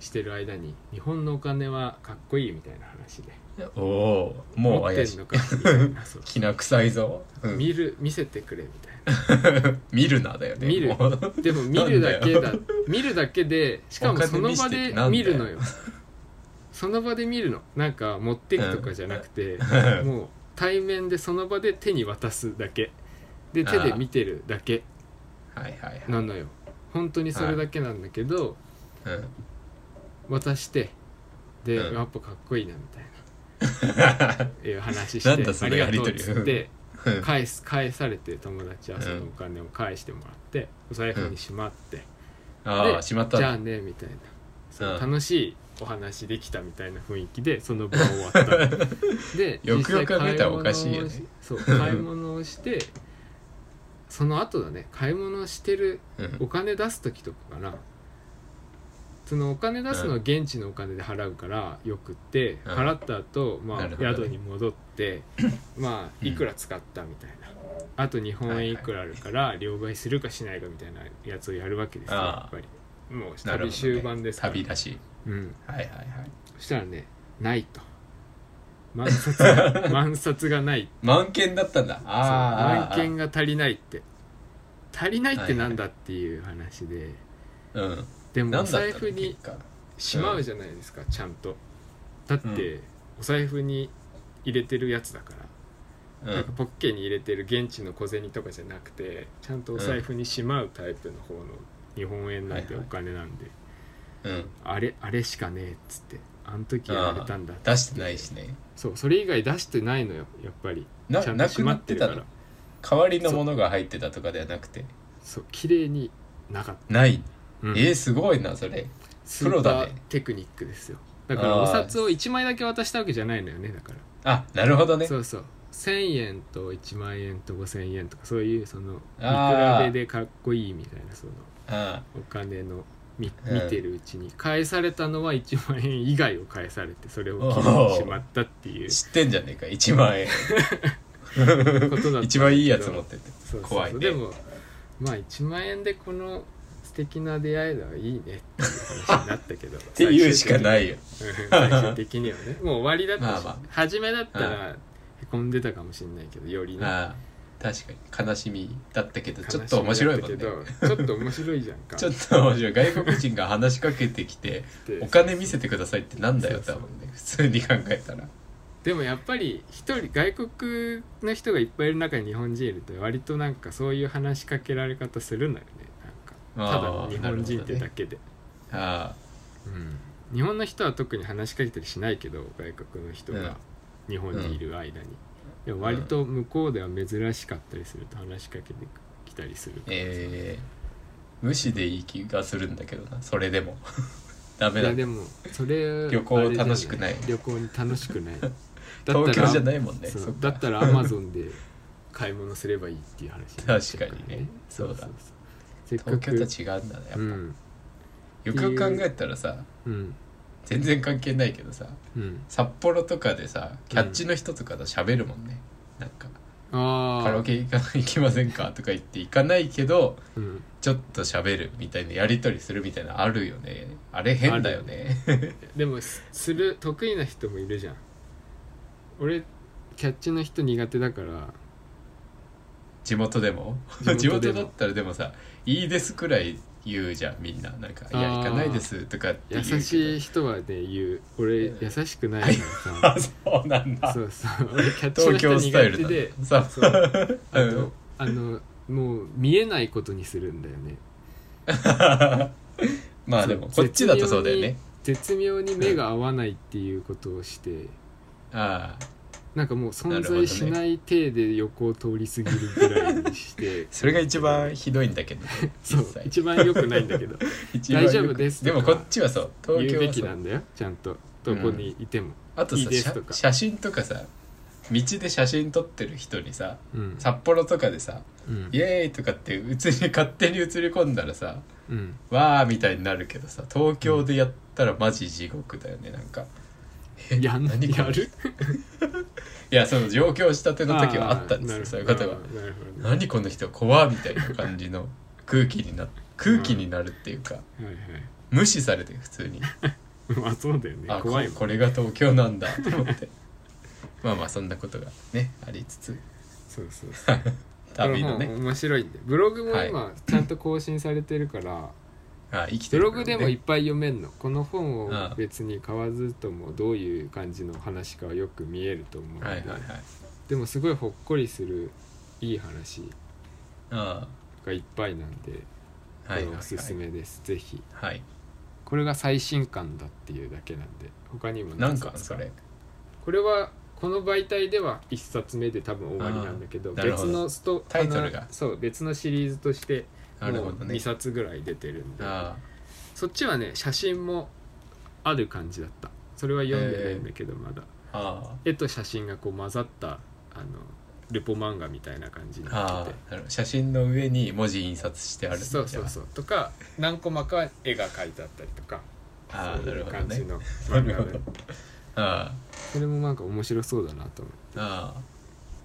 Speaker 2: してる間に日本のお金はかっこいいみたいな話で
Speaker 1: おおーもう
Speaker 2: 持って
Speaker 1: 怪し
Speaker 2: ん
Speaker 1: い
Speaker 2: のかみた いなそう
Speaker 1: きな臭いぞ、うん、
Speaker 2: 見る見せてくれみたいな。
Speaker 1: 見るなだよね
Speaker 2: 見る
Speaker 1: もう
Speaker 2: でも見るだけだ
Speaker 1: なんだ
Speaker 2: 見るだけでしかもその
Speaker 1: お金
Speaker 2: 場
Speaker 1: 見せて
Speaker 2: で
Speaker 1: ってなんだ
Speaker 2: 見
Speaker 1: よ
Speaker 2: るのよその場で見るのなんか持ってくとかじゃなくて、もう対面でその場で手に渡すだけで手で見てるだけ
Speaker 1: はいはいはい、
Speaker 2: なのよ本当にそれだけなんだけど、
Speaker 1: うん、
Speaker 2: 渡してで、
Speaker 1: うん
Speaker 2: やっぱかっこいいなみたい ないう話し
Speaker 1: なんだ
Speaker 2: て
Speaker 1: そのやり
Speaker 2: ありが
Speaker 1: と
Speaker 2: とう
Speaker 1: り
Speaker 2: っつって返す返されて友達はそのお金を返してもらってお財布にしまって、
Speaker 1: ああ
Speaker 2: で
Speaker 1: しまっ
Speaker 2: じゃ
Speaker 1: た
Speaker 2: あねみたいなそう、
Speaker 1: うん
Speaker 2: 楽しいお話できたみたいな雰囲気でその場は 終わったで
Speaker 1: よくよく考えたらおかしいよね
Speaker 2: 実際買い物をしそう買い物をしてその後だね買い物をしてる
Speaker 1: うん
Speaker 2: お金出す時とかかなそのお金出すのは現地のお金で払うからよくって、
Speaker 1: うん
Speaker 2: 払った後、ま
Speaker 1: な
Speaker 2: あ
Speaker 1: るほどね
Speaker 2: 宿に 戻ってまあいくら使ったみたいな、あと日本円いくらあるから両替するかしないかみたいなやつをやるわけですよ
Speaker 1: ああ
Speaker 2: やっぱりもう
Speaker 1: なるほどね
Speaker 2: 旅終盤ですから、
Speaker 1: 旅だし
Speaker 2: うん、
Speaker 1: はいはいはい
Speaker 2: そしたらねない と満札が満札がない
Speaker 1: 満件だったんだあ
Speaker 2: 満
Speaker 1: あ
Speaker 2: 券が足りないって足りないってなんだっていう話で、
Speaker 1: うん
Speaker 2: でも
Speaker 1: な
Speaker 2: お
Speaker 1: んだっ
Speaker 2: 財
Speaker 1: たの
Speaker 2: 布に
Speaker 1: 結果
Speaker 2: しまうじゃないですか、ちゃんとだって、
Speaker 1: う
Speaker 2: お財布に入れてるやつだから、
Speaker 1: う
Speaker 2: なんか
Speaker 1: ん
Speaker 2: ポッケに入れてる現地の小銭とかじゃなくてちゃんとお財布にしまうタイプの方の日本円なん
Speaker 1: はい
Speaker 2: てお
Speaker 1: はい
Speaker 2: 金なんで、
Speaker 1: うん
Speaker 2: あれあれしかねえっつってあの時やられたんだって
Speaker 1: 出してないしね
Speaker 2: そうそれ以外出してないのよやっぱり
Speaker 1: な
Speaker 2: ちゃんと
Speaker 1: な
Speaker 2: し
Speaker 1: く
Speaker 2: ま
Speaker 1: な
Speaker 2: っ
Speaker 1: ってて
Speaker 2: るか
Speaker 1: た
Speaker 2: ら
Speaker 1: の代わりのものが入ってたとかではなくて
Speaker 2: そう綺麗になかっ
Speaker 1: ない
Speaker 2: た、うん
Speaker 1: えー、すごいなそれ
Speaker 2: スー
Speaker 1: プロ
Speaker 2: パ
Speaker 1: だ
Speaker 2: ー
Speaker 1: ね
Speaker 2: テクニックですよだから
Speaker 1: あー
Speaker 2: お札を1枚だけ渡したわけじゃないのよねだから
Speaker 1: あなるほどね
Speaker 2: そうそう1000円と1万円と5000円とかそういうその見
Speaker 1: あー
Speaker 2: 比べでかっこいいみたいなその
Speaker 1: あ
Speaker 2: お金の見
Speaker 1: うん
Speaker 2: 見てるうちに返されたのは1万円以外を返されてそれを切れてしまったってい
Speaker 1: あ
Speaker 2: う
Speaker 1: 知ってんじゃねえか1万 円
Speaker 2: こと だった
Speaker 1: 一番いいやつ持ってて
Speaker 2: そうそうそう
Speaker 1: 怖いね
Speaker 2: でもまあ1万円でこの素敵な出会いだいいねっていう話になったけど っ
Speaker 1: っていうしかないいよ
Speaker 2: 最終的にはねもう終わりだった し、
Speaker 1: まあまあ
Speaker 2: 初めだったらへこんでたかもしれないけどよりね
Speaker 1: ああ確かに悲しみだったけど
Speaker 2: 悲
Speaker 1: ち
Speaker 2: し
Speaker 1: ょっと面白いも
Speaker 2: だ
Speaker 1: ん
Speaker 2: っ
Speaker 1: ね
Speaker 2: たけどちょっと面白いじゃんか
Speaker 1: ちょっと面白い外国人が話しかけてき て
Speaker 2: で
Speaker 1: お金見せてくださいってなんだよ
Speaker 2: そう
Speaker 1: 多
Speaker 2: そう
Speaker 1: 分ね普通に考えたら
Speaker 2: でもやっぱり一人外国の人がいっぱいいる中に日本人いると割となんかそういう話しかけられ方するのよねなんかただ
Speaker 1: あ
Speaker 2: の
Speaker 1: ー
Speaker 2: 日本人って
Speaker 1: な
Speaker 2: だ
Speaker 1: る
Speaker 2: けで、
Speaker 1: あ
Speaker 2: うん日本の人は特に話しかけたりしないけど外国の人が日本にいる間に、でも割と向こうでは珍しかったりすると話しかけてきたりする
Speaker 1: あえー、無視でいい気がするんだけどなそれでも ダメ
Speaker 2: い
Speaker 1: だ
Speaker 2: やでもそれ
Speaker 1: 旅行
Speaker 2: あれじゃ
Speaker 1: 楽しくない
Speaker 2: 旅行に楽しく ないだったら
Speaker 1: 東京じゃないもんね
Speaker 2: そう
Speaker 1: そっか
Speaker 2: だったらアマゾンで買い物すればいいっていう話
Speaker 1: 確かにねそうだ
Speaker 2: せっか
Speaker 1: 東
Speaker 2: く
Speaker 1: 京とは違うんだねやっぱ、
Speaker 2: うん
Speaker 1: よくよく考えたらさ
Speaker 2: うん
Speaker 1: 全然関係ないけどさ
Speaker 2: うん
Speaker 1: 札幌とかでさキャッチの人とかと喋るもんね、なんか
Speaker 2: ああ
Speaker 1: カラオケ行かない行きませんかとか言って行かないけど
Speaker 2: うん
Speaker 1: ちょっと喋るみたいなやり取りするみたいなあるよねあれ変だよね
Speaker 2: でもすする得意な人もいるじゃん俺キャッチの人苦手だから
Speaker 1: 地元でも
Speaker 2: 地
Speaker 1: 地
Speaker 2: 元
Speaker 1: 元
Speaker 2: でも
Speaker 1: だったらでもさ「いいです」くらい言うじゃんみんななんか「いや
Speaker 2: あー
Speaker 1: 行かないです」とかって言
Speaker 2: 優
Speaker 1: うけど
Speaker 2: しい
Speaker 1: い
Speaker 2: 人はね言う俺
Speaker 1: うん
Speaker 2: 優しくないから
Speaker 1: あそうなん
Speaker 2: さ
Speaker 1: だ
Speaker 2: そうそう俺キャッチの
Speaker 1: 東京ス
Speaker 2: 人
Speaker 1: タイ
Speaker 2: 苦
Speaker 1: ル
Speaker 2: 手
Speaker 1: だ
Speaker 2: で
Speaker 1: さ
Speaker 2: そうあと、
Speaker 1: うん
Speaker 2: あのもう見えないことにするんだよね
Speaker 1: まあでもこっちだとそうだよね
Speaker 2: 絶妙に目が合わないっていうことをして、
Speaker 1: ああ
Speaker 2: なんかもう存
Speaker 1: なるほど
Speaker 2: 在
Speaker 1: ね
Speaker 2: しない体で横を通り過ぎるぐらいにして
Speaker 1: それが一番ひどいんだけど ね
Speaker 2: そう
Speaker 1: 実際
Speaker 2: 一番良くないんだ けど
Speaker 1: 一番よく
Speaker 2: 大丈夫です
Speaker 1: で
Speaker 2: とか
Speaker 1: もこっちはそう東
Speaker 2: 言う
Speaker 1: 京
Speaker 2: べ
Speaker 1: は
Speaker 2: き
Speaker 1: そ
Speaker 2: な
Speaker 1: うん
Speaker 2: だよちゃんとどこにいても、
Speaker 1: あと
Speaker 2: いい
Speaker 1: さ
Speaker 2: です
Speaker 1: 写
Speaker 2: とか
Speaker 1: 写真とかさ道で写真撮ってる人にさ
Speaker 2: うん
Speaker 1: 札幌とかでさ
Speaker 2: うん
Speaker 1: 「イエーイ!」とかって映り勝手に映り込んだらさ
Speaker 2: うん
Speaker 1: 「わー!」みたいになるけどさ東京でやったらマジ地獄だよねなんか。え
Speaker 2: やん
Speaker 1: 何こ
Speaker 2: や
Speaker 1: れ
Speaker 2: る
Speaker 1: いやその上京したての時はあったんですよ
Speaker 2: ー
Speaker 1: そういうことが
Speaker 2: あ。ーなるほどね
Speaker 1: 何この人怖みたいな感じの空気にな空気になるっていうか
Speaker 2: はい
Speaker 1: 無視されて普通に
Speaker 2: はい まあそうだよね
Speaker 1: あ
Speaker 2: 怖い
Speaker 1: こ
Speaker 2: もん
Speaker 1: これが東京なんだと思って まあまあそんなことがねありつつ
Speaker 2: そうそうそう
Speaker 1: 旅の
Speaker 2: こ
Speaker 1: ね
Speaker 2: 本面白いんでブログも今ちゃんと更新されてるから、
Speaker 1: あ生きて
Speaker 2: ブ
Speaker 1: る
Speaker 2: ログでもいっぱい読めんのこの本を
Speaker 1: ああ
Speaker 2: 別に買わずともどういう感じの話かはよく見えると思うんで、
Speaker 1: はいはいはい
Speaker 2: でもすごいほっこりするいい話
Speaker 1: あ
Speaker 2: がいっぱいなんで
Speaker 1: あ
Speaker 2: こ
Speaker 1: はい
Speaker 2: れ
Speaker 1: はいは
Speaker 2: お
Speaker 1: い
Speaker 2: すすめです、ぜひ
Speaker 1: はい
Speaker 2: これが最新刊だっていうだけなんで他にも
Speaker 1: な
Speaker 2: 何
Speaker 1: ん
Speaker 2: 冊
Speaker 1: かそれ
Speaker 2: これはこの媒体では1冊目で多分終わりなんだけど
Speaker 1: ああなるほ
Speaker 2: 別
Speaker 1: ど
Speaker 2: のスト
Speaker 1: タイトルが
Speaker 2: あのそう別のシリーズとしても
Speaker 1: な
Speaker 2: う
Speaker 1: るほどね
Speaker 2: 2冊ぐらい出てるんで、
Speaker 1: あ
Speaker 2: そっちはね写真もある感じだったそれは読んでないんだけどまだ、
Speaker 1: ああ
Speaker 2: 絵と写真がこう混ざったあのルポ漫画みたいな感じに
Speaker 1: ああ
Speaker 2: な
Speaker 1: あ
Speaker 2: ってて
Speaker 1: なるほど写真の上に文字印刷してある
Speaker 2: そうそう
Speaker 1: う
Speaker 2: そうとか何コマか絵が描いてあったりとか
Speaker 1: ああ
Speaker 2: そう
Speaker 1: ないる
Speaker 2: う
Speaker 1: ほど
Speaker 2: 感じ
Speaker 1: ね
Speaker 2: の
Speaker 1: な
Speaker 2: 漫
Speaker 1: る
Speaker 2: 画
Speaker 1: ほ
Speaker 2: で
Speaker 1: どあ
Speaker 2: それもなんか面白そうだなと思
Speaker 1: ああ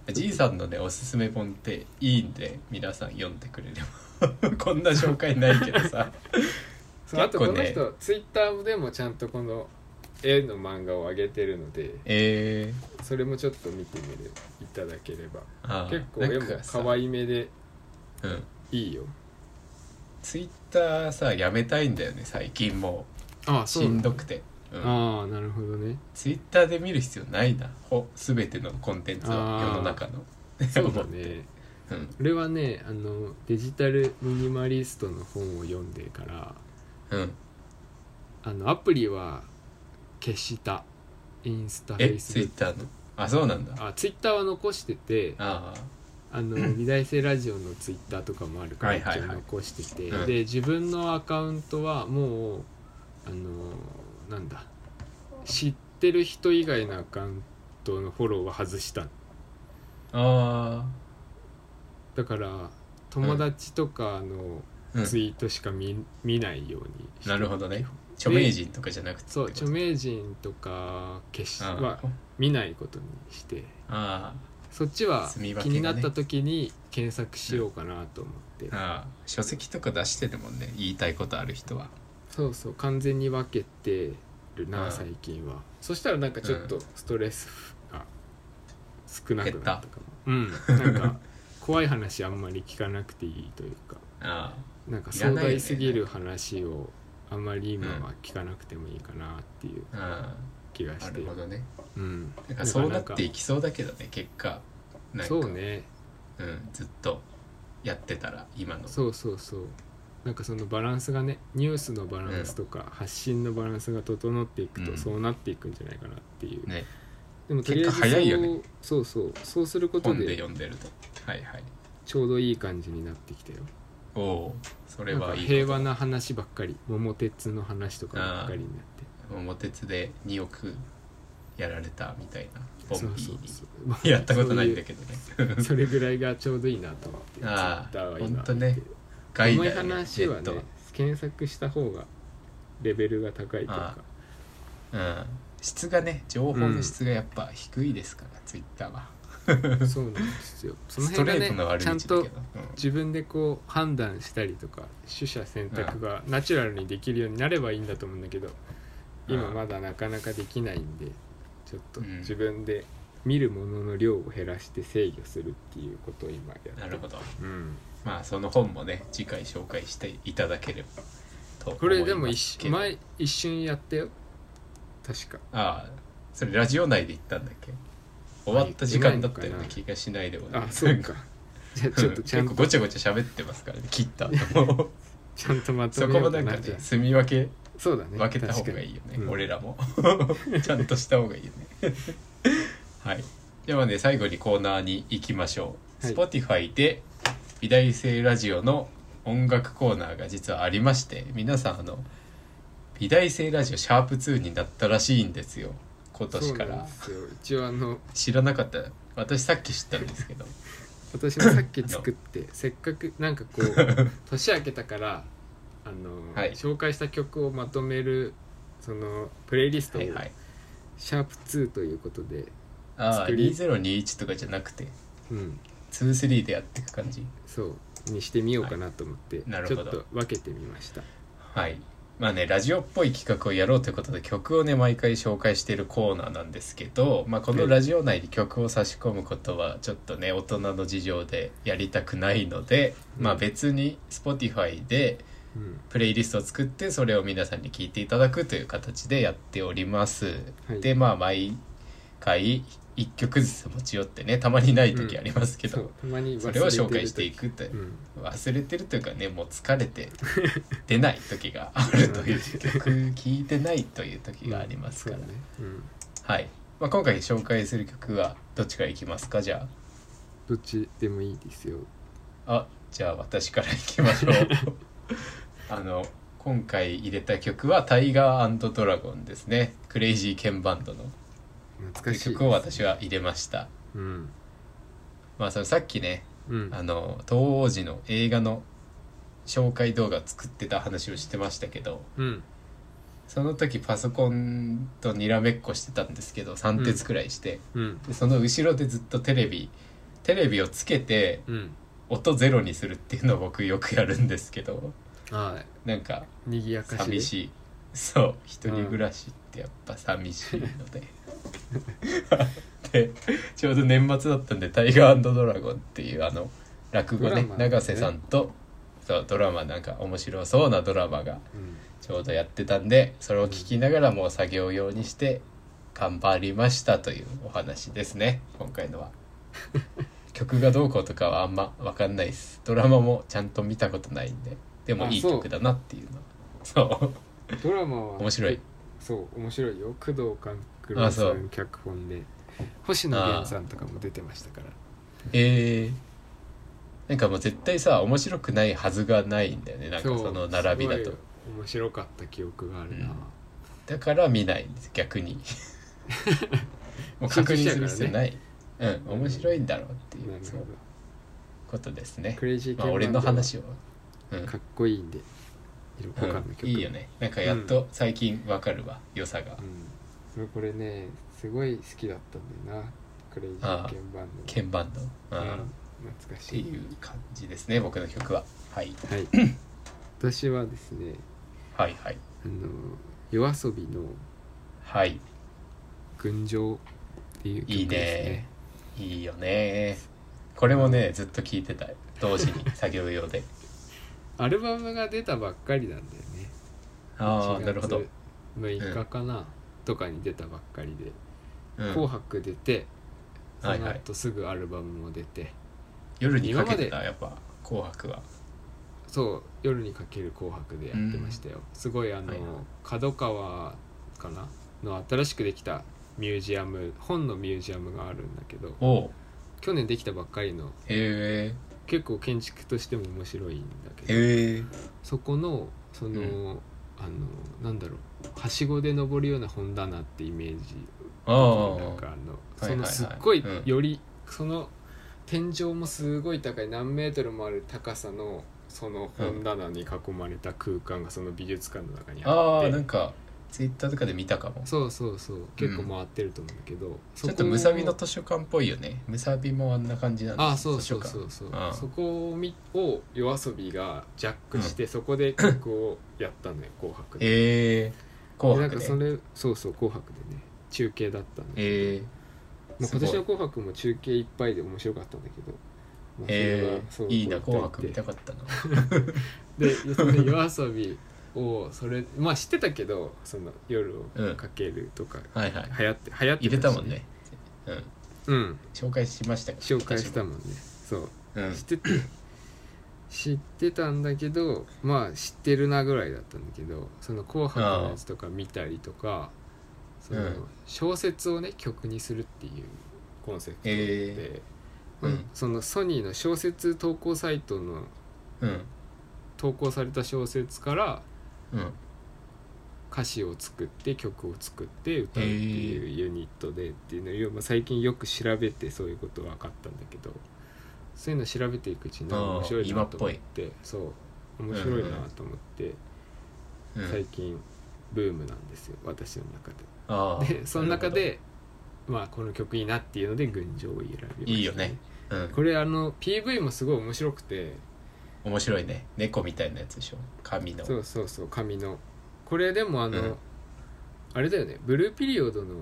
Speaker 1: あじいさんのねおすすめ本っていいんで皆さん読んでくれれば こんな紹介ないけど さ
Speaker 2: う、あと
Speaker 1: 結構
Speaker 2: この
Speaker 1: ね
Speaker 2: 人ツイッターでもちゃんとこの絵の漫画を上げてるので
Speaker 1: ええ
Speaker 2: それもちょっと見てみるいただければ
Speaker 1: ああ
Speaker 2: 結構絵も可
Speaker 1: い
Speaker 2: 愛めで
Speaker 1: うん
Speaker 2: いいよ
Speaker 1: ツイッターさやめたいんだよね最近も
Speaker 2: ああ
Speaker 1: うしんどくて、うん、
Speaker 2: ああなるほどね
Speaker 1: ツイッターで見る必要ないなほ全てのコンテンツを世
Speaker 2: あー
Speaker 1: の中の
Speaker 2: そう
Speaker 1: 思
Speaker 2: だ
Speaker 1: って
Speaker 2: ね
Speaker 1: うん
Speaker 2: 俺はねあのデジタルミニマリストの本を読んでから
Speaker 1: うん
Speaker 2: あのアプリは消したインスタフ
Speaker 1: え
Speaker 2: ェイス
Speaker 1: ツ
Speaker 2: ブ
Speaker 1: イ
Speaker 2: ッ
Speaker 1: ッターのあそうなんだ
Speaker 2: クあツイッターは残してて
Speaker 1: あ
Speaker 2: あの美大生ラジオのツイッターとかもあるから
Speaker 1: はい
Speaker 2: 一
Speaker 1: はい
Speaker 2: 応
Speaker 1: はい
Speaker 2: 残してて、
Speaker 1: うん
Speaker 2: で自分のアカウントはもうあのなんだ知ってる人以外のアカウントのフォローは外した
Speaker 1: ああ
Speaker 2: だから友達と
Speaker 1: あ、
Speaker 2: かの
Speaker 1: うん
Speaker 2: ツイートしか見,、見ないようにして
Speaker 1: なるほどね著名人とかじゃなくて
Speaker 2: そう
Speaker 1: ってこ
Speaker 2: 著
Speaker 1: と
Speaker 2: 名人とか消し
Speaker 1: ああ
Speaker 2: は見ないことにして
Speaker 1: あ
Speaker 2: そっちは
Speaker 1: 住み分
Speaker 2: 気
Speaker 1: けがね
Speaker 2: になった時に検索しようかなと思って、
Speaker 1: あああ書籍とか出してるもんね言いたいことある人は
Speaker 2: そうそう完全に分けてるな、
Speaker 1: うん
Speaker 2: 最近はそしたらなんかちょっとストレスが少なくなったかもうんなんか怖い話あんまり聞かなくていいというか
Speaker 1: あ
Speaker 2: なんか
Speaker 1: いら
Speaker 2: 壮
Speaker 1: ないよね
Speaker 2: 大すぎる話をあんまり今は聞かなくてもいいかなっていう
Speaker 1: ああ
Speaker 2: 気が
Speaker 1: あな
Speaker 2: して
Speaker 1: るほどね
Speaker 2: うん
Speaker 1: なんかそうなっ
Speaker 2: か
Speaker 1: ていきそうだけどね結果なんか
Speaker 2: そうね
Speaker 1: うん、ずっとやってたら今の
Speaker 2: そうそうそうなんかそのバランスがねニュースのバランスとか発信のバランスが整っていく
Speaker 1: う
Speaker 2: と
Speaker 1: ん
Speaker 2: そうなっていくんじゃないかなっていう、
Speaker 1: ね
Speaker 2: でもとりあえず
Speaker 1: 結果早いよね
Speaker 2: そうそうそうそうすること
Speaker 1: 本で
Speaker 2: で
Speaker 1: 読んでるとはいはい
Speaker 2: ちょうどいい感じになってきたよ
Speaker 1: おおそれ
Speaker 2: なんか
Speaker 1: はいい
Speaker 2: 平和
Speaker 1: な
Speaker 2: な話ばっかり桃鉄の話とかばっかりになって
Speaker 1: 桃鉄で2億やられたみたいなボ
Speaker 2: そう
Speaker 1: ンビ
Speaker 2: そう
Speaker 1: ーに
Speaker 2: そう
Speaker 1: やったことないんだけどね
Speaker 2: そういうそれぐらいがちょうどいいなと思って
Speaker 1: ああ
Speaker 2: Twitter は
Speaker 1: ほん
Speaker 2: 今
Speaker 1: とね
Speaker 2: 重
Speaker 1: 外
Speaker 2: い
Speaker 1: だよね
Speaker 2: 話は
Speaker 1: ネ
Speaker 2: ね
Speaker 1: ッ
Speaker 2: 検索した方がレベルが高いというか
Speaker 1: あトはうん質がね情報の質がやっぱ低いですから、ツイッターは
Speaker 2: そうなんで すよその
Speaker 1: ストレー
Speaker 2: 辺
Speaker 1: トの
Speaker 2: がね
Speaker 1: 悪
Speaker 2: ちゃ
Speaker 1: 道
Speaker 2: ん
Speaker 1: だけど、
Speaker 2: と自分でこう判断したりとか取捨選択がナチュラルにできるようになればいいんだと思うんだけど今
Speaker 1: うん
Speaker 2: まだなかなかできないんでちょっと
Speaker 1: うん
Speaker 2: 自分で見るものの量を減らして制御するっていうことを今やって
Speaker 1: うん、なるほ
Speaker 2: ど、
Speaker 1: ど
Speaker 2: うん、
Speaker 1: まあその本もね次回紹介していただければと思いますけど
Speaker 2: これでも一瞬前一瞬やったよ確か
Speaker 1: ああそれラジオ内で言ったんだっけ終わった時間だったような気がしないでも ない
Speaker 2: あそう
Speaker 1: なん
Speaker 2: かじゃあちょっとちゃん
Speaker 1: 結構
Speaker 2: と
Speaker 1: ごちゃごちゃ喋ってますからね切った後 も
Speaker 2: ちゃんとまと
Speaker 1: そ
Speaker 2: め
Speaker 1: こ
Speaker 2: よ
Speaker 1: も
Speaker 2: う
Speaker 1: な
Speaker 2: か
Speaker 1: んか
Speaker 2: な
Speaker 1: ね
Speaker 2: じゃあ
Speaker 1: 住み分け
Speaker 2: そうだね
Speaker 1: 分けた方がいいよね、
Speaker 2: 確かにうん
Speaker 1: 俺らも ちゃんとした方がいいよね はいではね最後にコーナーに行きましょう、
Speaker 2: はい
Speaker 1: Spotify で美大生ラジオの音楽コーナーが実はありまして皆さんあの美大生ラジオシャープ2になったらしいんですよ今年か
Speaker 2: そうなん
Speaker 1: ら
Speaker 2: ですよ一応あの
Speaker 1: 知らなかった私さっき知ったんですけど
Speaker 2: 私もさっき作ってせっかくなんかこう 年明けたからあの、
Speaker 1: はい
Speaker 2: 紹介した曲をまとめる そのプレイリストを
Speaker 1: はいはい
Speaker 2: シャープ2ということで、
Speaker 1: ああ
Speaker 2: 作り
Speaker 1: 2021とかじゃなくて
Speaker 2: うん、
Speaker 1: 23でやっていく感じ
Speaker 2: そうにしてみようかなと思って、
Speaker 1: なる
Speaker 2: ち
Speaker 1: ほ
Speaker 2: ょ
Speaker 1: ど
Speaker 2: っと分けてみました
Speaker 1: はいまあねラジオっぽい企画をやろうということで曲をね毎回紹介しているコーナーなんですけど、まあ、このラジオ内に曲を差し込むことはちょっとね大人の事情でやりたくないので、まあ、別に Spotify で
Speaker 2: うん
Speaker 1: プレイリストを作ってそれを皆さんに聞いていただくという形でやっております、
Speaker 2: はい
Speaker 1: でまあ毎回1曲ずつ持ち寄ってねたまにない時ありますけど、
Speaker 2: そうたまに
Speaker 1: それを紹介していくという
Speaker 2: う、ん、
Speaker 1: 忘れてるというかねもう疲れて 出ない時があるという曲聞いてないという時がありますから、
Speaker 2: そうね、うん、
Speaker 1: はい、まあ、今回紹介する曲はどっちからいきますかじゃ
Speaker 2: どっちでもいいですよ
Speaker 1: ああじゃあ私からいきましょ うあの今回入れた曲は「タイガードラゴン」ですねクレイジーケンバンドの
Speaker 2: 懐かしい
Speaker 1: 曲を私は入れました
Speaker 2: うん
Speaker 1: まあそのさっきね
Speaker 2: うん
Speaker 1: あの東王子の映画の紹介動画を作ってた話をしてましたけど
Speaker 2: うん
Speaker 1: その時パソコンとにらめっこしてたんですけど3鉄くらいして、
Speaker 2: うん
Speaker 1: でその後ろでずっとテレビテレビをつけて
Speaker 2: うん
Speaker 1: 音ゼロにするっていうのを僕よくやるんですけど
Speaker 2: はい
Speaker 1: なんか
Speaker 2: にぎやかしで
Speaker 1: 寂しいそう一人暮らしってやっぱ寂しいので でちょうど年末だったんで「タイガードラゴン」っていうあの落語
Speaker 2: ドラ
Speaker 1: ね
Speaker 2: マね
Speaker 1: 永瀬さんとそうドラマなんか面白そうなドラマが
Speaker 2: うん
Speaker 1: ちょうどやってたんでそれを聞きながらもう作業用にして頑張りましたというお話ですね今回 のは曲がどうこうとかはあんま分かんないですドラマもちゃんと見たことないんででもいい
Speaker 2: あそう
Speaker 1: 曲だなっていうのはそう
Speaker 2: ドラマは
Speaker 1: 面白い
Speaker 2: そう面白いよ工藤官九郎さ
Speaker 1: あそうん
Speaker 2: 脚本で星野源さんとかも出てましたから
Speaker 1: えー、なんかもう絶対さ面白くないはずがないんだよねなんか
Speaker 2: う
Speaker 1: その並びだ
Speaker 2: す
Speaker 1: と
Speaker 2: ごい面白かった記憶があるな、
Speaker 1: うんだから見ないんです逆 にもう確認する必要ない、うん面白いんだろうっていう
Speaker 2: なる
Speaker 1: そ
Speaker 2: ほ
Speaker 1: う
Speaker 2: ど
Speaker 1: ことですね
Speaker 2: クレイジーケン
Speaker 1: まあ、俺の話を、うん
Speaker 2: かっこいいんで色
Speaker 1: う
Speaker 2: 々他の
Speaker 1: ん
Speaker 2: 曲、
Speaker 1: いいよねなんかやっと最近わかるわ、良さが、
Speaker 2: うん、これねすごい好きだったんだよなクレイジーケンバンド
Speaker 1: 鍵盤の、うん
Speaker 2: う
Speaker 1: っ
Speaker 2: ん懐か
Speaker 1: て
Speaker 2: しい
Speaker 1: いう感じですね僕の曲は、はい、
Speaker 2: はい私はですね
Speaker 1: はいはい
Speaker 2: あの夜遊びの
Speaker 1: はい
Speaker 2: 「群青」っていう曲ですね
Speaker 1: いいねいいよねこれもねずっと聴いてた同時 に作業用で
Speaker 2: アルバムが出たばっかりなんだよね
Speaker 1: ああ
Speaker 2: 1
Speaker 1: なるほど、
Speaker 2: 月6日かな、とかに出たばっかりで
Speaker 1: う
Speaker 2: 「
Speaker 1: ん
Speaker 2: 紅白」出てそ
Speaker 1: はい
Speaker 2: の
Speaker 1: はい
Speaker 2: 後すぐアルバムも出て、
Speaker 1: 夜にかけて
Speaker 2: 今ま
Speaker 1: たやっぱ「紅白は」
Speaker 2: そう「夜にかける紅白」でやってましたよ、すごいあの、
Speaker 1: はいはい
Speaker 2: 角川かなの新しくできたミュージアム本のミュージアムがあるんだけど
Speaker 1: おう
Speaker 2: 去年できたばっかりの
Speaker 1: へえ
Speaker 2: 結構建築としても面白いんだけど
Speaker 1: へえ
Speaker 2: そこのその、
Speaker 1: う
Speaker 2: あのなんだろうはしごで登るような本棚ってイメージ
Speaker 1: あ
Speaker 2: なん
Speaker 1: あ
Speaker 2: かあの
Speaker 1: いは
Speaker 2: そ
Speaker 1: いは
Speaker 2: の
Speaker 1: い
Speaker 2: すっごい
Speaker 1: うん
Speaker 2: よりその天井もすごい高い何メートルもある高さのその本棚に囲まれた空間がその美術館の中にあっ
Speaker 1: あ
Speaker 2: て、
Speaker 1: あなんかツイッターとかで見たかも
Speaker 2: そうそうそう結構回ってると思うんだけど、
Speaker 1: ちょ
Speaker 2: そこ
Speaker 1: っとムサビの図書館っぽいよねムサビもあんな感じなんです
Speaker 2: あそうそう
Speaker 1: 図書館
Speaker 2: そうそう
Speaker 1: うん
Speaker 2: そこをみを夜遊びがジャックして、そこで曲をやったんだよ「紅白で」
Speaker 1: へえ紅
Speaker 2: なん
Speaker 1: 白
Speaker 2: か
Speaker 1: で
Speaker 2: それそうそう「紅白」でね中継だったんだけ
Speaker 1: え
Speaker 2: どまあ、
Speaker 1: す
Speaker 2: 今
Speaker 1: ごい
Speaker 2: 年の「紅白」も中継いっぱいで面白かったんだけど、ま
Speaker 1: ー、
Speaker 2: あ
Speaker 1: え
Speaker 2: それはそう
Speaker 1: ー、いいな「
Speaker 2: 置と
Speaker 1: 紅白」見
Speaker 2: て
Speaker 1: たかったな
Speaker 2: でその夜遊びをそれまあ知ってたけどその夜をかけるとか、
Speaker 1: はいはい
Speaker 2: 流行って流行って
Speaker 1: 入れたもんねうん
Speaker 2: うん
Speaker 1: 紹介しましたよ
Speaker 2: 紹介した
Speaker 1: 私
Speaker 2: もんねそう
Speaker 1: もうん
Speaker 2: 知ってて 知ってたんだけどまあ知ってるなぐらいだったんだけどその「紅白」のやつとか見たりとかその
Speaker 1: うん
Speaker 2: 小説をね曲にするっていうコンセプト
Speaker 1: え
Speaker 2: で、
Speaker 1: うん
Speaker 2: うんそのソニーの小説投稿サイトの
Speaker 1: ー、うん
Speaker 2: 投稿された小説から
Speaker 1: うん
Speaker 2: 歌詞を作って曲を作って歌うっていうユニットでっていうのをよまあ最近よく調べてそういうこと分かったんだけどそういうの調べていくうちになんか面白いなと思ってそう面白いなと思って
Speaker 1: うん
Speaker 2: 最近ブームなんですよ私の中で。
Speaker 1: あー
Speaker 2: でその中でまあこの曲いいなっていうので「群青」を選びました、
Speaker 1: いいよねなるほど、
Speaker 2: これあの PV もすごい面白くて
Speaker 1: うん、面白いね猫みたいなやつでしょ髪の
Speaker 2: そうそうそう紙のこれでもあの、
Speaker 1: うん
Speaker 2: あれだよねブルーピリオドの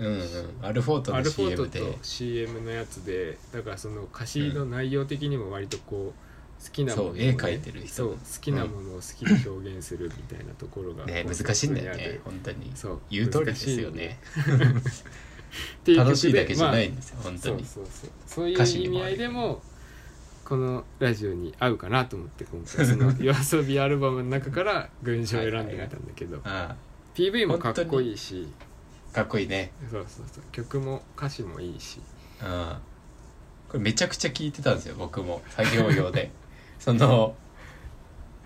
Speaker 1: うんうんアルフォート
Speaker 2: ア
Speaker 1: の
Speaker 2: ルフォー
Speaker 1: CM
Speaker 2: ト
Speaker 1: で
Speaker 2: と CM のやつでだからその歌詞の内容的にも割とこう好きなものをね、
Speaker 1: そう絵描いてる人
Speaker 2: そう好きなものを好きに表現するみたいなところが、
Speaker 1: ね
Speaker 2: コンセプ
Speaker 1: 難しいんだよ
Speaker 2: トにあ
Speaker 1: ね
Speaker 2: る
Speaker 1: 本当に
Speaker 2: そう
Speaker 1: 言う通りですよね
Speaker 2: 難しいんだよっていう曲で
Speaker 1: 楽しいだけじゃない
Speaker 2: ま
Speaker 1: んですよ本
Speaker 2: あそ
Speaker 1: 当
Speaker 2: う
Speaker 1: に
Speaker 2: そうそうそうい
Speaker 1: 歌詞
Speaker 2: う
Speaker 1: に
Speaker 2: 意
Speaker 1: も
Speaker 2: 味
Speaker 1: あ
Speaker 2: 合
Speaker 1: る
Speaker 2: いでもこのラジオに合うかなと思って今回その夜遊びアルバムの中から群青を選んでみたんだけ ど、
Speaker 1: あ
Speaker 2: PV もかっこいいし
Speaker 1: あかっこいいね
Speaker 2: そうそうそう曲も歌詞もいいし
Speaker 1: うんこれめちゃくちゃ聞いてたんですよ僕も作業用 でその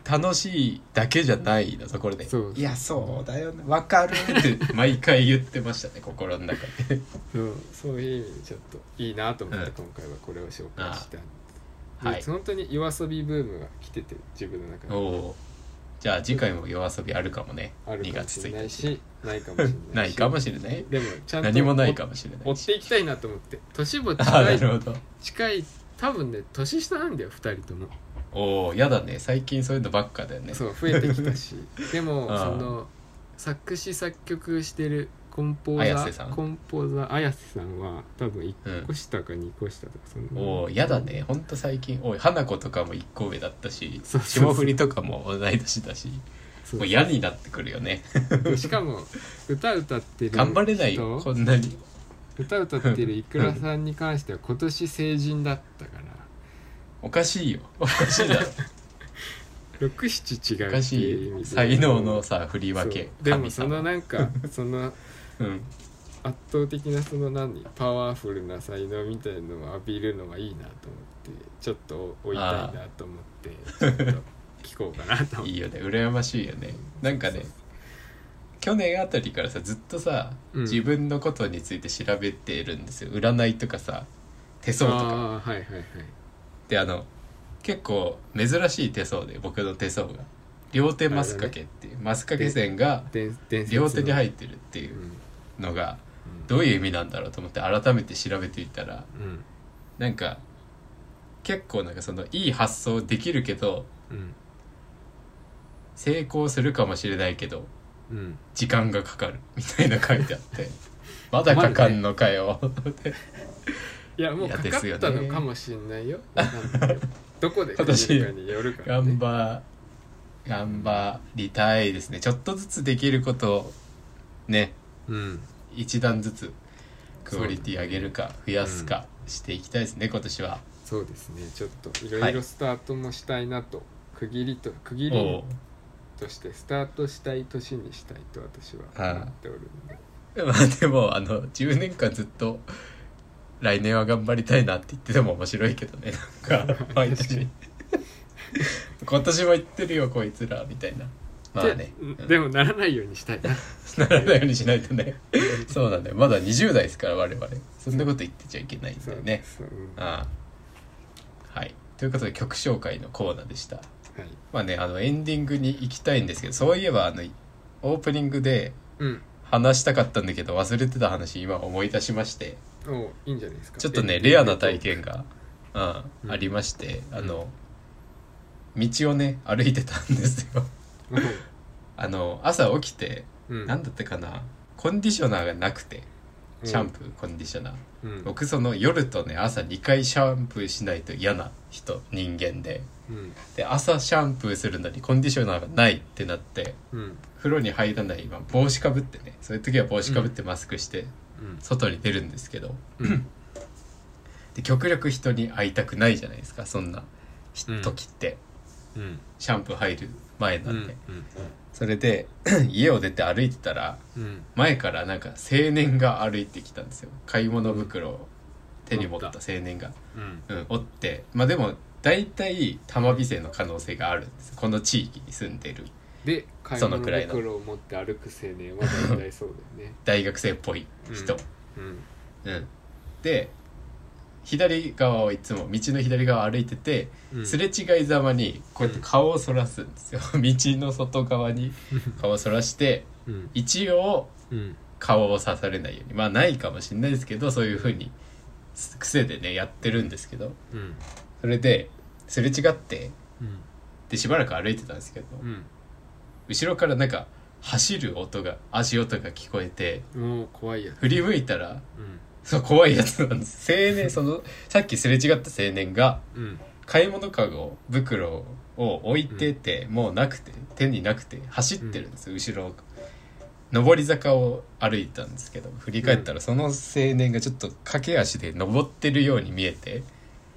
Speaker 1: 楽しいだけじゃないのところで
Speaker 2: そうそう
Speaker 1: いやそうだよねわかるって毎回言ってましたね心の中で
Speaker 2: そうそういう意味でちょっといいなと思って
Speaker 1: うん
Speaker 2: 今回はこれを紹介した、
Speaker 1: は
Speaker 2: で
Speaker 1: い
Speaker 2: 本当に夜遊びブームが来てて自分の中
Speaker 1: お
Speaker 2: で
Speaker 1: おじゃあ次回も夜遊びあるかもね
Speaker 2: ある
Speaker 1: 2
Speaker 2: かも
Speaker 1: 月
Speaker 2: しれ
Speaker 1: 1
Speaker 2: ない
Speaker 1: 日
Speaker 2: しないかもしれないし
Speaker 1: ないかもしれない
Speaker 2: でもちゃんと
Speaker 1: 何もないかもしれない
Speaker 2: 追っていきたいなと思って年も
Speaker 1: ああ
Speaker 2: 近
Speaker 1: ないるほど
Speaker 2: 近い多分ね年下なんだよ2人とも、
Speaker 1: おおやだね最近そういうのばっかだよね
Speaker 2: そう増えてきた しでも
Speaker 1: ああ
Speaker 2: その作詞作曲してるコンポー
Speaker 1: 綾
Speaker 2: ザ
Speaker 1: 瀬さん
Speaker 2: ーコンポーザー綾瀬さんは多分1
Speaker 1: う
Speaker 2: 個下か2個下とかそんな
Speaker 1: おおやだねほんと最近おい花子とかも1個上だったし
Speaker 2: そうそうそう
Speaker 1: 霜降りとかも同い年だし
Speaker 2: そう
Speaker 1: もう嫌になってくるよね
Speaker 2: でしかも歌歌ってる
Speaker 1: 頑張れないよこ
Speaker 2: 人
Speaker 1: んなに
Speaker 2: 歌歌ってるいくらさんに関しては今年成人だったから
Speaker 1: おかしいよおかしい だろ
Speaker 2: 67違
Speaker 1: お
Speaker 2: うって
Speaker 1: かし
Speaker 2: いう意味
Speaker 1: い
Speaker 2: で
Speaker 1: 才能のさ振り分け
Speaker 2: そうでもそ
Speaker 1: 神
Speaker 2: の
Speaker 1: 様
Speaker 2: なんかその
Speaker 1: うん
Speaker 2: 圧倒的なその何パワフルな才能みたいのを浴びるのはいいなと思ってちょっと追いたいなと思ってちょっと聞こうかなと思っ
Speaker 1: い
Speaker 2: て
Speaker 1: いよね羨ましいよねなんかね去年あたりからさずっとさ、
Speaker 2: うん
Speaker 1: 自分のことについて調べてるんですよ占いとかさ手相とか
Speaker 2: ああはいはいはい
Speaker 1: であの結構珍しい手相で僕の手相が両手マス掛けっていう、マス掛け線が
Speaker 2: で伝説の
Speaker 1: 両手に入ってるっていううんのがどういう意味なんだろうと思って改めて調べていったら
Speaker 2: うん
Speaker 1: なんか結構なんかそのいい発想できるけど
Speaker 2: うん
Speaker 1: 成功するかもしれないけど
Speaker 2: うん
Speaker 1: 時間がかかるみたいな書いてあってまだかかんのかよ
Speaker 2: いやもう
Speaker 1: いや
Speaker 2: かかっ
Speaker 1: で
Speaker 2: た
Speaker 1: すよ
Speaker 2: の
Speaker 1: ね
Speaker 2: かもしれないよ。わかんないよどこでかかるかによるから、
Speaker 1: 頑
Speaker 2: ね。
Speaker 1: 張頑張りたいですねちょっとずつできることをね
Speaker 2: うん。
Speaker 1: 一段ずつクオリティ上げるか増やすかしていきたいですね、今年は。
Speaker 2: そうですね。ちょっといろいろスタートもしたいなと、区切りと区切り
Speaker 1: お
Speaker 2: としてスタートしたい年にしたいと私は思っておるんで。
Speaker 1: う まあでもあの10年間ずっと来年は頑張りたいなって言ってても面白いけどねなん か毎
Speaker 2: 確か
Speaker 1: 年
Speaker 2: に
Speaker 1: 今年も言ってるよこいつらみたいなまあね
Speaker 2: で
Speaker 1: うん
Speaker 2: でもならないようにしたいな。
Speaker 1: ならないようにしないとねそうなんだよまだ20代ですから我々そんなこと言ってちゃいけないんだよね
Speaker 2: そう。うんは
Speaker 1: ああはいということで曲紹介のコーナーでした
Speaker 2: い。
Speaker 1: まあねあのエンディングに行きたいんですけどそういえばあのオープニングで
Speaker 2: うん。
Speaker 1: 話したかったんだけど忘れてた話今思い出しまして
Speaker 2: おういいんじゃないですか。
Speaker 1: ちょっと
Speaker 2: え
Speaker 1: ねレアな体。験が、うん
Speaker 2: うん
Speaker 1: ありましてあの道をね歩いてたんですよ
Speaker 2: おう
Speaker 1: あの朝起きて
Speaker 2: うん。
Speaker 1: 何だったかなコンディショナーがなくてシャンプーコンディショナー
Speaker 2: ー。うん。
Speaker 1: 僕その夜とね朝2回シャンプーしないと嫌な人人間で
Speaker 2: うん。
Speaker 1: で朝シャンプーするのにコンディショナーがないってなって
Speaker 2: うん。
Speaker 1: 風呂に入らない今帽子かぶってねそういう時は帽子かぶってマスクして
Speaker 2: うん。
Speaker 1: 外に出るんですけど
Speaker 2: うん。
Speaker 1: で極力人に会いたくないじゃないですかそんなひ
Speaker 2: うん
Speaker 1: 時って
Speaker 2: うん。
Speaker 1: シャンプー入る前
Speaker 2: う。
Speaker 1: なん
Speaker 2: うん
Speaker 1: で、それで 家を出て歩いてたら
Speaker 2: ん。うん。
Speaker 1: 前からなんか青年が歩いてきたんですよ買い物袋を手に持った青年が、
Speaker 2: うん。
Speaker 1: うん、おってまあでも大体玉美生の可能性があるんですこの地域に住んでる
Speaker 2: で買い
Speaker 1: その
Speaker 2: 物
Speaker 1: くらいの
Speaker 2: 袋を持って歩く青年は大体そうだよね
Speaker 1: 大学生っぽい人、
Speaker 2: うん
Speaker 1: うんで左側をいつも道の左側を歩いてて、
Speaker 2: うん
Speaker 1: すれ違いざまにこうやって顔をそらすんですよ 道の外側に顔をそらして
Speaker 2: うん
Speaker 1: 一応
Speaker 2: うん
Speaker 1: 顔を刺されないようにまあないかもしれないですけどそういうふうにす癖でねやってるんですけど
Speaker 2: うん
Speaker 1: それですれ違って
Speaker 2: うん
Speaker 1: でしばらく歩いてたんですけど、
Speaker 2: うん
Speaker 1: 後ろからなんか走る音が足音が聞こえて
Speaker 2: もう怖いや
Speaker 1: 振り向いたら
Speaker 2: うん
Speaker 1: そう怖いやつなんです青年そのさっきすれ違った青年が
Speaker 2: うん
Speaker 1: 買い物かご袋を置いてて、もうなくて手になくて走ってるんです、後ろを上り坂を歩いたんですけど振り返ったらその青年がちょっと駆け足で登ってるように見えて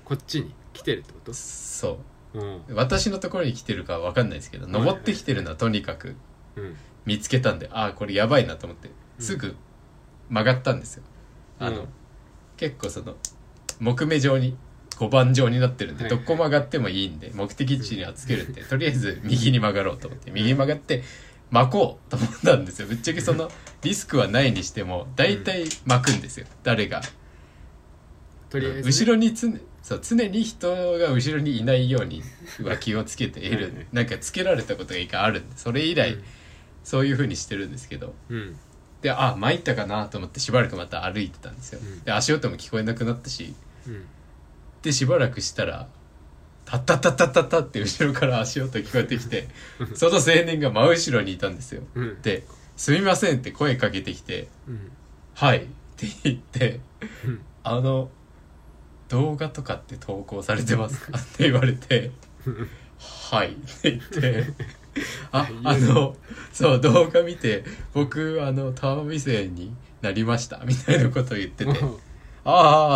Speaker 2: こっちに来てるってこと
Speaker 1: そ
Speaker 2: うん
Speaker 1: う私のところに来てるかは分かんないですけど登ってきてるのはとにかく
Speaker 2: うん
Speaker 1: 見つけたんでああこれやばいなと思ってすぐ曲がったんですよ。あの、
Speaker 2: うん
Speaker 1: 結構その木目状に碁盤状になってるんで、
Speaker 2: はいはい
Speaker 1: どこ曲がってもいいんで目的地にはつけるんで、とりあえず右に曲がろうと思って右に曲がって巻こうと思ったんですよぶっちゃけそのリスクはないにしても大体巻くんですよ誰が、
Speaker 2: とりあえずね
Speaker 1: 後ろに常そう常に人が後ろにいないようには気をつけている
Speaker 2: はいはい
Speaker 1: なんかつけられたことが一回あるんでそれ以来そういう風にしてるんですけど、
Speaker 2: うんうん
Speaker 1: であ参ったかなと思ってしばらくまた歩いてたんですよ、
Speaker 2: うん
Speaker 1: で足音も聞こえなくなったし
Speaker 2: うん
Speaker 1: でしばらくしたら「タッタッタッタッタッタ」って後ろから 足音聞こえてき てその青年が真後ろにいたんですよ
Speaker 2: うん
Speaker 1: で「すみません」って声かけてきて
Speaker 2: うん
Speaker 1: 「はい」って言って
Speaker 2: うん
Speaker 1: 「あの動画とかって投稿されてますか?」って言われて「はい」って言って。 ああのそう動画見て僕あのタワー生になりましたみたいなことを言ってて
Speaker 2: う
Speaker 1: あ
Speaker 2: ん
Speaker 1: ー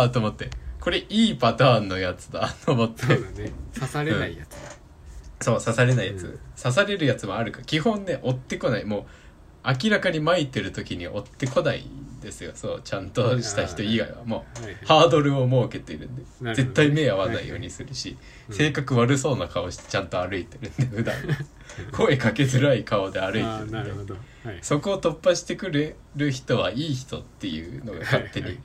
Speaker 1: あーと思ってこれいいパターンのやつだ と思っ
Speaker 2: そ
Speaker 1: て
Speaker 2: うだね刺されないやつ
Speaker 1: そう刺されないやつ、
Speaker 2: うん
Speaker 1: 刺されるやつもあるか基本ね追ってこないもう明らかに巻いてる時に追ってこないんですよそうちゃんとした人以外はもう
Speaker 2: はいはい
Speaker 1: ハードルを設けてるんで
Speaker 2: なるほど
Speaker 1: 絶対目合わないようにするし、
Speaker 2: うん
Speaker 1: 性格悪そうな顔してちゃんと歩いてるん で普段声かけづらい顔で歩いて
Speaker 2: あ
Speaker 1: る
Speaker 2: ー
Speaker 1: ん
Speaker 2: な
Speaker 1: で
Speaker 2: るほどはい
Speaker 1: そこを突破してくれる人はいい人っていうのが勝手に、
Speaker 2: はいは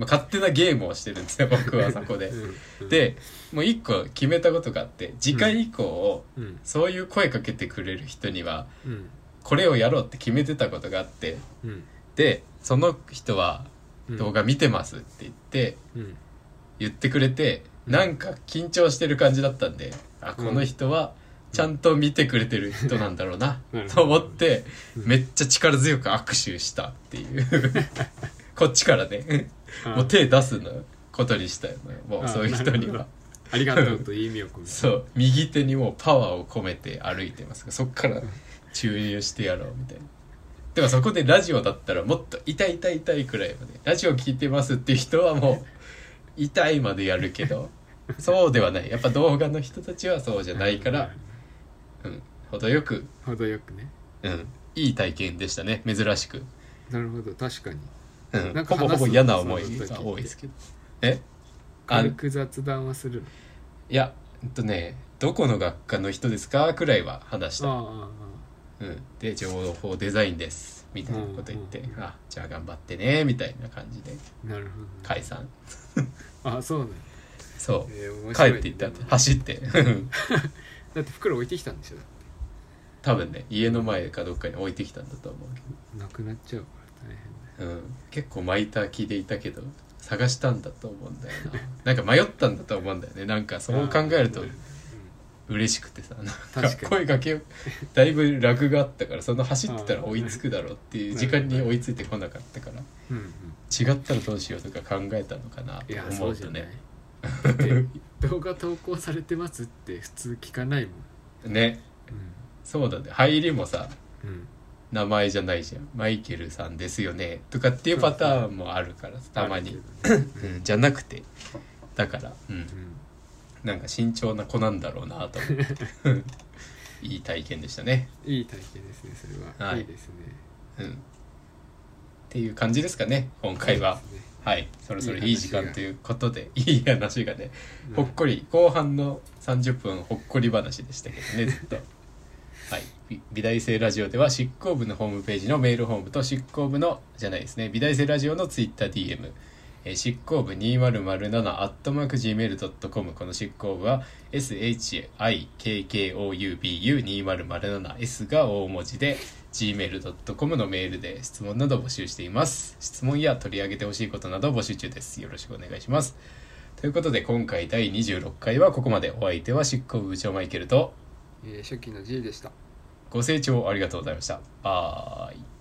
Speaker 1: まあ勝手なゲームをしてるんですよ僕はそこで。
Speaker 2: うんうん
Speaker 1: でもう一個決めたことがあって次回以降、
Speaker 2: うん
Speaker 1: そういう声かけてくれる人には
Speaker 2: うん
Speaker 1: これをやろうって決めてたことがあって
Speaker 2: うん
Speaker 1: でその人は
Speaker 2: うん
Speaker 1: 動画見てますって言って、
Speaker 2: うん
Speaker 1: 言ってくれて、
Speaker 2: うん
Speaker 1: なんか緊張してる感じだったんであこの人はちゃんと見てくれてる人なんだろうな、
Speaker 2: うん
Speaker 1: と思って、
Speaker 2: うん
Speaker 1: めっちゃ力強く握手したっていう こっちからね
Speaker 2: あー
Speaker 1: もう手出すのことにしたよもうそういう人に
Speaker 2: あなるほど
Speaker 1: は。
Speaker 2: ありがとうという意味を込めて
Speaker 1: そう右手にもうパワーを込めて歩いてますがそっから注入してやろうみたいなでもそこでラジオだったらもっと痛い痛い痛いくらいまでラジオ聞いてますっていう人はもう痛いまでやるけど そうではないやっぱ動画の人たちはそうじゃないから、うん、程よく、
Speaker 2: 程よくね
Speaker 1: うん、いい体験でしたね珍しく、
Speaker 2: なるほど確かに
Speaker 1: うん、
Speaker 2: なんか
Speaker 1: ほぼほぼ
Speaker 2: 話す
Speaker 1: 嫌な思い
Speaker 2: その時
Speaker 1: が多いですけどえあ
Speaker 2: 軽く雑談はするの
Speaker 1: いやえっとねどこの学科の人ですかくらいは話した
Speaker 2: あああ
Speaker 1: うん、で情報デザインですみたいなこと言って、
Speaker 2: うんうん
Speaker 1: あじゃあ頑張ってねみたいな感じで
Speaker 2: あなるほどね
Speaker 1: 解散
Speaker 2: あそうなんだ
Speaker 1: そう、
Speaker 2: えー面白い
Speaker 1: 帰っていった後走って うん
Speaker 2: だって袋置いてきたんでしょ
Speaker 1: 多分ね家の前かどっかに置いてきたんだと思うけ
Speaker 2: なくなっちゃうから大変だよ
Speaker 1: ど、うん、結構巻いた気でいたけど探したんだと思うんだよな なんか迷ったんだと思うんだよねなんかそう考えると
Speaker 2: あーなほ
Speaker 1: 嬉しくてさなん
Speaker 2: 確か
Speaker 1: か
Speaker 2: に
Speaker 1: 声かけよだいぶラグがあったからその走ってたら追いつくだろうっていう時間に追いついてこなかったから
Speaker 2: どうんうん
Speaker 1: 違ったらどうしようとか考えたのかな
Speaker 2: うんいや
Speaker 1: と
Speaker 2: そ
Speaker 1: 思
Speaker 2: う
Speaker 1: う
Speaker 2: じ
Speaker 1: と
Speaker 2: ゃない
Speaker 1: ね
Speaker 2: だ って動画投稿されてますって普通聞かないもん
Speaker 1: ねそうだね入りもさ
Speaker 2: うんうん
Speaker 1: 名前じゃないじゃんマイケルさんですよねとかっていうパターンもあるからさたまに、
Speaker 2: あるけどね
Speaker 1: うん、じゃなくてだから、うん
Speaker 2: う、ん
Speaker 1: なんか慎重な子なんだろうなと思って いい体験でしたね、
Speaker 2: いい体験ですねそれは、、
Speaker 1: はいい
Speaker 2: いですね
Speaker 1: うん、っていう感じですかね今回は。
Speaker 2: いいですね
Speaker 1: はい、そろそろ
Speaker 2: い
Speaker 1: い
Speaker 2: い話
Speaker 1: い
Speaker 2: が
Speaker 1: 時間ということでいい話がね
Speaker 2: うん
Speaker 1: ほ っこり後半の30分ほっこり話でしたけどねずっとはい、び美大生ラジオでは執行部のホームページのメールホームと執行部のじゃないですね美大生ラジオのツイッター DM えー執行部2007アットマーク Gmail.com この執行部は SHIKKOUBU2007S が大文字で gmail.com のメールで質問など募集しています質問や取り上げてほしいことなど募集中ですよろしくお願いしますということで今回第26回はここまでお相手は執行部部長マイケルと
Speaker 2: えー初期の G でした
Speaker 1: ご清聴ありがとうございました。バイ。